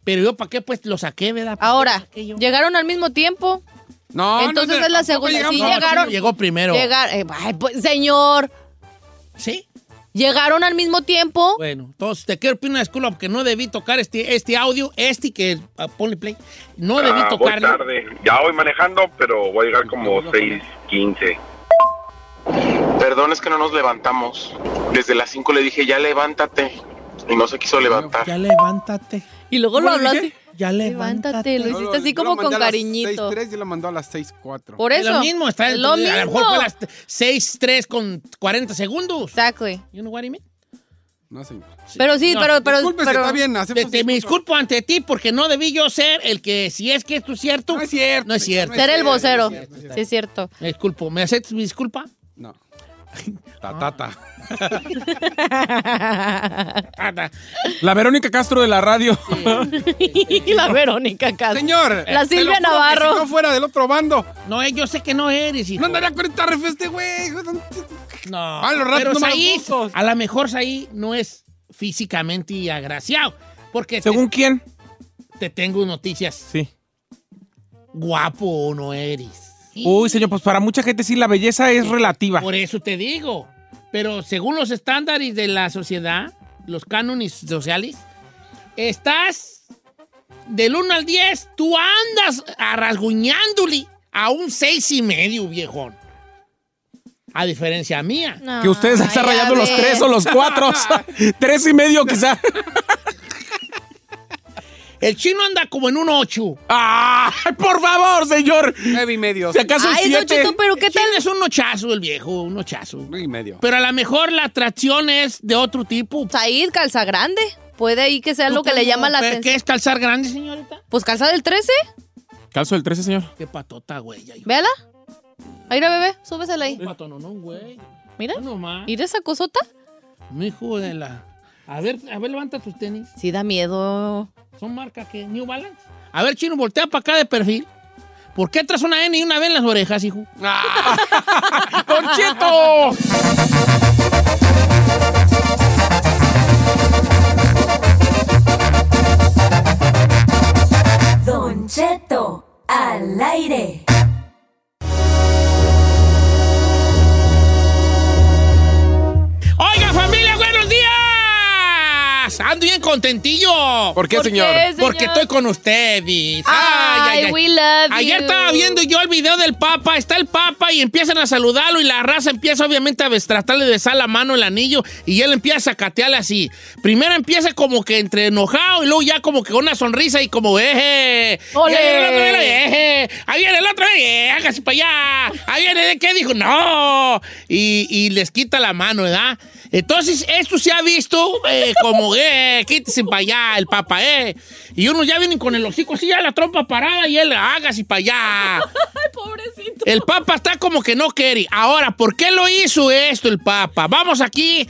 Pero yo, ¿para qué pues lo saqué, verdad? ¿Para qué lo Ahora, saqué yo? llegaron al mismo tiempo. No, Entonces no, es la tampoco segunda. Sí, llegamos. llegaron. Llegó primero. Llegar- eh, ay, pues, señor, Sí. llegaron al mismo tiempo. Bueno, entonces te quiero pedir una disculpa porque no debí tocar este, este audio, este que ah, ponle play. No debí Ah, voy tocarlo. tarde. Ya voy manejando, pero voy a llegar como 6.15. Perdón, es que no nos levantamos. Desde las 5 le dije, ya levántate. Y no se quiso levantar. Ya levántate. Y luego lo ¿Cómo habló dije? así. Ya Levántate, levántate. lo hiciste así Yo lo como mandé con a las cariñito. 6.3 y lo mandó a las 6.4. Por Es eso. lo mismo, está Es lo A lo mejor mismo. fue las 6, 3 con 40 segundos. Exactly. You know what I mean? No, señor. Pero sí, No, pero, pero, disculpe, pero- está bien. Te, acepto te- disculpa. me disculpo ante ti porque no debí yo ser el que, si es que esto es cierto, No es cierto. no es cierto. ser el vocero. cierto, es cierto. Sí, es cierto. me disculpo. ¿Me aceptas mi disculpa? No. Ta, ta, ta. Nada. La Verónica Castro de la radio. y la Verónica Castro. Señor. La te lo Silvia juro que Navarro. Si no fuera del otro bando, No, eh, yo sé que no eres. hijo. no andaría con esta ref este güey. No. Ah, los ratos pero no me Saí, gustos. a lo mejor Saí no es físicamente agraciado. Porque te, ¿Según quién? te tengo noticias. Sí. Guapo no eres. Uy, señor, pues para mucha gente sí la belleza es relativa. Por eso te digo. Pero según los estándares de la sociedad, los cánones sociales, estás del 1 al 10, tú andas arrasguñándole a un 6 y medio, viejón. A diferencia mía. Que ustedes están Ay, rayando a los ver. tres o los <laughs> cuatro. o sea, tres y medio quizá. El chino anda como en un 8. ¡Ay, por favor, señor! 9 y medio. Si acaso el Ay, Don siete. Cheto, pero ¿Qué ¿qué tal? tal? Es un ochazo el viejo, un ochazo. 9 y medio. Pero a lo mejor la atracción es de otro tipo. Said, calza grande. Puede ahí que sea lo que le llama la ¿Qué atención. es calzar grande, señorita? Pues calza del 13, Calzo del 13, señor. Qué patota, güey. ya, hijo. véala. Mira, bebé, súbesela ahí. Pato, no, no, güey. Mira. más. Mira esa cosota. Mi hijo de la. A ver, a ver, levanta tus tenis. Sí, da miedo. Son marcas que. New Balance. A ver, chino, voltea para acá de perfil. ¿Por qué traes una N y una B en las orejas, hijo? Ah. <laughs> ¡Conchito! Don Cheto al aire. ¡Oiga, familia, buenos días! Ando bien contentillo. ¿Por qué, ¿Por señor? qué, señor? Porque estoy con ustedes. Ay, we love Ayer you. estaba viendo yo el video del Papa. Está el Papa y empiezan a saludarlo y la raza empieza obviamente a bes- tratarle de besar la mano, el anillo y él empieza a catearle así. Primero empieza como que entre enojado y luego ya como que con una sonrisa y como, eje. ¡Ole! Y ahí viene el otro, eje. Ahí viene el otro, eje. Hágase para allá. Ahí viene, ¿de ¿qué dijo? No. Y, y les quita la mano, ¿verdad? Entonces, esto se ha visto eh, como, <laughs> eh, quítese para allá, el papá, eh. Y unos ya vienen con el hocico así, ya la trompa parada y él, hágase para allá. pobrecito. El Papa está como que no quiere. Ahora, ¿por qué lo hizo esto el Papa? Vamos aquí.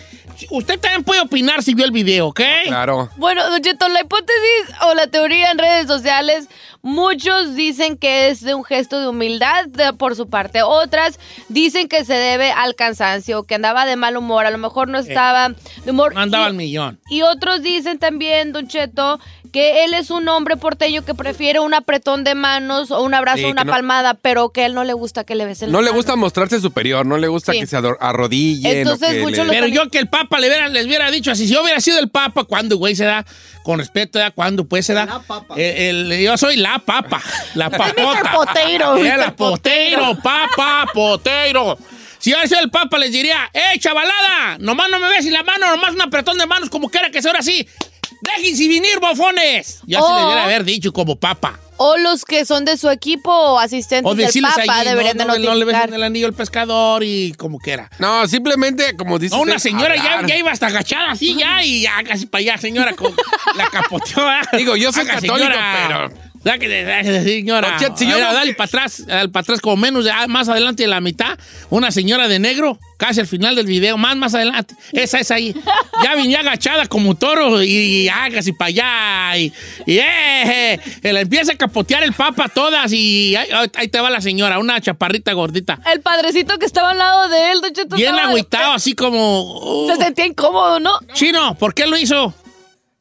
Usted también puede opinar si vio el video, ¿ok? claro. Bueno, Don Cheto, la hipótesis o la teoría en redes sociales, muchos dicen que es de un gesto de humildad de- por su parte. Otras dicen que se debe al cansancio, que andaba de mal humor, a lo mejor no estaba de humor. Eh. Andaba Y- al millón. Y otros dicen también, Don Cheto, que él es un hombre porteño que prefiere un apretón de manos o un abrazo, Sí, o que una no- palmada, pero que a él no le gusta que le besen No le la mano. gusta mostrarse superior, no le gusta Sí. que se ador- arrodillen. Entonces, o que muchos le- Pero yo que el eh, Papa le hubiera- les hubiera dicho así, si yo hubiera sido el Papa, ¿cuándo, güey, se da? Con respeto, ¿da? ¿Cuándo, pues, se da? La Papa. Eh, yo soy la Papa, <laughs> la papota. Potato, Era Mr. la potero, papa, potero. Si yo soy el Papa, les diría, ¡eh, chavalada! Nomás no me ves sin la mano, nomás un apretón de manos, como quiera que sea ahora sí. ¡Déjense venir, bofones! Yo así Oh. le debiera haber dicho como Papa. O los que son de su equipo o asistentes O del decirles Papa ahí, no, deberían no, de no le notificar. besen el anillo al pescador y como quiera. No, simplemente, como dice. No, una usted, señora ya, hablar. ya iba hasta agachada así, ya, y ya casi para allá, señora, con la capoteó. ¿verdad? Digo, yo soy ¿eh? Haga, católico, señora. pero- Da que- da que- señora. Don Cheto, si yo Mira, veo dale para atrás, dale para atrás, como menos, ya más adelante de la mitad, una señora de negro, casi al final del video, más, más adelante. Esa es ahí. Ya venía agachada como toro y, y hágase para allá. Y, y, eh, eh, la empieza a capotear el papa a todas y ahí, ahí te va la señora, una chaparrita gordita. El padrecito que estaba al lado de él, Don Cheto. Bien estaba- agüitado, así como... uh. Se sentía incómodo, ¿no? Chino, ¿por qué lo hizo?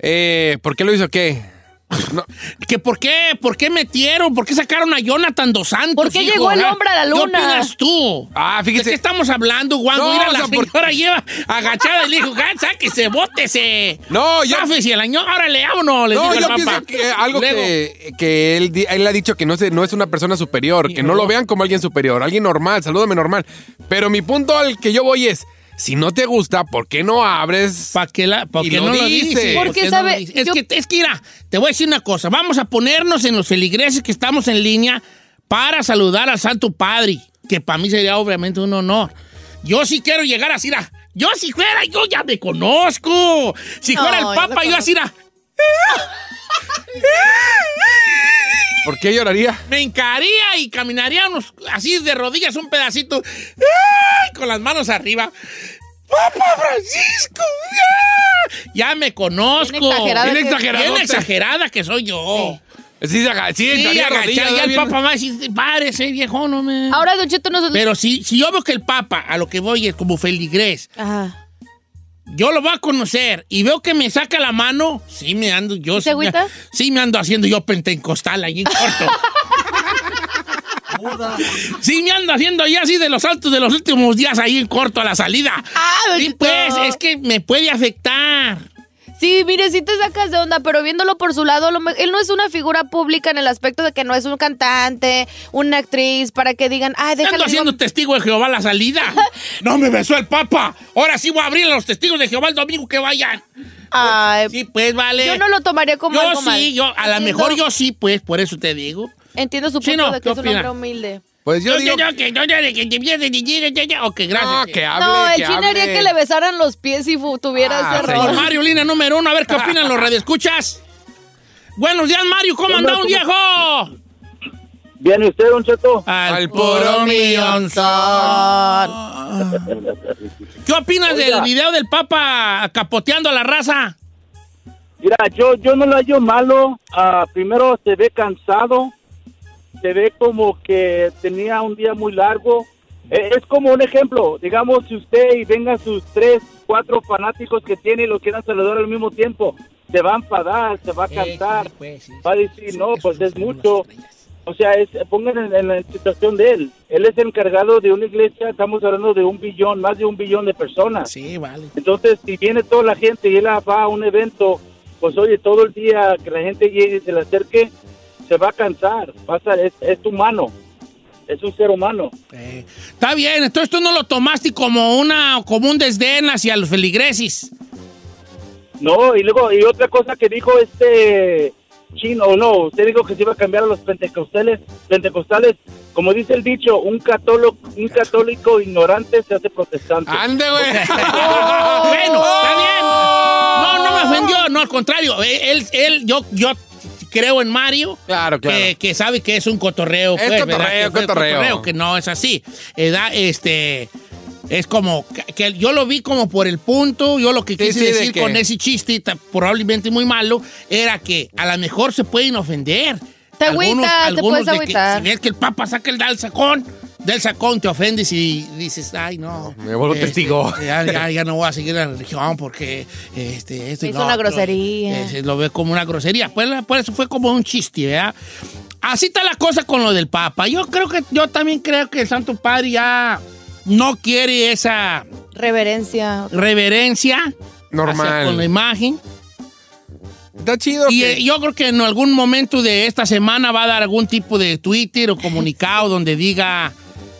Eh, ¿Por qué lo hizo qué? <laughs> ¿Que por qué? ¿Por qué metieron? ¿Por qué sacaron a Jonathan dos Santos? ¿Por qué hijo? llegó el Ah, hombre a la luna? ¿Qué opinas tú? Ah, fíjese. ¿De qué estamos hablando, Juan? No, Mira, o la sea, por- señora lleva agachada y le dijo, "Gan, sáquese, bótese. No, yo- Sáfese el año, órale, vámonos, le no, dijo el yo papa. pienso que algo Luego, que, que él, di- él ha dicho que no, se, no es una persona superior, que no lo vean como alguien superior, alguien normal, salúdame normal. Pero mi punto al que yo voy es, si no te gusta, ¿por qué no abres? ¿Para que, la, pa' y que no lo dice. Porque ¿Por qué no sabe- lo dice? Es, que, es que, mira, te voy a decir una cosa. Vamos a ponernos en los feligreses que estamos en línea para saludar al Santo Padre, que para mí sería obviamente un honor. Yo sí quiero llegar así, mira. Yo si fuera, yo ya me conozco. Si No, fuera yo el Papa, lo yo así, mira. ¿Por qué lloraría? Me encaría y caminaría unos- así de rodillas un pedacito. ¡Ay! Con las manos arriba. ¡Papa ¡Oh, Francisco! ¡Ah! Ya me conozco. Bien exagerada Bien que- exagerada. Bien exagerada que soy yo. Sí, se aga- sí, Sí, entraría agachada, rodillas, ya ¿no? el Bien- papa va a decir, párese, viejo, no me... Ahora, Don Cheto, nos... Pero si, si yo veo que el papa, a lo que voy es como feligrés, Ah, yo lo voy a conocer y veo que me saca la mano, sí me ando yo... ¿Y se sí, me, agüita? <laughs> sí me ando haciendo yo pentecostal allí en <laughs> corto. sí me ando haciendo ya así de los altos de los últimos días ahí en corto a la salida. ah Don Y Cheto. pues, es que me puede afectar. Sí, mire, sí te sacas de onda, pero viéndolo por su lado, a lo me- él no es una figura pública en el aspecto de que no es un cantante, una actriz, para que digan, ay, Ando déjalo. haciendo testigo de Jehová <laughs> la salida. No me besó el Papa. Ahora sí voy a abrir a los testigos de Jehová el domingo que vayan. Ay, Sí, pues vale. yo no lo tomaría como Yo algo mal. sí, yo, a lo Entiendo- mejor yo sí, pues, por eso te digo. Entiendo su punto Sí, no, de ¿qué que es un opina? hombre humilde. Pues yo digo... yo- que yo- que- que- que- que- que- que- Ok, No, gracias. que hable, no, el que chino haría hable. que le besaran los pies si fu- tuviera Ah, ese Por error. Mario Lina número uno, a ver qué opinan los radioescuchas. Buenos días, Mario, ¿cómo anda un viejo? ¿Viene usted, don Cheto? Al puro millonzón. ¿Qué opinas Oiga. del video del Papa capoteando a la raza? Mira, yo, yo no lo hallo malo. Ah, primero se ve cansado, se ve como que tenía un día muy largo. Eh, Es como un ejemplo, digamos, si usted y venga sus tres, cuatro fanáticos que tiene y lo quieran saludar al mismo tiempo, se va a enfadar, se va a cansar, va a decir, no, pues es mucho. O sea, es, pongan en, en la situación de él. Él es el encargado de una iglesia, estamos hablando de un billón, más de un billón de personas. Sí, vale. Entonces, si viene toda la gente y él va a un evento, pues oye, todo el día que la gente llegue y se le acerque, se va a cansar. Pasa, es, es humano, es un ser humano. Eh, Está bien, entonces tú no lo tomaste como una como un desdén hacia los feligreses. No, y luego, y otra cosa que dijo este chino, no, usted dijo que se iba a cambiar a los pentecostales, pentecostales, como dice el dicho, un católico, un católico ignorante se hace protestante. ¡Ande, güey! <laughs> bueno, está bien. No, no me ofendió, no, al contrario. Eh, Él, él, yo, yo creo en Mario. eh, Claro, claro. Que, que sabe que es un cotorreo. pues, Es cotorreo, ¿verdad? Que fue cotorreo. Que no es así. Eh, da, este. Es como que- que yo lo vi como por el punto, yo lo que quise sí, de decir que- con ese chiste ta- probablemente muy malo era que a lo mejor se pueden ofender. Te Algunos- agüitas, te algunos puedes de que- agüitar. Si ves que el papa saca el del sacón, del sacón te ofendes y dices, ay no. Me vuelvo Este, testigo. Ya, ya- ya no voy a seguir la religión porque este, esto y Es lo una otro. grosería. Eh, se lo ve como una grosería. Pues, la- por eso fue como un chiste, ¿verdad? Así está la cosa con lo del Papa. Yo creo que, yo también creo que el Santo Padre ya no quiere esa Reverencia. reverencia. Normal. hacia- Con la imagen. Está chido. Y eh, yo creo que en algún momento de esta semana va a dar algún tipo de Twitter <laughs> o comunicado donde diga,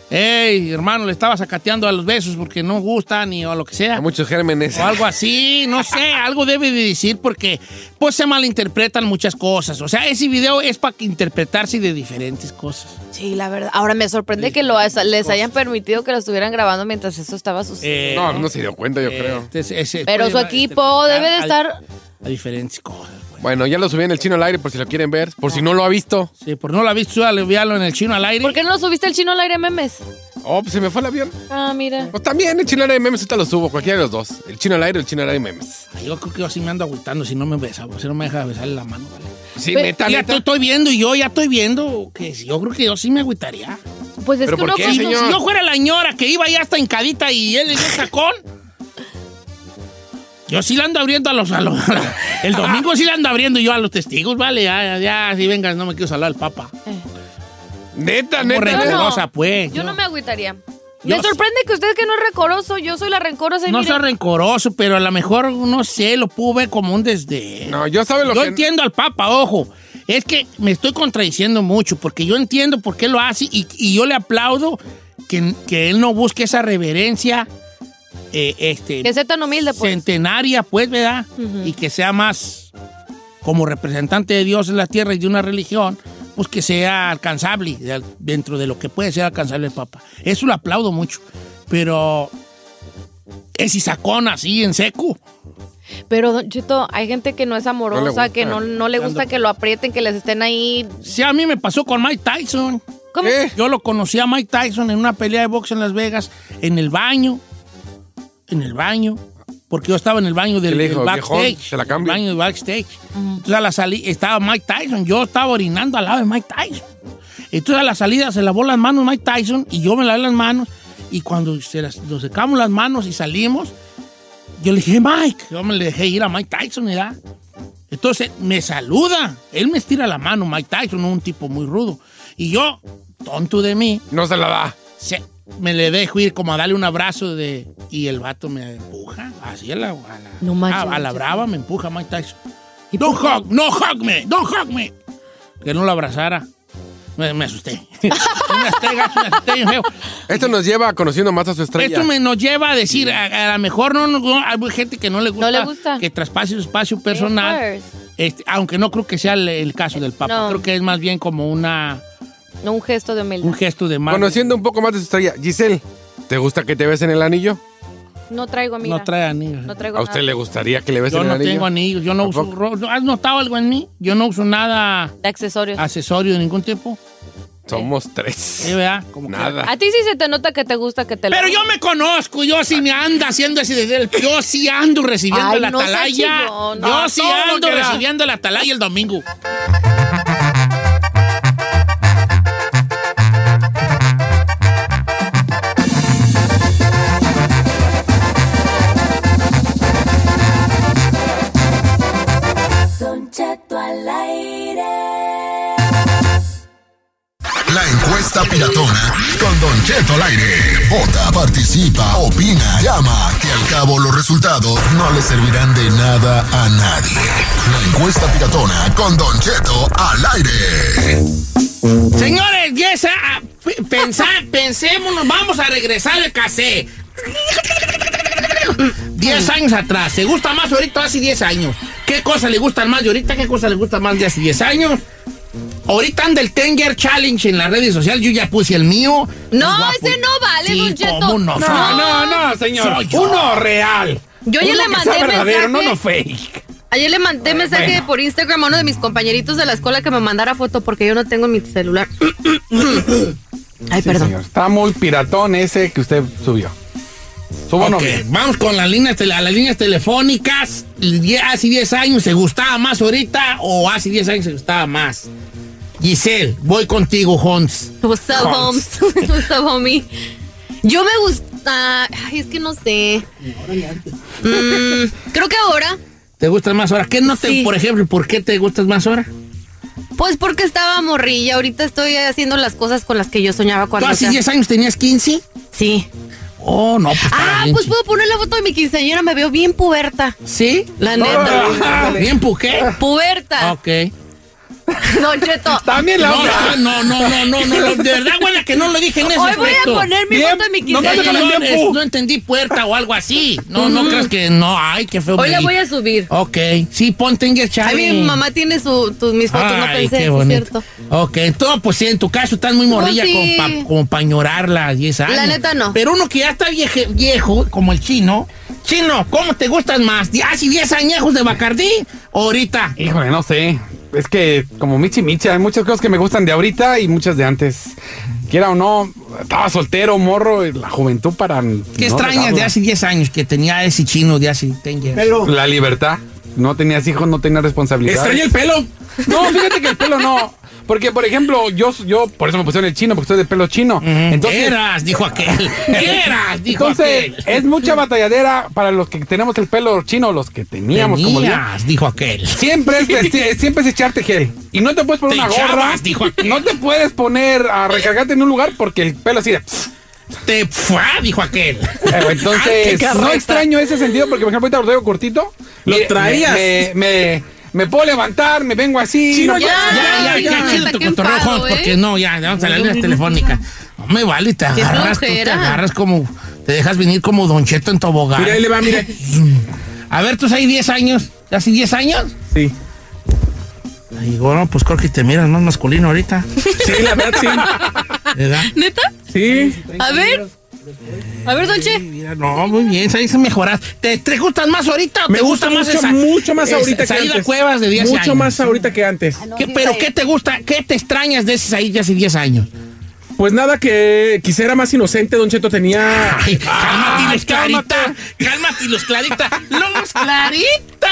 hey, hermano, le estaba sacateando a los besos porque no gustan y o lo que sea. Hay muchos gérmenes. O algo así, <laughs> no sé, algo debe de decir porque pues se malinterpretan muchas cosas. O sea, ese video es para interpretarse de diferentes cosas. Sí, la verdad. Ahora me sorprende que lo, les hayan permitido que lo estuvieran grabando mientras eso Eh, estaba sucediendo. no, no se dio cuenta, yo creo. este, Pero su equipo debe de estar. A diferentes cosas. Bueno, ya lo subí en el chino al aire por si lo quieren ver, por Ah. si no lo ha visto. Sí, por no lo ha visto, súbale, véalo en el chino al aire. ¿Por qué no lo subiste el chino al aire memes? Oh, pues se me fue el avión. Ah, mira. Pues también el chino al aire memes, ahorita lo subo, cualquiera de los dos. El chino al aire o el chino al aire memes. Ay, Yo creo que yo sí me ando agüitando si no me besa, si no me deja besarle la mano, ¿vale? Sí, Pero- neta, Ya neta. estoy- estoy viendo y yo ya estoy viendo que <laughs> sí, pues yo creo que yo sí me agüitaría. Pues es ¿Pero que por uno qué, cuando- señor? Si yo fuera la ñora que iba ya hasta encadita y él en el sacón. Yo sí la ando abriendo a los, a los- El domingo sí la ando abriendo yo a los testigos, vale. Ya, ya, si vengas, no me quiero saludar al Papa. Neta, Como Eh. Yo no. rencorosa, pues. Yo no me agüitaría. Yo me sorprende que usted que no es rencoroso, yo soy la rencorosa y No mire- soy rencoroso, pero a lo mejor, no sé, lo puedo ver como un desdén. No, yo sabe lo Yo que- entiendo al Papa, ojo. Es que me estoy contradiciendo mucho, porque yo entiendo por qué lo hace y, y yo le aplaudo que, que él no busque esa reverencia eh, este, Que sea tan humilde, pues. centenaria, pues, ¿verdad? Y que sea más como representante de Dios en la tierra y de una religión, pues que sea alcanzable de- dentro de lo que puede ser alcanzable el Papa. Eso lo aplaudo mucho, pero es sacón así en seco. Pero, Don Cheto, hay gente que no es No le amorosa, gusta. que no, no le gusta Ando- que lo aprieten, que les estén ahí. Sí, a mí me pasó con Mike Tyson. ¿Eh? ¿Cómo? Yo lo conocí a Mike Tyson en una pelea de box en Las Vegas, en el baño, en el baño, porque yo estaba en el baño del, ¿Qué le dijo, del viejón? backstage. ¿Te la en cambio? El baño del backstage. Entonces a la salida estaba Mike Tyson, yo estaba orinando al lado de Mike Tyson. Entonces a la salida se lavó las manos Mike Tyson y yo me lavé las manos y cuando se las- nos secamos las manos y salimos, yo le dije, Mike, yo me le dejé ir a Mike Tyson, ¿verdad? Entonces me saluda, él me estira la mano, Mike Tyson, un tipo muy rudo. Y yo, tonto de mí, No se la da. se- me le dejo ir como a darle un abrazo de, y el vato me empuja, así a la, a la, No manches, a- a la Don Cheto. brava me empuja Mike Tyson. No hug, no hug me, no hug me. Que no lo abrazara. Me, me asusté. <laughs> me asusté, gacho, me asusté bien feo. Esto nos lleva a conociendo más a su estrella. Esto me nos lleva a decir, a, a lo mejor no, no- hay gente que no le gusta, le gusta. que traspase su espacio personal, Yes, este, aunque no creo que sea el, el caso del Papa, No. creo que es más bien como una, No, un gesto de humildad. un gesto de mano. Conociendo un poco más de su estrella. Giselle, ¿te gusta que te besen el anillo? No traigo amiga. No trae anillos. No traigo ¿A usted nada. le gustaría que le besen Yo el no anillo? tengo anillos, yo no uso... ro- ¿Has notado algo en mí? Yo no uso nada De accesorios. accesorio de ningún tipo. Eh, Somos tres. Sí, ¿verdad? Nada. A ti sí se te nota que te gusta que te lo... Pero yo me conozco, yo sí me ando haciendo ese desde el... Yo sí ando recibiendo Ay, la no sea atalaya. chillón. Yo Ah, sí todo lo ando que da. recibiendo la atalaya el domingo. Don Cheto al aire. La encuesta piratona con Don Cheto al aire. Vota, participa, opina, llama, que al cabo los resultados no le servirán de nada a nadie. La encuesta piratona con Don Cheto al aire. Señores, yes, ah, pe- pensá, pensémonos, vamos a regresar al casé. 10 años atrás, ¿se gusta más ahorita o hace 10 años? ¿Qué cosa le gustan más de ahorita? ¿Qué cosa le gusta más de hace 10 años? Ahorita anda el Tenger Challenge en las redes sociales, yo ya puse el mío. No, Los voy a ese pu- no vale, Sí, Don Cheto. ¿cómo no? No, no, no, señor. Soy yo. Uno real. Yo ya Uno le que mandé sea verdadero, mensaje. No, no fake. Ayer le mandé mensaje bueno. por Instagram a uno de mis compañeritos de la escuela que me mandara foto porque yo no tengo mi <laughs> celular. Ay, Sí, señor. Está muy piratón ese que usted subió. Subo Ok, Vamos con las líneas, tele- a las líneas telefónicas. Die- Hace 10 años se gustaba más ahorita o hace 10 años se gustaba más. Giselle, voy contigo, Hons. What's up, Holmes? <laughs> What's up, homie? Yo me gusta. Ay, es que no sé. <laughs> Mm, creo que ahora, ¿Te gustas más ahora? ¿Qué no te, por ejemplo, por qué te gustas más ahora? pues porque estaba morrilla. Ahorita estoy haciendo las cosas con las que yo soñaba ¿Tú cuando. hace era- 10 años tenías 15? Sí. Oh, no, pues. Ah, pues puedo poner la foto de mi quinceañera. Me veo bien puberta. ¿Sí? Ah, La neta. <laughs> ¿Bien puqué? <laughs> Puberta. Ok. Don Cheto. También la otra. No, no, no, no, no, no, de verdad, buena que no lo dije en ese Hoy voy a aspecto. poner mi Bien, foto de mi no, quinceañera. no, es- no entendí puerta o algo así. No, no Ujú. creas que no. Ay, qué feo. Hoy me la di. voy a subir. Ok, sí, ponte en el Ay, challenge. mi mamá tiene su, tus, mis fotos, no Ay, pensé, qué sí, es bonito. cierto. Ok, entonces, pues sí, en tu caso estás muy morrilla Pues, sí. como, pa, como pa' ñorarla a 10 años. La neta, no. Pero uno que ya está vieje- viejo, como el chino. Chino, ¿cómo te gustan más? ¿Di- ¿Hace 10 añejos de Bacardí? ¿O ahorita? Híjole, no sé. Es que como Michi Micha, hay muchas cosas que me gustan de ahorita y muchas de antes. Quiera o no, estaba soltero, morro, y la juventud para. ¿Qué extrañas de hace 10 años que tenía ese chino de hace 10 años? La libertad. No tenías hijos, no tenías responsabilidad. Extraña el pelo? No, fíjate que el pelo no. Porque, por ejemplo, yo, yo por eso me pusieron el chino, porque estoy de pelo chino. Entonces, Mm, Eras, <laughs> dijo aquel. Eras, dijo Entonces, es mucha batalladera para los que tenemos el pelo chino, los que teníamos como Tenías, dijo aquel. Siempre es, vesti- <laughs> siempre es echarte gel. Y no te puedes poner Te una gorra. echabas, dijo no te puedes poner a recargarte en un lugar porque el pelo así de. Te fue, <laughs> dijo aquel. Eh, Entonces, no extraño ese sentido porque, por ejemplo, ahorita lo traigo cortito. Lo Me- traías. Me, me- me puedo levantar, me vengo así. Sí, no, no ya, puedo- ya, ya, ya, chido tu cotorreo, Jorge, porque no, ya, ya vamos a la línea telefónica. No me vale, te Qué agarras, tú te flojera. agarras como, te dejas venir como Don Cheto en tobogán. Mira, ahí le va, mira. <laughs> A ver, tú hay 10 años, ¿hace 10 años? Sí. Y bueno, pues creo que te miras más masculino ahorita. Sí, la verdad, sí. ¿Verdad? ¿Neta? Sí. A ver. A ver, Don Che. Mira, no, muy bien, ahí se mejoras. ¿Te, te gustan más ahorita o Me te gusta gusta, más mucho, esa- mucho más esa- ahorita que Saída antes. Cuevas de 10 Mucho años? más ahorita que antes. ¿Qué- ¿Pero qué te gusta? ¿Qué te extrañas de ese Saída de hace 10 años? Pues nada, que quisiera más inocente, Don Cheto tenía. Ah, Cálmate, Luz Clarita. Cálmate, Luz Clarita. Luz <laughs> Clarita.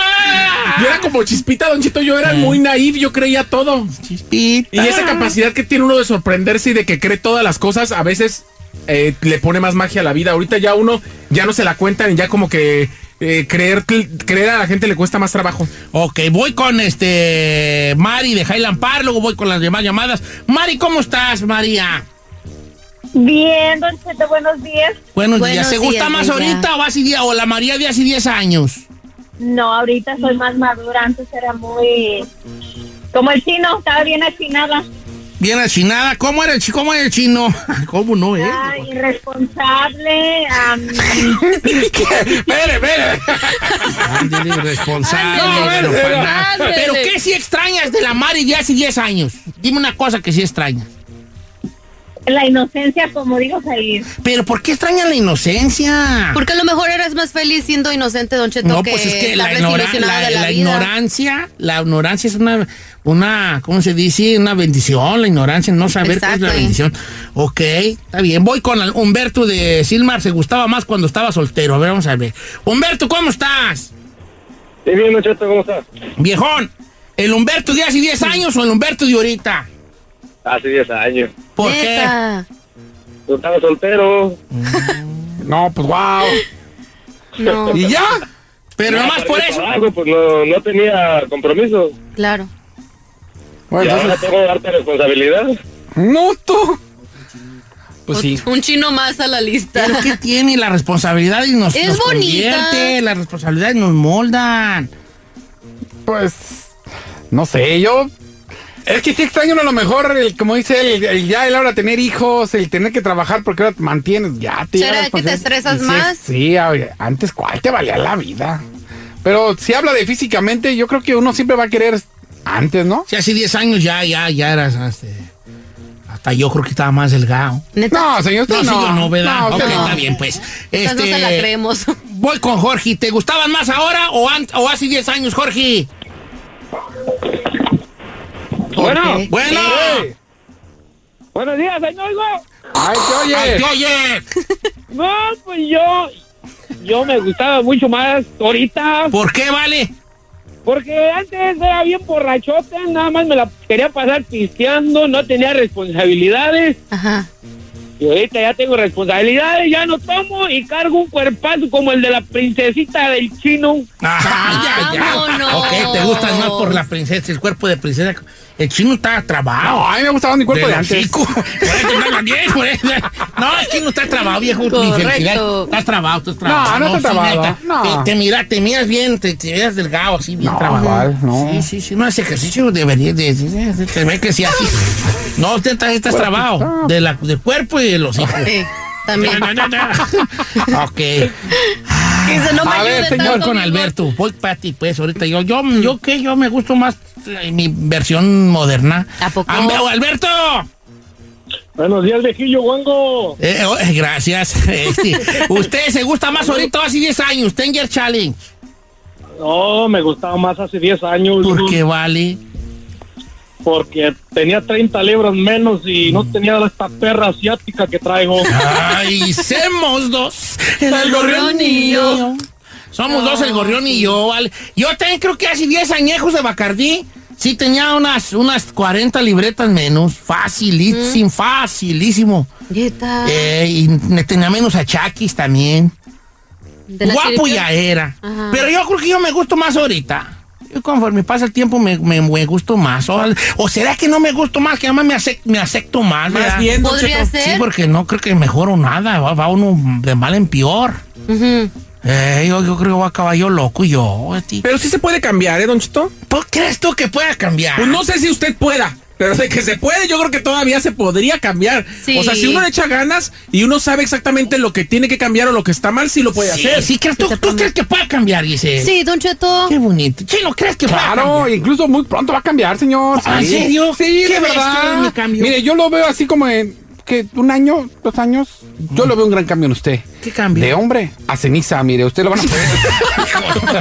Yo era como chispita, Don Cheto, yo era muy naive, yo creía todo. Chispita. Y esa capacidad que tiene uno de sorprenderse y de que cree todas las cosas, a veces eh, le pone más magia a la vida. Ahorita ya uno ya no se la cuentan y ya como que eh, creer, creer a la gente le cuesta más trabajo. Ok, voy con este Mari de Highland Park, luego voy con las demás llamadas. Mari, ¿cómo estás, María? Bien, Don Cheto, buenos días. Buenos, días. ¿Se gusta más ahorita o, hace die- o la María de hace 10 años? No, ahorita soy más madura. Antes era muy. Como el chino, estaba bien afinada. Bien achinada. ¿Cómo era el, chi- cómo era el chino? <laughs> ¿Cómo no, eh? Ay, irresponsable. am, Espere, espere. Ándele, <laughs> irresponsable. Ándele. pero para nada. Ándele. Pero ¿qué si extrañas de la Mari de hace 10 años? Dime una cosa que sí extraña. La inocencia, como digo, salir. Pero ¿por qué extraña la inocencia? Porque a lo mejor eras más feliz siendo inocente, Don Cheto, No, pues es que la, tal vez ignora- ilusionado la- de la, la vida. ignorancia, la ignorancia es una, una, ¿cómo se dice? Una bendición, la ignorancia, no saber qué es Exacto. la bendición. Ok, está bien. Voy con el Humberto de Silmar, se gustaba más cuando estaba soltero. A ver, vamos a ver. Humberto, ¿cómo estás? bien, muchacho, ¿cómo estás? Viejón, ¿el Humberto de hace 10 años o el Humberto de ahorita? Hace 10 años. ¿Por qué? Yo estaba soltero. No, pues wow. No. ¿Y ya? Pero nomás Ah, por eso. Algo, pues no, no tenía compromiso. Claro. y ahora tengo harta responsabilidad. No, tú. Pues sí. <laughs> Un chino más a la lista. ¿Pero qué tiene la responsabilidad y nos, Es nos bonita. convierte? Las responsabilidades nos moldan. Pues. No sé, yo. Es que sí extraño a lo mejor, el, como dice él, el, el ya el ahora tener hijos, el tener que trabajar porque ahora te mantienes, ya te. ¿Será llevas, que pues, te es- estresas sí, es- más? Sí, a ver, antes cuál te valía la vida. Pero si habla de físicamente, yo creo que uno siempre va a querer antes, ¿no? Si hace 10 años ya, ya, ya eras. este, hasta yo creo que estaba más delgado. No, señor, No, usted sí, no. yo no, ¿verdad? No, ok, usted no. está bien, pues. Esas no se la creemos. <laughs> Voy con Jorge. ¿Te gustaban más ahora o, an- o hace 10 años, Jorge? Bueno. Bueno. Sí. Buenos días, ahí me oigo. ¡Ay, te oye! ¡Ay, te oye! <laughs> No, pues yo. Yo me gustaba mucho más ahorita. ¿Por qué, vale? Porque antes era bien borrachote, nada más me la quería pasar pisteando, no <laughs> tenía responsabilidades. Ajá. Y ahorita ya tengo responsabilidades, ya no tomo y cargo un cuerpazo como el de la princesita del chino. Ah, ya, ya. Vámonos. Ok, te gustas más por la princesa, el cuerpo de princesa. El chino está trabado. No, a mí me gustaba mi cuerpo de antes. hocico. Por eso te hablan bien, por eso. No, el chino está trabado, viejo. Mi Correcto. felicidad. Estás trabado, estás trabado. No, no está sí, trabado, neta. no. Te, te mira, te miras bien, te, te miras delgado, así bien No, trabado. igual, no. Sí, sí, sí. No, ese ejercicio debería de. de- de- Te ve que sí, así. No, te, estás estás Cuerpo trabado. está. De la, del cuerpo y de <laughs> los hijos. <laughs> Sí, también. No, no, no, <laughs> no. Ok. Dice, no me A ver, ayude señor, tanto, con mi amor. Alberto. Voy para ti, pues, ahorita. Yo, yo, yo, ¿qué? Yo me gusto más eh, mi versión moderna. ¿A poco? ¡Alberto! Buenos días, viejillo, guango. Eh, oh, eh, gracias. <laughs> Este, usted se gusta más ahorita o hace 10 años. Tenger Challenge. No, me gustaba más hace 10 años. ¿Por qué vale? Porque tenía 30 libras menos y no tenía esta perra asiática que traigo. Mm. Ay, semos dos. El, gorrión y yo. Somos dos, el gorrión y yo, vale. Yo también creo que hace 10 añejos de Bacardí. Sí, tenía unas, unas 40 libretas menos. Facilísimo, facilísimo. Eh, y me tenía menos achaquis también. De la Guapo chiripiorca. ya era. Ajá. Pero yo creo que yo me gusto más ahorita. Yo conforme pasa el tiempo me, me- me gusto más. O, o será que no me gusto más, que además me, acec- me acepto más. Más ¿verdad? bien, don Podría Cheto. ser. Sí, porque no creo que mejoro nada. Va, va uno de mal en peor. Eh, yo, yo creo que voy a acabar yo loco y yo. eh. Pero sí se puede cambiar, ¿eh, Don Chito? crees tú que pueda cambiar? Pues no sé si usted pueda. Pero de que se puede, yo creo que todavía se podría cambiar. Sí. O sea, si uno le echa ganas y uno sabe exactamente lo que tiene que cambiar o lo que está mal, sí lo puede Sí, hacer. sí, crees tú, tú crees que pueda cambiar, dice. Sí, Don Cheto. Eh, Qué bonito. Chino, ¿crees que pueda Claro, cambiar? incluso muy pronto va a cambiar, señor. ¿Ah, en Sí. serio? Sí, ¿Qué de ves tú en mi verdad. cambio? Mire, yo lo veo así como en que un año, dos años, yo lo veo un gran cambio en usted. ¿Qué cambio? De hombre a ceniza, mire, usted lo van a poder.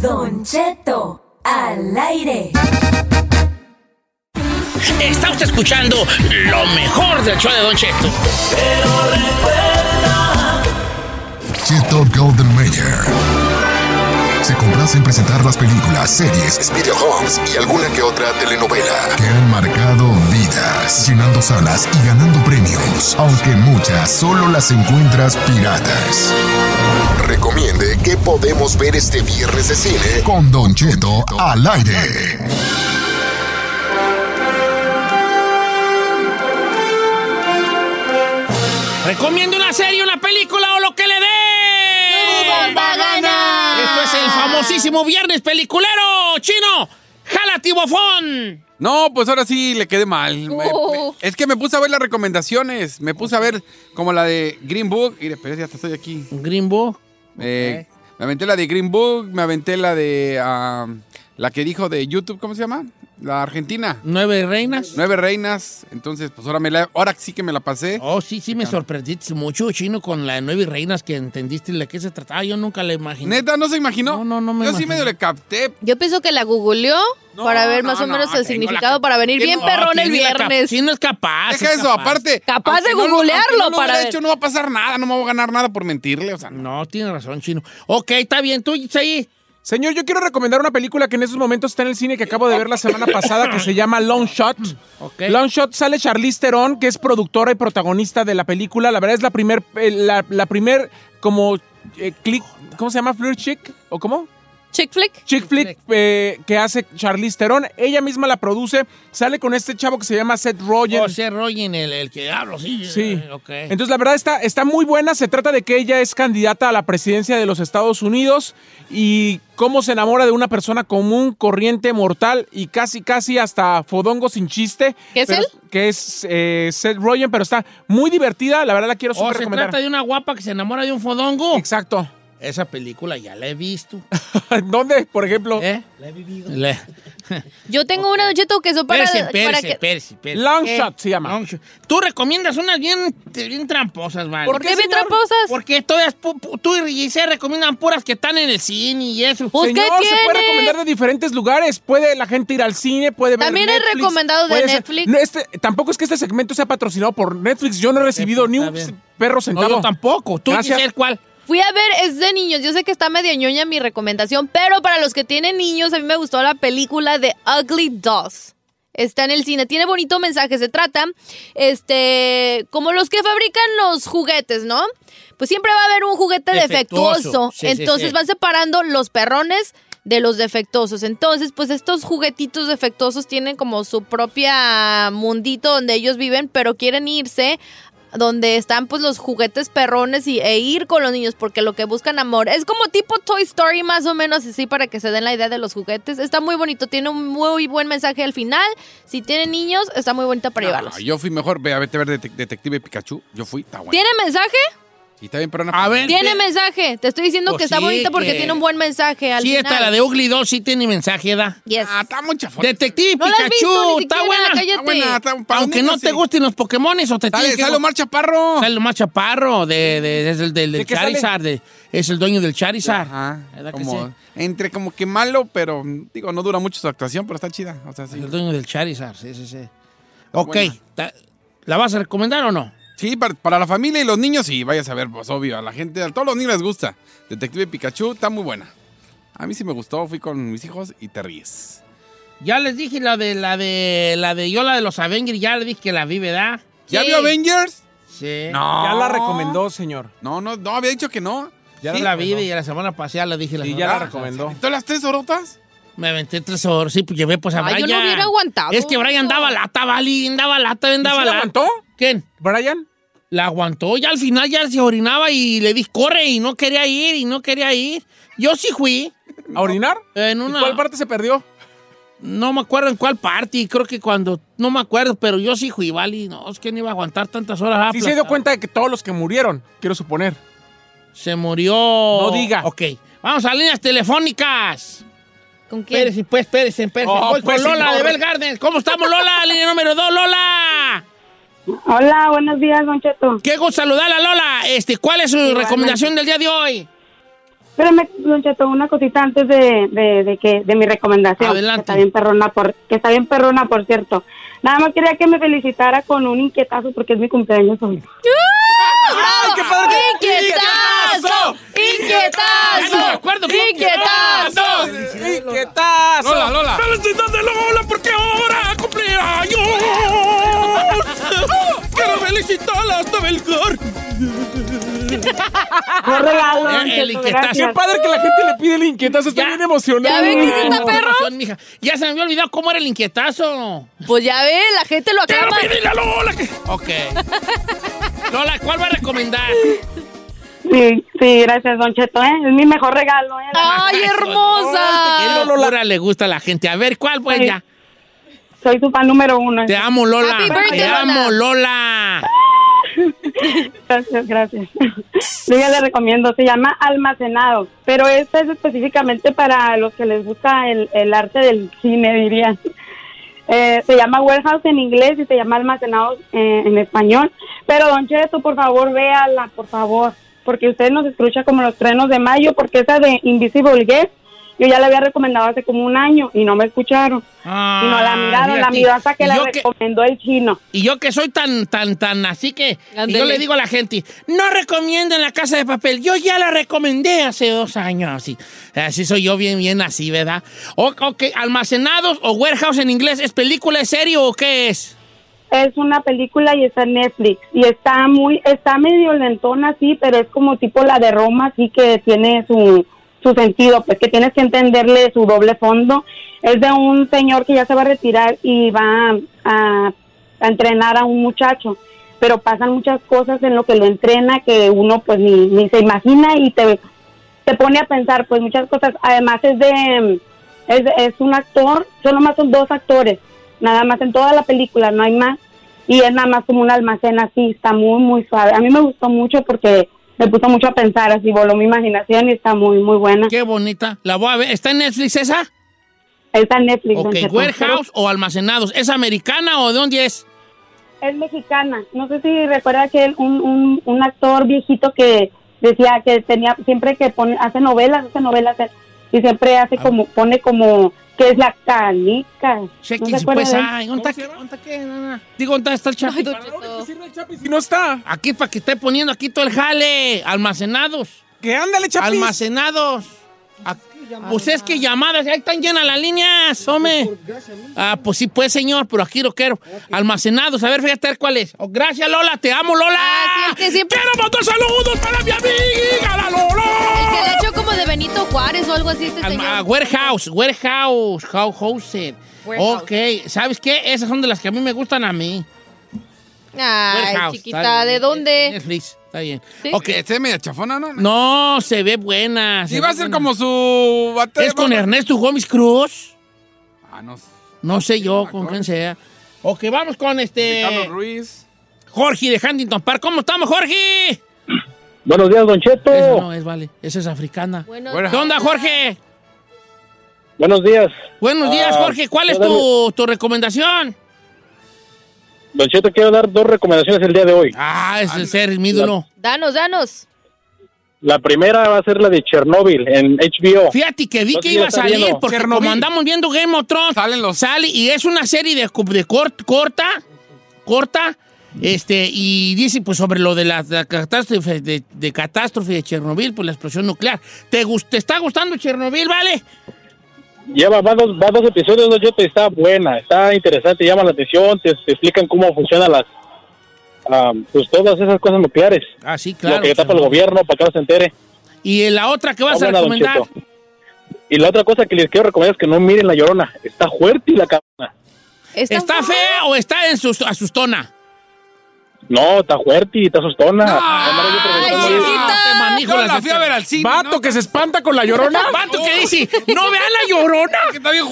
Don Cheto, al aire. Está usted escuchando lo mejor del show de Don Cheto. Cheto Golden Mayer. Se complace en presentar las películas, series, videojuegos y alguna que otra telenovela que han marcado vidas, llenando salas y ganando premios, aunque muchas solo las encuentras piratas. Recomiende que podemos ver este viernes de cine con Don Cheto al aire. Recomiendo una serie, una película o lo que le dé. Esto es el famosísimo Viernes Peliculero. Chino, jala tibofón. No, pues ahora sí le quedé mal. Me- tú. Es que me puse a ver las recomendaciones. Me puse a ver como la de Green Book. Mire, pero ya hasta estoy aquí. ¿Green Book? Eh, Me aventé la de Green Book, me aventé la de. ah, la que dijo de YouTube, ¿cómo se llama? La Argentina. ¿Nueve reinas? Nueve reinas. Entonces, pues ahora, me la- ahora sí que me la pasé. Oh, sí, sí, me sorprendiste mucho, Chino, con la de Nueve Reinas que entendiste de qué se trataba. Yo nunca la imaginé. Neta, no se imaginó. No, no, no me Yo sí imaginé. medio le capté. Yo pienso que la googleó para ver más o menos el significado, para venir bien perrón el viernes. Sí, no es capaz. Deja eso, aparte. Capaz de aunque no lo- googlearlo aunque no para lo hubiera ver. hecho, no va a pasar nada, no me voy a ganar nada por mentirle. O sea, no, tiene razón, Chino. Ok, está bien, tú, ahí. Señor, yo quiero recomendar una película que en esos momentos está en el cine que acabo de ver la semana pasada que se llama Long Shot. Long Shot sale Charlize Theron, que es productora y protagonista de la película. La verdad es la primer, eh, la, la primer como eh, click, ¿cómo se llama? Flirt chick o cómo? Chick flick. Chick flick eh, que hace Charlize Theron. Ella misma la produce. Sale con este chavo que se llama Seth Rogen. O sea, Oh, Rogen, el, el que ah, hablo, sí. Sí. eh, ok. Entonces, la verdad está, está muy buena. Se trata de que ella es candidata a la presidencia de los Estados Unidos y cómo se enamora de una persona común, corriente, mortal y casi, casi hasta fodongo sin chiste. ¿Qué es Pero- él? Que es eh, Seth Rogen, pero está muy divertida. La verdad la quiero O súper Oh, se recomendar. trata de una guapa que se enamora de un fodongo. Exacto. Esa película ya la <laughs> he visto. ¿Eh? ¿Dónde, por ejemplo? La he vivido. La... Yo tengo una, Don Cheto, que son para, Espérese, para espérese, que... Eh, espérese, espérese. Long ¿Qué? shot se llama. Long shot. Tú recomiendas unas bien, bien tramposas, ¿vale? ¿Por qué bien tramposas? Porque todas, pu- pu- tú y Giselle recomiendan puras que están en el cine y eso. Pues, Señor, se puede recomendar de diferentes lugares. Puede la gente ir al cine, puede ver También hay Netflix, recomendado de puede ser- Netflix. No, este- tampoco es que este segmento sea patrocinado por Netflix. Yo no he pues, recibido ni un perro sentado. yo tampoco. Tú, Giselle, ¿cuál? Fui a ver, es de niños. Yo sé que está medio ñoña mi recomendación, pero para los que tienen niños, a mí me gustó la película de Ugly Dolls. Está en el cine, tiene bonito mensaje. Se trata, este, como los que fabrican los juguetes, ¿no? Pues siempre va a haber un juguete defectuoso. Defectuoso. Sí, sí, Entonces sí. van separando los perrones de los defectuosos. Entonces, pues estos juguetitos defectuosos tienen como su propia mundito donde ellos viven, pero quieren irse donde están pues los juguetes perrones y, e ir con los niños porque lo que buscan amor es como tipo Toy Story más o menos así para que se den la idea de los juguetes está muy bonito tiene un muy buen mensaje al final si tienen niños está muy bonita para llevarlos Ah, yo fui mejor. Ve a vete a ver Detec- Detective Pikachu. Yo fui, está bueno. tiene mensaje Y está bien, pero A ver. tiene mensaje te estoy diciendo Pues que está sí, bonita porque que- tiene un buen mensaje al Sí, final esta, la de Ugly Doll, sí tiene mensaje, ¿da? Yes. está mucha Detective No la has Pikachu, visto ni está siquiera, buena. cállate. Está buena, está- para Aunque niños, no te sí. gusten los Pokémones o te Sale- tienen que... sale Omar Chaparro. Sale Omar Chaparro, de, de- es el del, del qué sale? Charizard, de- es el dueño del Charizard. Ajá. ¿Verdad que Como, sí? entre como que malo, pero mm, digo, no dura mucho su actuación, pero está chida. O sea, sí. El dueño del Charizard, sí, sí, sí. Ok, buena. ta- ¿la vas a recomendar o no? Sí, para, para la familia y los niños, sí, vayas a ver, pues obvio. A la gente, a todos los niños les gusta. Detective Pikachu está muy buena. A mí sí me gustó, fui con mis hijos y te ríes. Ya les dije la de la de la de yo la de los Avengers, ya les dije que la vi, ¿verdad? ¿Ya Sí. vio Avengers? Sí. No. Ya la recomendó, señor. No, no, no, había dicho que no. Ya Sí. la vi y la semana pasada la dije la Sí, semana ya la pasada. recomendó. ¿Todas las tres horotas? Me aventé tres horas, sí, pues llevé pues a Ay, Brian. yo no hubiera aguantado Es que Brian eso. daba lata, Vali, daba lata, ven, sí daba la lata. aguantó? ¿Quién? ¿Brian? La aguantó, ya al final ya se orinaba y le dije, corre, y no quería ir, y no quería ir. Yo sí fui. ¿A orinar? En ¿Y una... cuál parte se perdió? No me acuerdo en cuál party, creo que cuando, no me acuerdo, pero yo sí fui, Vali, no, es que no iba a aguantar tantas horas. Ah, Sí se dio cuenta de que todos los que murieron, quiero suponer. Se murió. No diga. Oh, Ok. Vamos a líneas telefónicas. ¿Con quién? Espérense, pues, espérense, espérense. Oh, Voy pues, con Lola señor. de Bell Gardens. ¿Cómo estamos, Lola? <laughs> Línea número dos, Lola. Hola, buenos días, Don Cheto. Qué gusto saludarla, Lola. Este, ¿cuál es su Igualmente. recomendación del día de hoy? Espérame, Don Cheto, una cosita antes de, de, de que, de mi recomendación. Adelante. Que está bien perrona, por, que está bien perrona, por cierto. Nada más quería que me felicitara con un inquietazo porque es mi cumpleaños hoy. ¡Bravo! qué padre! ¡Inquietazo! Ya no me acuerdo ¡Inquietazo! cómo- ¡Inquietazo! ¡Inquietazo! Lola, Lola. ¡Felicidades, Lola, porque ahora cumpleaños! ¡Quiero felicitarla hasta Belgar! Fue regalo, don Eh, El- el Cheto, inquietazo. gracias. Qué padre que la gente le pide el inquietazo. Estoy bien emocionado. ¿Ya ve que sí está perro? Razón, mija. Ya se me había olvidado cómo era el inquietazo. Pues ya ve, la gente lo acaba. Ok. <laughs> Lola, ¿cuál va a recomendar? Sí, sí, gracias, Don Cheto, ¿eh? Es mi mejor regalo, ¿eh? <laughs> ¡Ay, hermosa! Qué locura le gusta a la gente. A ver, ¿cuál, pues, Sí. ya? Soy tu fan número uno. Te amo, Lola. Happy birthday, Te amo, Lola. Gracias, gracias. <laughs> Yo ya le recomiendo, se llama Almacenado, pero esta es específicamente para los que les gusta el, el arte del cine, diría. <laughs> Eh, se llama Warehouse en inglés y se llama Almacenado eh, en español. Pero, don Cheto, por favor, véala, por favor, porque usted nos escucha como los trenos de mayo, porque esa de Invisible Guest, yo ya la había recomendado hace como un año y no me escucharon. y no la miraron, la fíjate. miró hasta que Y la yo que- recomendó el chino. Y yo que soy tan, tan, tan, así que y yo Ándele. le digo a la gente, no recomienden la casa de papel. Yo ya la recomendé hace dos años, así. Así soy yo bien, bien así, ¿verdad? O, ok, almacenados o warehouse en inglés, ¿es película, es serie o qué es? Es una película y está en Netflix y está muy, está medio lentona así, pero es como tipo la de Roma, así que tiene su, su sentido, pues que tienes que entenderle su doble fondo. Es de un señor que ya se va a retirar y va a, a entrenar a un muchacho, pero pasan muchas cosas en lo que lo entrena que uno pues ni, ni se imagina y te, te pone a pensar pues muchas cosas. Además es de, mm, es, es un actor, solo más son dos actores, nada más en toda la película, no hay más. Y es nada más como un almacén así, está muy, muy suave. A mí me gustó mucho porque me puso mucho a pensar, así voló mi imaginación y está muy, muy buena. Qué bonita. La voy a ver. ¿Está en Netflix esa? Está en Netflix. Ok, don Cheto. warehouse o almacenados. ¿Es americana o de dónde es? Es mexicana. No sé si recuerda que él- un, un, un actor viejito que decía que tenía, siempre que pone, hace novelas, hace novelas, él, y siempre Ah. hace como, pone como, que es la canica. ¿No se Chequen si acuerda pues, de él? ay, ¿dónde está, ¿dónde está qué? No, no. Digo, ¿dónde está el Chapi? Si no está. Aquí para que esté poniendo aquí todo el jale. Almacenados. Que ándale, Chapis. Almacenados. Ah, Pues es que llamadas, ahí están llenas las líneas, hombre. Ah, pues sí, pues, señor, pero aquí lo quiero. Almacenados, a ver, fíjate a ver cuál es. Oh, gracias, Lola, te amo, Lola. Ah, Quiero mandar saludos para mi amiga, la Lola. El que le ha hecho como de Benito Juárez o algo así este señor. Ah, warehouse, warehouse, how housed. Warehouse. Ok, ¿sabes qué? Esas son de las que a mí me gustan a mí. Ay, Warehouse, chiquita, está ¿de bien. dónde? Netflix, está bien. Sí. Ok, ¿Este es media chafona, no? No, se ve buena. Sí, va a ser como su ¿Es con Ernesto Gómez Cruz? Ah, no. No sé yo con quién sea. Ok, vamos con este. Ricardo Ruiz. Jorge de Huntington Park. ¿Cómo estamos, Jorge? <laughs> Buenos días, Don Cheto. Esa no es, vale. Esa es africana. ¿Qué onda, Jorge? Buenos días. Buenos días, Ah, Jorge. ¿Cuál es yo dale- tu, tu recomendación? Don Cheto, quiero dar dos recomendaciones el día de hoy. Ah, es el ser mi ídolo. Danos, danos. La primera va a ser la de Chernobyl en HBO. Fíjate que vi No sé que si iba la a está salir viendo. porque como andamos viendo Game of Thrones, sale y es una serie de, cu- de cort- corta, corta, este, y dice pues sobre lo de la, la catástrofe de, de catástrofe de Chernobyl por la explosión nuclear. ¿Te, gus- te está gustando Chernobyl, vale? Lleva va dos, va dos episodios, Don Cheto, y está buena, está interesante, llama la atención, te, te explican cómo funcionan las, ah, pues todas esas cosas nucleares. Ah, sí, claro. Lo que tapa el gobierno para que no se entere. Y la otra que vas Está a buena, Don recomendar. Cheto. Y la otra cosa que les quiero recomendar es que no miren La Llorona. Está fuerte y la cabrona. ¿Está, fea o está en sus, asustona? No, está fuerte y está asustona. Ah, te manijo Yo las la fui a ver estrellas. al cine, Vato que se espanta con la llorona. Vato que dice, no vean la llorona. Porque está bien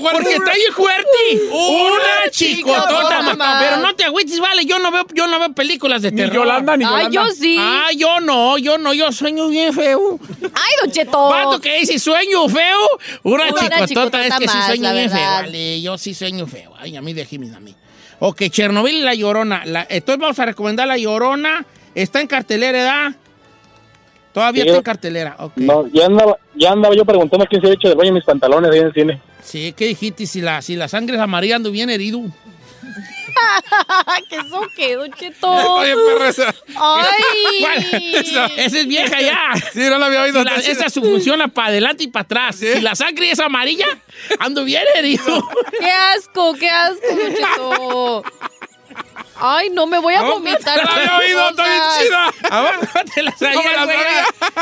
fuerte. Una chicotota. chicotota ma- más. Pero no te agüites, vale. Yo no veo, yo no veo películas de Ni terror. Yolanda, ni Ay, Ay, Yolanda. yo sí. Ah, yo no, yo no, yo sueño bien feo. Ay, Don Cheto. Vato que dice, sueño feo. Una, Una chicotota. chicotota Es que sí más, sueño la bien feo, verdad. vale. Yo sí sueño feo. Ay, a mí déjeme a mí. Ok, Chernobyl y La Llorona. La- entonces vamos a recomendar La Llorona. Está en cartelera, ¿verdad? Todavía Sí. está en cartelera. ok. No, ya andaba, ya andaba yo preguntando quién se había hecho del baño en mis pantalones ahí en el cine. Sí, ¿qué dijiste? Si la, si la sangre es amarilla, ando bien herido. <laughs> ¿Qué eso qué, Don Cheto? <laughs> Oye, perro, esa- <laughs> ¿Cuál? Oh, Ay. Esa, esa es vieja ya. <laughs> Sí, no la había oído. Si la- esa su- funciona para adelante y para atrás. Si la sangre es amarilla, ando bien herido. Qué asco, qué asco, Don Cheto. Ay, no me voy a vomitar. la había oído, está bien chida. Te la sabía, No me la güey.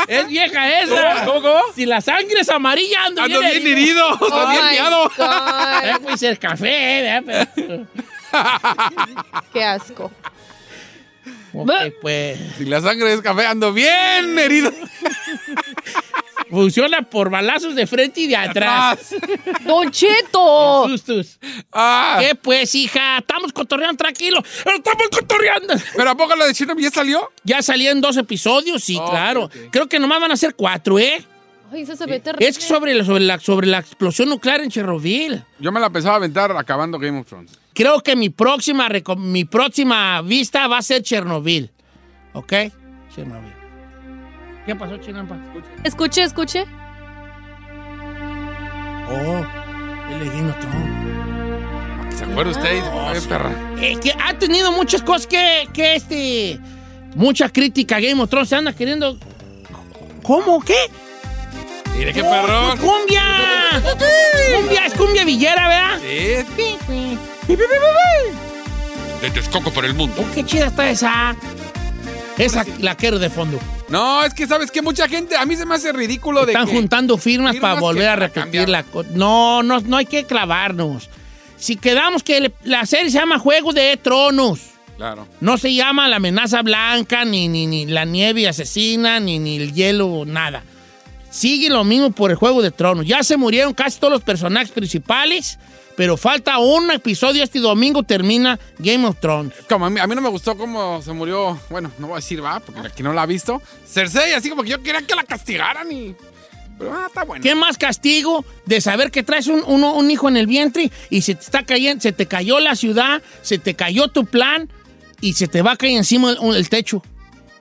Es vieja esa. ¿Cómo, Si la sangre es amarilla, ando, Ando bien, bien herido, ando Oh bien my miado. God. Es pues el café, ¿verdad? Pero- Qué asco. pues. Si la sangre es café, ando bien herido. Funciona por balazos de frente y de atrás. ¡Don Cheto! Sustos. ¿Qué pues, hija? Estamos cotorreando tranquilo. ¡Estamos cotorreando! ¿Pero a poco la de Chino ya salió? Ya salió en dos episodios, sí, claro. Creo que nomás van a ser cuatro, ¿eh? Ay, eso se ve terrible. Es que sobre la, sobre, la, sobre la explosión nuclear en Chernobyl. Yo me la pensaba aventar acabando Game of Thrones. Creo que mi próxima, reco- mi próxima vista va a ser Chernobyl. ¿Ok? Chernobyl. ¿Qué pasó, Chinampa? Escuche, escuche. Oh, el de Game of Thrones. ¿Se acuerda usted? Ay, perra. Eh, que ha tenido muchas cosas que, que este. Mucha crítica a Game of Thrones. Se anda queriendo. ¿Cómo? ¿Qué? Mire qué Oh, perrón. pues, ¡Cumbia! <laughs> ¡Cumbia! Es cumbia villera, ¿verdad? Sí. De Texcoco por el mundo. Oh, ¡Qué chida está esa! Esa la quiero de fondo. No, es que sabes que mucha gente, a mí se me hace ridículo de Están que- juntando firmas, firmas para volver que- a repetir la co- No, no, no hay que clavarnos. Si quedamos que le- la serie se llama Juego de Tronos. Claro. No se llama la amenaza blanca, ni, ni, ni la nieve asesina, ni, ni el hielo, nada. Sigue lo mismo por el Juego de Tronos. Ya se murieron casi todos los personajes principales, pero falta un episodio. Este domingo termina Game of Thrones. Como a mí, a mí no me gustó cómo se murió, bueno, no voy a decir va, porque aquí no la ha visto. Cersei, así como que yo quería que la castigaran y... Pero ah, está bueno. ¿Qué más castigo de saber que traes un, uno- un hijo en el vientre y se te está cayendo, se te cayó la ciudad, se te cayó tu plan y se te va a caer encima el, un- el techo?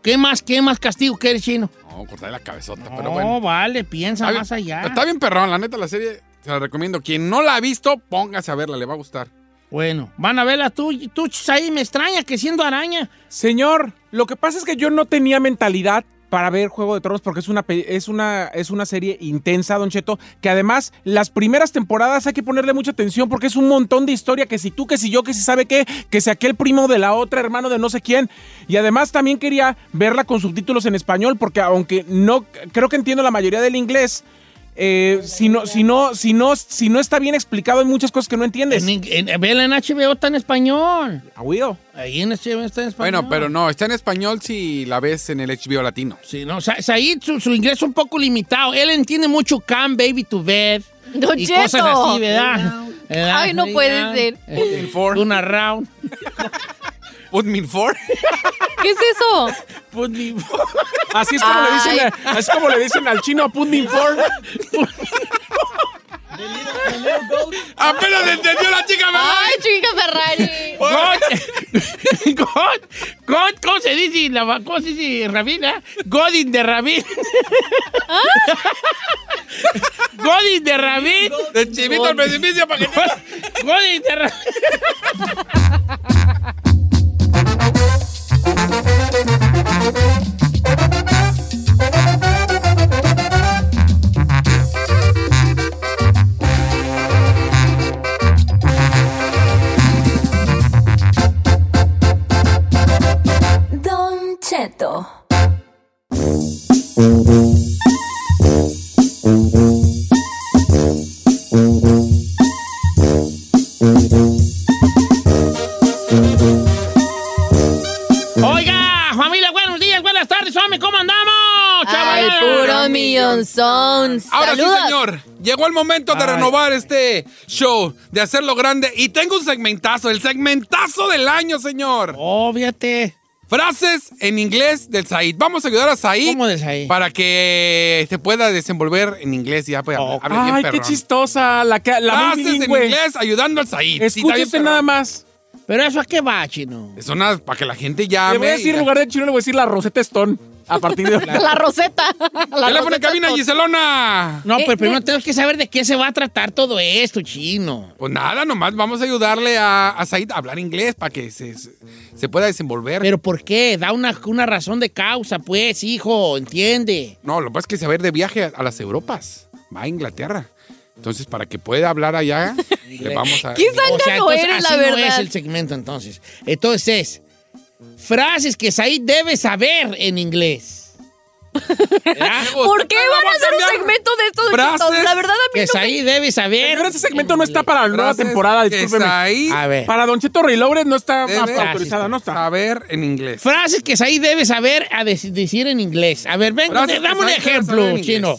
¿Qué más, qué más castigo quieres, chino? No, cortarle la cabezota, No, pero Oh, bueno. vale, piensa Está bien- más allá. Está bien perrón, la neta, la serie se la recomiendo. Quien no la ha visto, póngase a verla, le va a gustar. Bueno, van a verla tú, tú ahí me extraña que siendo araña. Señor, lo que pasa es que yo no tenía mentalidad para ver Juego de Tronos porque es una, pe- es una, es una serie intensa, Don Cheto, que además las primeras temporadas hay que ponerle mucha atención porque es un montón de historia que si tú, que si yo, que si sabe qué, que si aquel primo de la otra, hermano de no sé quién. Y además también quería verla con subtítulos en español porque aunque no, creo que entiendo la mayoría del inglés, eh, si, no, si, no, si, no, si no está bien explicado hay muchas cosas que no entiendes. En, vela en HBO está en español. A huevo. Ahí en HBO está en español. Bueno, pero no, está en español si la ves en el HBO latino. Sí, no, Sa- Said, su, su inglés es un poco limitado. <laughs> Él entiende mucho Can Baby to Bed. Don y Cheto. cosas así, ¿verdad? ¿Verdad? Ay, no puede ¿Verdad? ser. Este, Una round. <laughs> Put me in four. ¿Qué es eso? <laughs> Put me in four. Así es como, le dicen, Ay. a- es como le dicen al chino a Pundin Ford. ¡Apenas entendió la chica, mamá! Ay, chica Ferrari. God, <laughs> God, God, ¿cómo se dice? La, ¿Cómo se dice Rabina? Godin <laughs> de Rabin. Godin de Rabin. ¡De chivito al precipicio para que no... Godin de Rabin. Don Cheto. Oiga, familia, buenos días, buenas tardes, hombre, ¿cómo andamos? Al chaval? puro millonzón. Ahora Saludos. sí, señor. Llegó el momento de Ay. renovar este show, de hacerlo grande. Y tengo un segmentazo, el segmentazo del año, señor. Óbviate. Frases en inglés del Said. Vamos a ayudar a Said ¿Cómo de ahí? para que se pueda desenvolver en inglés. Ya, pues, hable bien, <laughs> Ay, qué perrón. chistosa. La, que- la muy Frases en bilingüe. inglés ayudando al Said. Sí, está Escuche bien, usted perrón. nada más. Pero eso a qué va, chino. Es una para que la gente llame. Le voy a decir, y- en lugar de chino, le voy a decir la Rosetta Stone. A partir <laughs> de ahora. La Roseta. <laughs> La Teléfono en Rosetta cabina, Stone. Giselona. No, Eh, pero primero no. tenemos que saber de qué se va a tratar todo esto, chino. Pues nada, nomás vamos a ayudarle a, a Said a hablar inglés para que se, se pueda desenvolver. Pero ¿por qué? Da una, una razón de causa, pues, hijo, entiende. No, lo que pasa es que se va a ir de viaje a, a las Europas. Va a Inglaterra. Entonces, para que pueda hablar <laughs> allá, le vamos a. ¿Qué zángano entonces, eres, la así no verdad? es el segmento, entonces. Entonces, frases que Said debe saber en inglés. ¿Verdad? ¿Por qué Ahora van a vamos a hacer un cambiar segmento de esto? don frases. Cheto? La verdad, a mí Que Said debe saber. Pero ese segmento no está para la nueva Frases temporada, que discúlpeme. Said A ver. Para Don Cheto Relobre no está Debe- autorizada, no está. Saber en inglés. Frases que Said debe saber a dec- decir en inglés. A ver, venga, Frases que dame un Said debe saber ejemplo, en inglés. chino.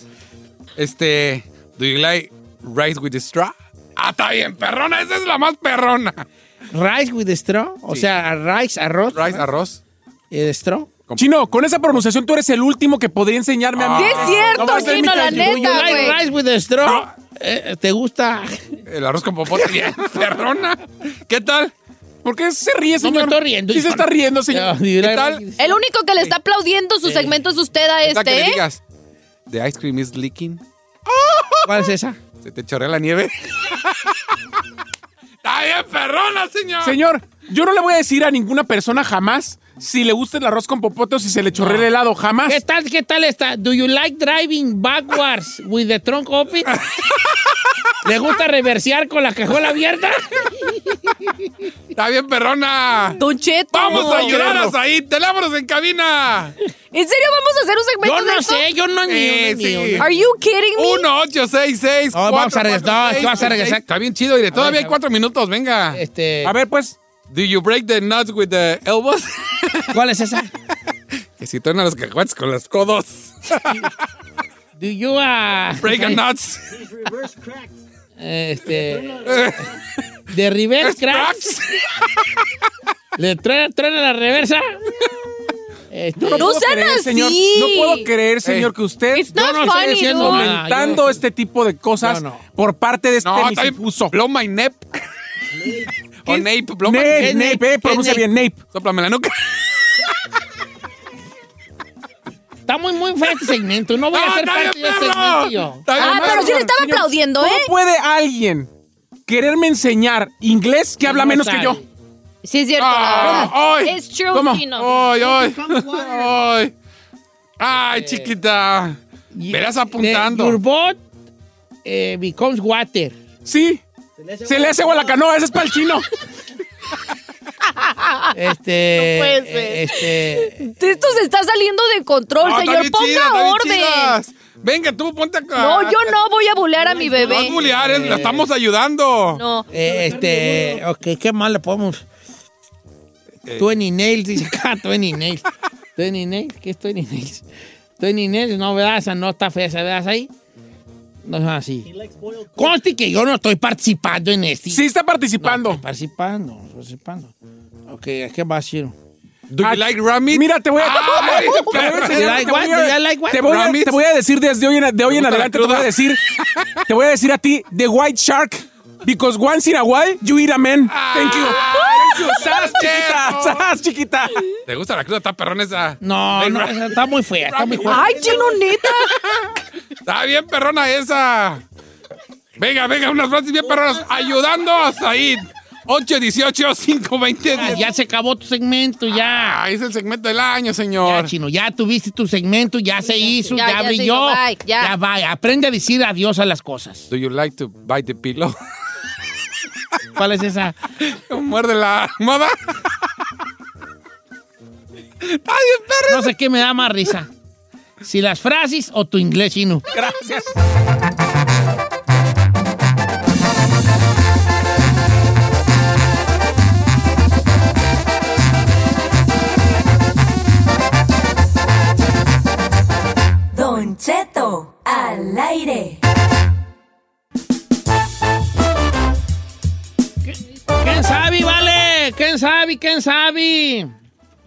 Este. Do you like rice with straw? Ah, está bien, perrona. Esa es la más perrona. Rice with straw. O sea, rice, arroz. Rice, arroz. straw. Chino, con esa pronunciación tú eres el último que podría enseñarme a mí. Sí, Ah. es Ah, No vas a ser mi testigo. Do you like rice <laughs> with a straw? Eh, ¿Te gusta? El arroz con popote bien, perrona. ¿Qué tal? ¿Por qué se ríe, No me señor? estoy riendo, Sí se hijo. está riendo, señor. <laughs> No, ¿Qué tal? El único que le está aplaudiendo sus segmentos usted a Esta que este, le ¿eh? digas, the ice cream is leaking. <laughs> ¿Cuál es esa? Se te chorrea la <laughs> nieve. ¡Está bien, perrona, señor! Señor, yo no le voy a decir a ninguna persona jamás si le gusta el arroz con popote o si se le chorrea el helado, jamás. ¿Qué tal, qué tal está? ¿Do you like driving backwards with the trunk open? ¿Le gusta reversear con la cajuela abierta? ¡Está bien, perrona! Don Cheto. ¡Vamos a llorar a Said! ¡Teléfonos en cabina! ¿En serio vamos a hacer un segmento Yo de no esto? sé, yo no ni Eh, uno, ni sí. uno. Are you kidding me? 1 866 No, vamos a regresar, no, es que vas a regresar. Está bien chido, y Todavía hay cuatro minutos, venga. Este, A ver, pues. Do you break the nuts with the <laughs> elbows? ¿Cuál es esa? <laughs> que si truena los cacahuates con los <laughs> codos. Do you ah, Break the nuts. <laughs> este de reverse cracks? <laughs> ¿Le truena, truena la reversa? Este, No puedo sean creer, así. señor. No puedo Eh, creer, señor, que usted yo not no estoy funny, diciendo dude. nada, yo- comentando este tipo de cosas No, no. por parte de este No, está bien. misifuso. Blow my <laughs> nap. o nape, blow my Nape, nape. es Nape? Nape, eh, ¿Qué pronuncia Nape? bien, Nape. Sóplame la nuca. Está muy, muy feo este segmento. No <laughs> voy a No, Ah, está hacer parte de bien, este perro. segmento yo. Está bien, Ah, perro. pero sí le estaba Señor, aplaudiendo, ¿Cómo ¿eh? puede alguien quererme enseñar inglés que habla No menos sabe. que yo? Sí, es cierto. Ah, ¿cómo? Ay. Es true, ¿Cómo? Chino. Ay, ay. Ay. Ay, chiquita. Verás apuntando. The- Eh, Your boat eh, becomes water. Sí. Se le hace agua a la canoa, ese es para el <laughs> chino. Este, No puede ser. este, Esto se está saliendo de control, No, está ¡Oh, señor. bien Ponga chida, está bien orden. chidas. Venga, tú ponte acá. No, yo no voy a bulear a mi No es bebé. bulear, es- la estamos ayudando. No. eh, este, ok, qué mal le podemos. 20 nails, dice acá, <laughs> 20 nails. 20 nails, ¿qué es 20 nails? 20 nails, no, ¿verdad? Esa no está fea, esa, ¿verdad? Ahí. No es así. Conste que yo no estoy participando en este. Sí está No, participando. estoy participando, participando. Ok, ¿qué más, Chiro? Do Ah, you like ramen? Mira, te voy a. Ay, <laughs> Te voy a perro. enseñar, You like te voy a- what? Do you like what? te voy a- Ramis. Te voy a decir desde hoy en, de hoy en gusta la adelante, te voy a cruda? <laughs> decir. Te voy a decir a ti, The White Shark. Because once in a while, you eat a man. Ah. Thank you. Ah. <laughs> Thank you. Sas, chiquita. perro. Sas, chiquita. <laughs> ¿Te gusta la cruda? Está perrona esa. No, no, esa está muy fea, está muy Ah, fea. Ay, chino, neta. <laughs> Está bien perrona esa. Venga, venga, unas frases bien perronas. Ayudando a Said. 818 520 Ah, Ya se acabó tu segmento, ya. Ah, es el segmento del año, Ya, señor. chino, ya tuviste tu segmento, ya se hizo, Ya, ya, ya se brilló. hizo, bye, ya. ya bye. Aprende a decir adiós a las cosas. Do you like to bite the pillow? ¿Cuál <laughs> es esa? Muerde la <laughs> moda. No sé qué me da más risa. Si las frases o tu inglés chino. Gracias. Don Cheto, al aire. ¿Quién sabe, vale? ¿Quién sabe? ¿Quién sabe?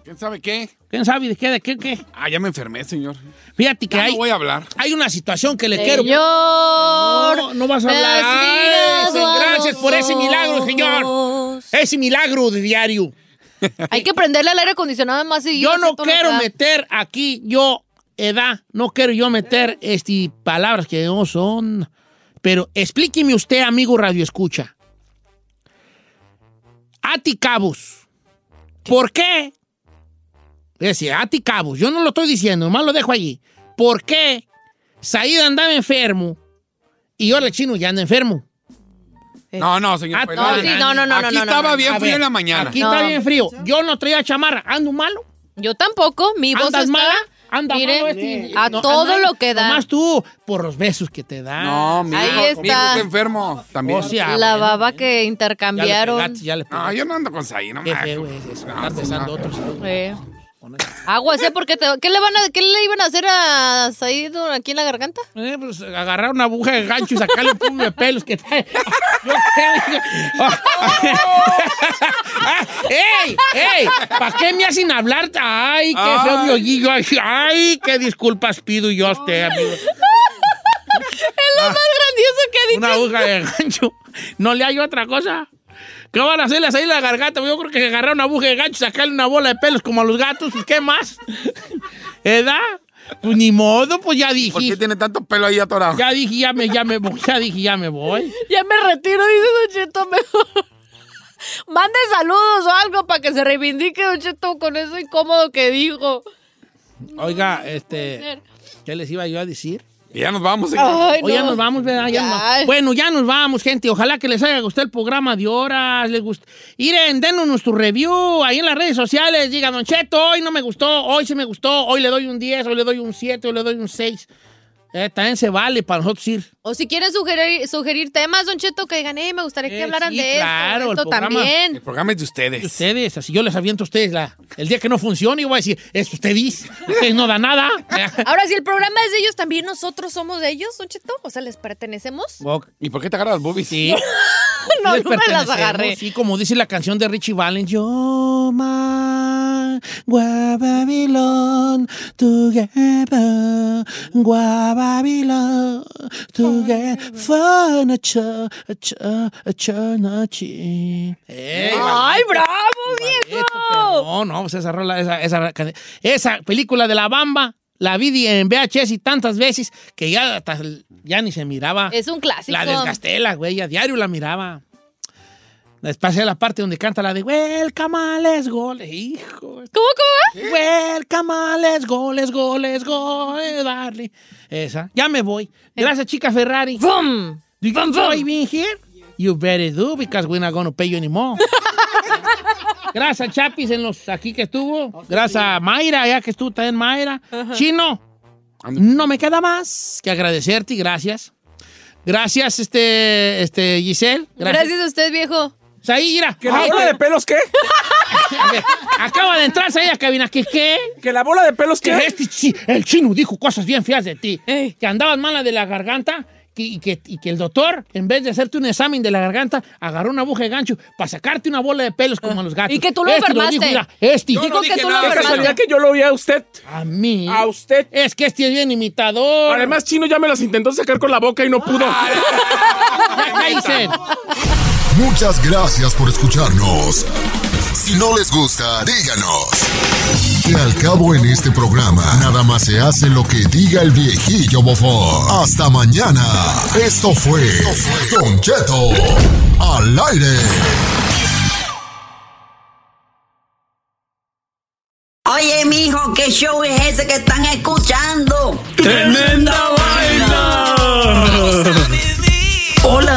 ¿Quién sabe qué? ¿Quién sabe de qué? ¿De qué? qué? Ah, ya me enfermé, señor. Fíjate que Ya hay, no voy a hablar. hay una situación que le quiero. Señor. No, no vas a me hablar. has Ay, mirado a gracias los por ese milagro, señor. ojos. Ese milagro de diario. Hay que prenderle al aire acondicionado más y Yo no quiero meter aquí yo edad, no quiero yo meter Eh. este, palabras que no son. Pero explíqueme usted, amigo Radio Escucha. Ati Cabos. ¿Por qué? Decía, Ati Cabos. Yo no lo estoy diciendo, nomás lo dejo allí. ¿Por qué Said andaba enfermo y yo le chino ya anda enfermo? No, no, señor. Ah, pues, no, sí, no, no, no, no, Aquí no, no, estaba no. bien A frío ver, en la mañana. Aquí No. está bien frío. Yo no traía chamarra. ¿Ando malo? Yo tampoco. Mi voz ¿Andas está... mala? Anda mire, malo este. a No, todo anda- lo que da. Nomás tú, por los besos que te dan. No, mi Ah. Ahí hijo, está. mi hijo está enfermo también. O sea, La bueno, baba que ya le intercambiaron. pegaste, ya le No, pegaste. yo no ando con Saí, no Qué mames. feo es eso. No, Estás no, besando no. otros. Eh, con eso. Agua, sé porque te, ¿qué le van a, qué le iban a hacer a Said aquí en la garganta? Eh, pues agarrar una aguja de gancho y sacarle un puño de pelos que trae. Yo creo que- Ah, ¡Ey! ¡Ey! ¿Para qué me hacen hablar? ¡Ay, qué feo Ay. mi ollillo! ¡Ay, qué disculpas pido yo a usted, amigo! Es lo más grandioso que ha dicho. Ah. Una aguja de gancho. No le hay otra cosa. ¿Qué van a hacerle ahí la garganta? Yo creo que agarrar una aguja de gancho y sacarle una bola de pelos como a los gatos, pues ¿qué más? ¿Edad? Pues ni modo, pues ya dije. ¿Por qué tiene tanto pelo ahí atorado? Ya dije, ya me, ya me voy, ya dije, ya me voy. Ya me retiro, dice Don Cheto, mejor. <laughs> Mande saludos o algo para que se reivindique Don Cheto con eso incómodo que dijo. Oiga, este, ¿qué les iba yo a decir? Ya nos vamos. señor. Ay, O ya no. nos vamos, ¿verdad? Ya nos Ya. vamos. Bueno, ya nos vamos, gente. Ojalá que les haya gustado el programa de horas. Les gust... Iren, denos tu review ahí en las redes sociales. Digan, Don Cheto, hoy no me gustó, hoy sí me gustó, hoy le doy un 10, hoy le doy un 7, hoy le doy un 6. Eh, también se vale para nosotros ir. O si quieren sugerir, sugerir temas, Don Cheto, que digan, "Ey, me gustaría que Eh, hablaran sí, de esto, claro, el esto programa- también. programa es de ustedes. De ustedes, así yo les aviento a ustedes. La, el día que no funcione, yo voy a decir, es ustedes, ustedes no <laughs> dan nada. Ahora, si el programa es de ellos, también nosotros somos de ellos, Don Cheto. O sea, ¿les pertenecemos? ¿Y por qué te agarras boobies? <laughs> Sí. No, Les no me las pertenecemos, agarré. Sí, como dice la canción de Richie Valens, yo ma, gua Babilón, together, gua Babilón, together, for a cho- a cho- a cho- noche. ¡Ey, ¡Ay, maldito! bravo, viejo! No, no, pues esa rola, esa, esa, esa película de La Bamba, la vi en VHS y tantas veces que ya, hasta- ya ni se miraba. Es un clásico. La desgasté, la güey, a diario la miraba. Después de la parte donde canta la de Welcome a les goles, hijo. ¿Cómo, cómo? Welcome a les goles, goles, goles, darle. Esa. Ya me voy. Gracias, chica Ferrari. ¡Bum! Do you ¡Bum, enjoy bum! being here? You better do, because we're not gonna pay <laughs> you anymore. Gracias, Chapis, en los aquí que estuvo. Gracias a Mayra, ya que estuvo también Mayra. Ajá. Chino, no me queda más que agradecerte y gracias. Gracias, este, este Giselle. Gracias. a usted, viejo. Saí, mira. ¿Que la bola de pelos qué? A ver, <laughs> Acaba de entrar Saí a cabina. ¿Qué qué? ¿Que la bola de pelos qué? Que este chi- el chino dijo cosas bien feas de ti. Que andabas mala de la garganta que- y, que, y que el doctor, en vez de hacerte un examen de la garganta, agarró una aguja de gancho para sacarte una bola de pelos como a los gatos. Ah. Y que tú lo Este enfermaste. dijo, mira, este Yo no dijo dije nada, Qué casualidad que yo lo oí a usted. A mí. A usted. Es que este es bien imitador. Además, Chino ya me las intentó sacar con la boca y no pudo. <laughs> Muchas gracias por escucharnos. Si no les gusta, díganos. Que al cabo en este programa, nada más se hace lo que diga el viejillo bofón. Hasta mañana. Esto fue Don Cheto al aire. Oye, mijo, ¿qué show es ese que están escuchando? ¡Tremenda vaina! Hola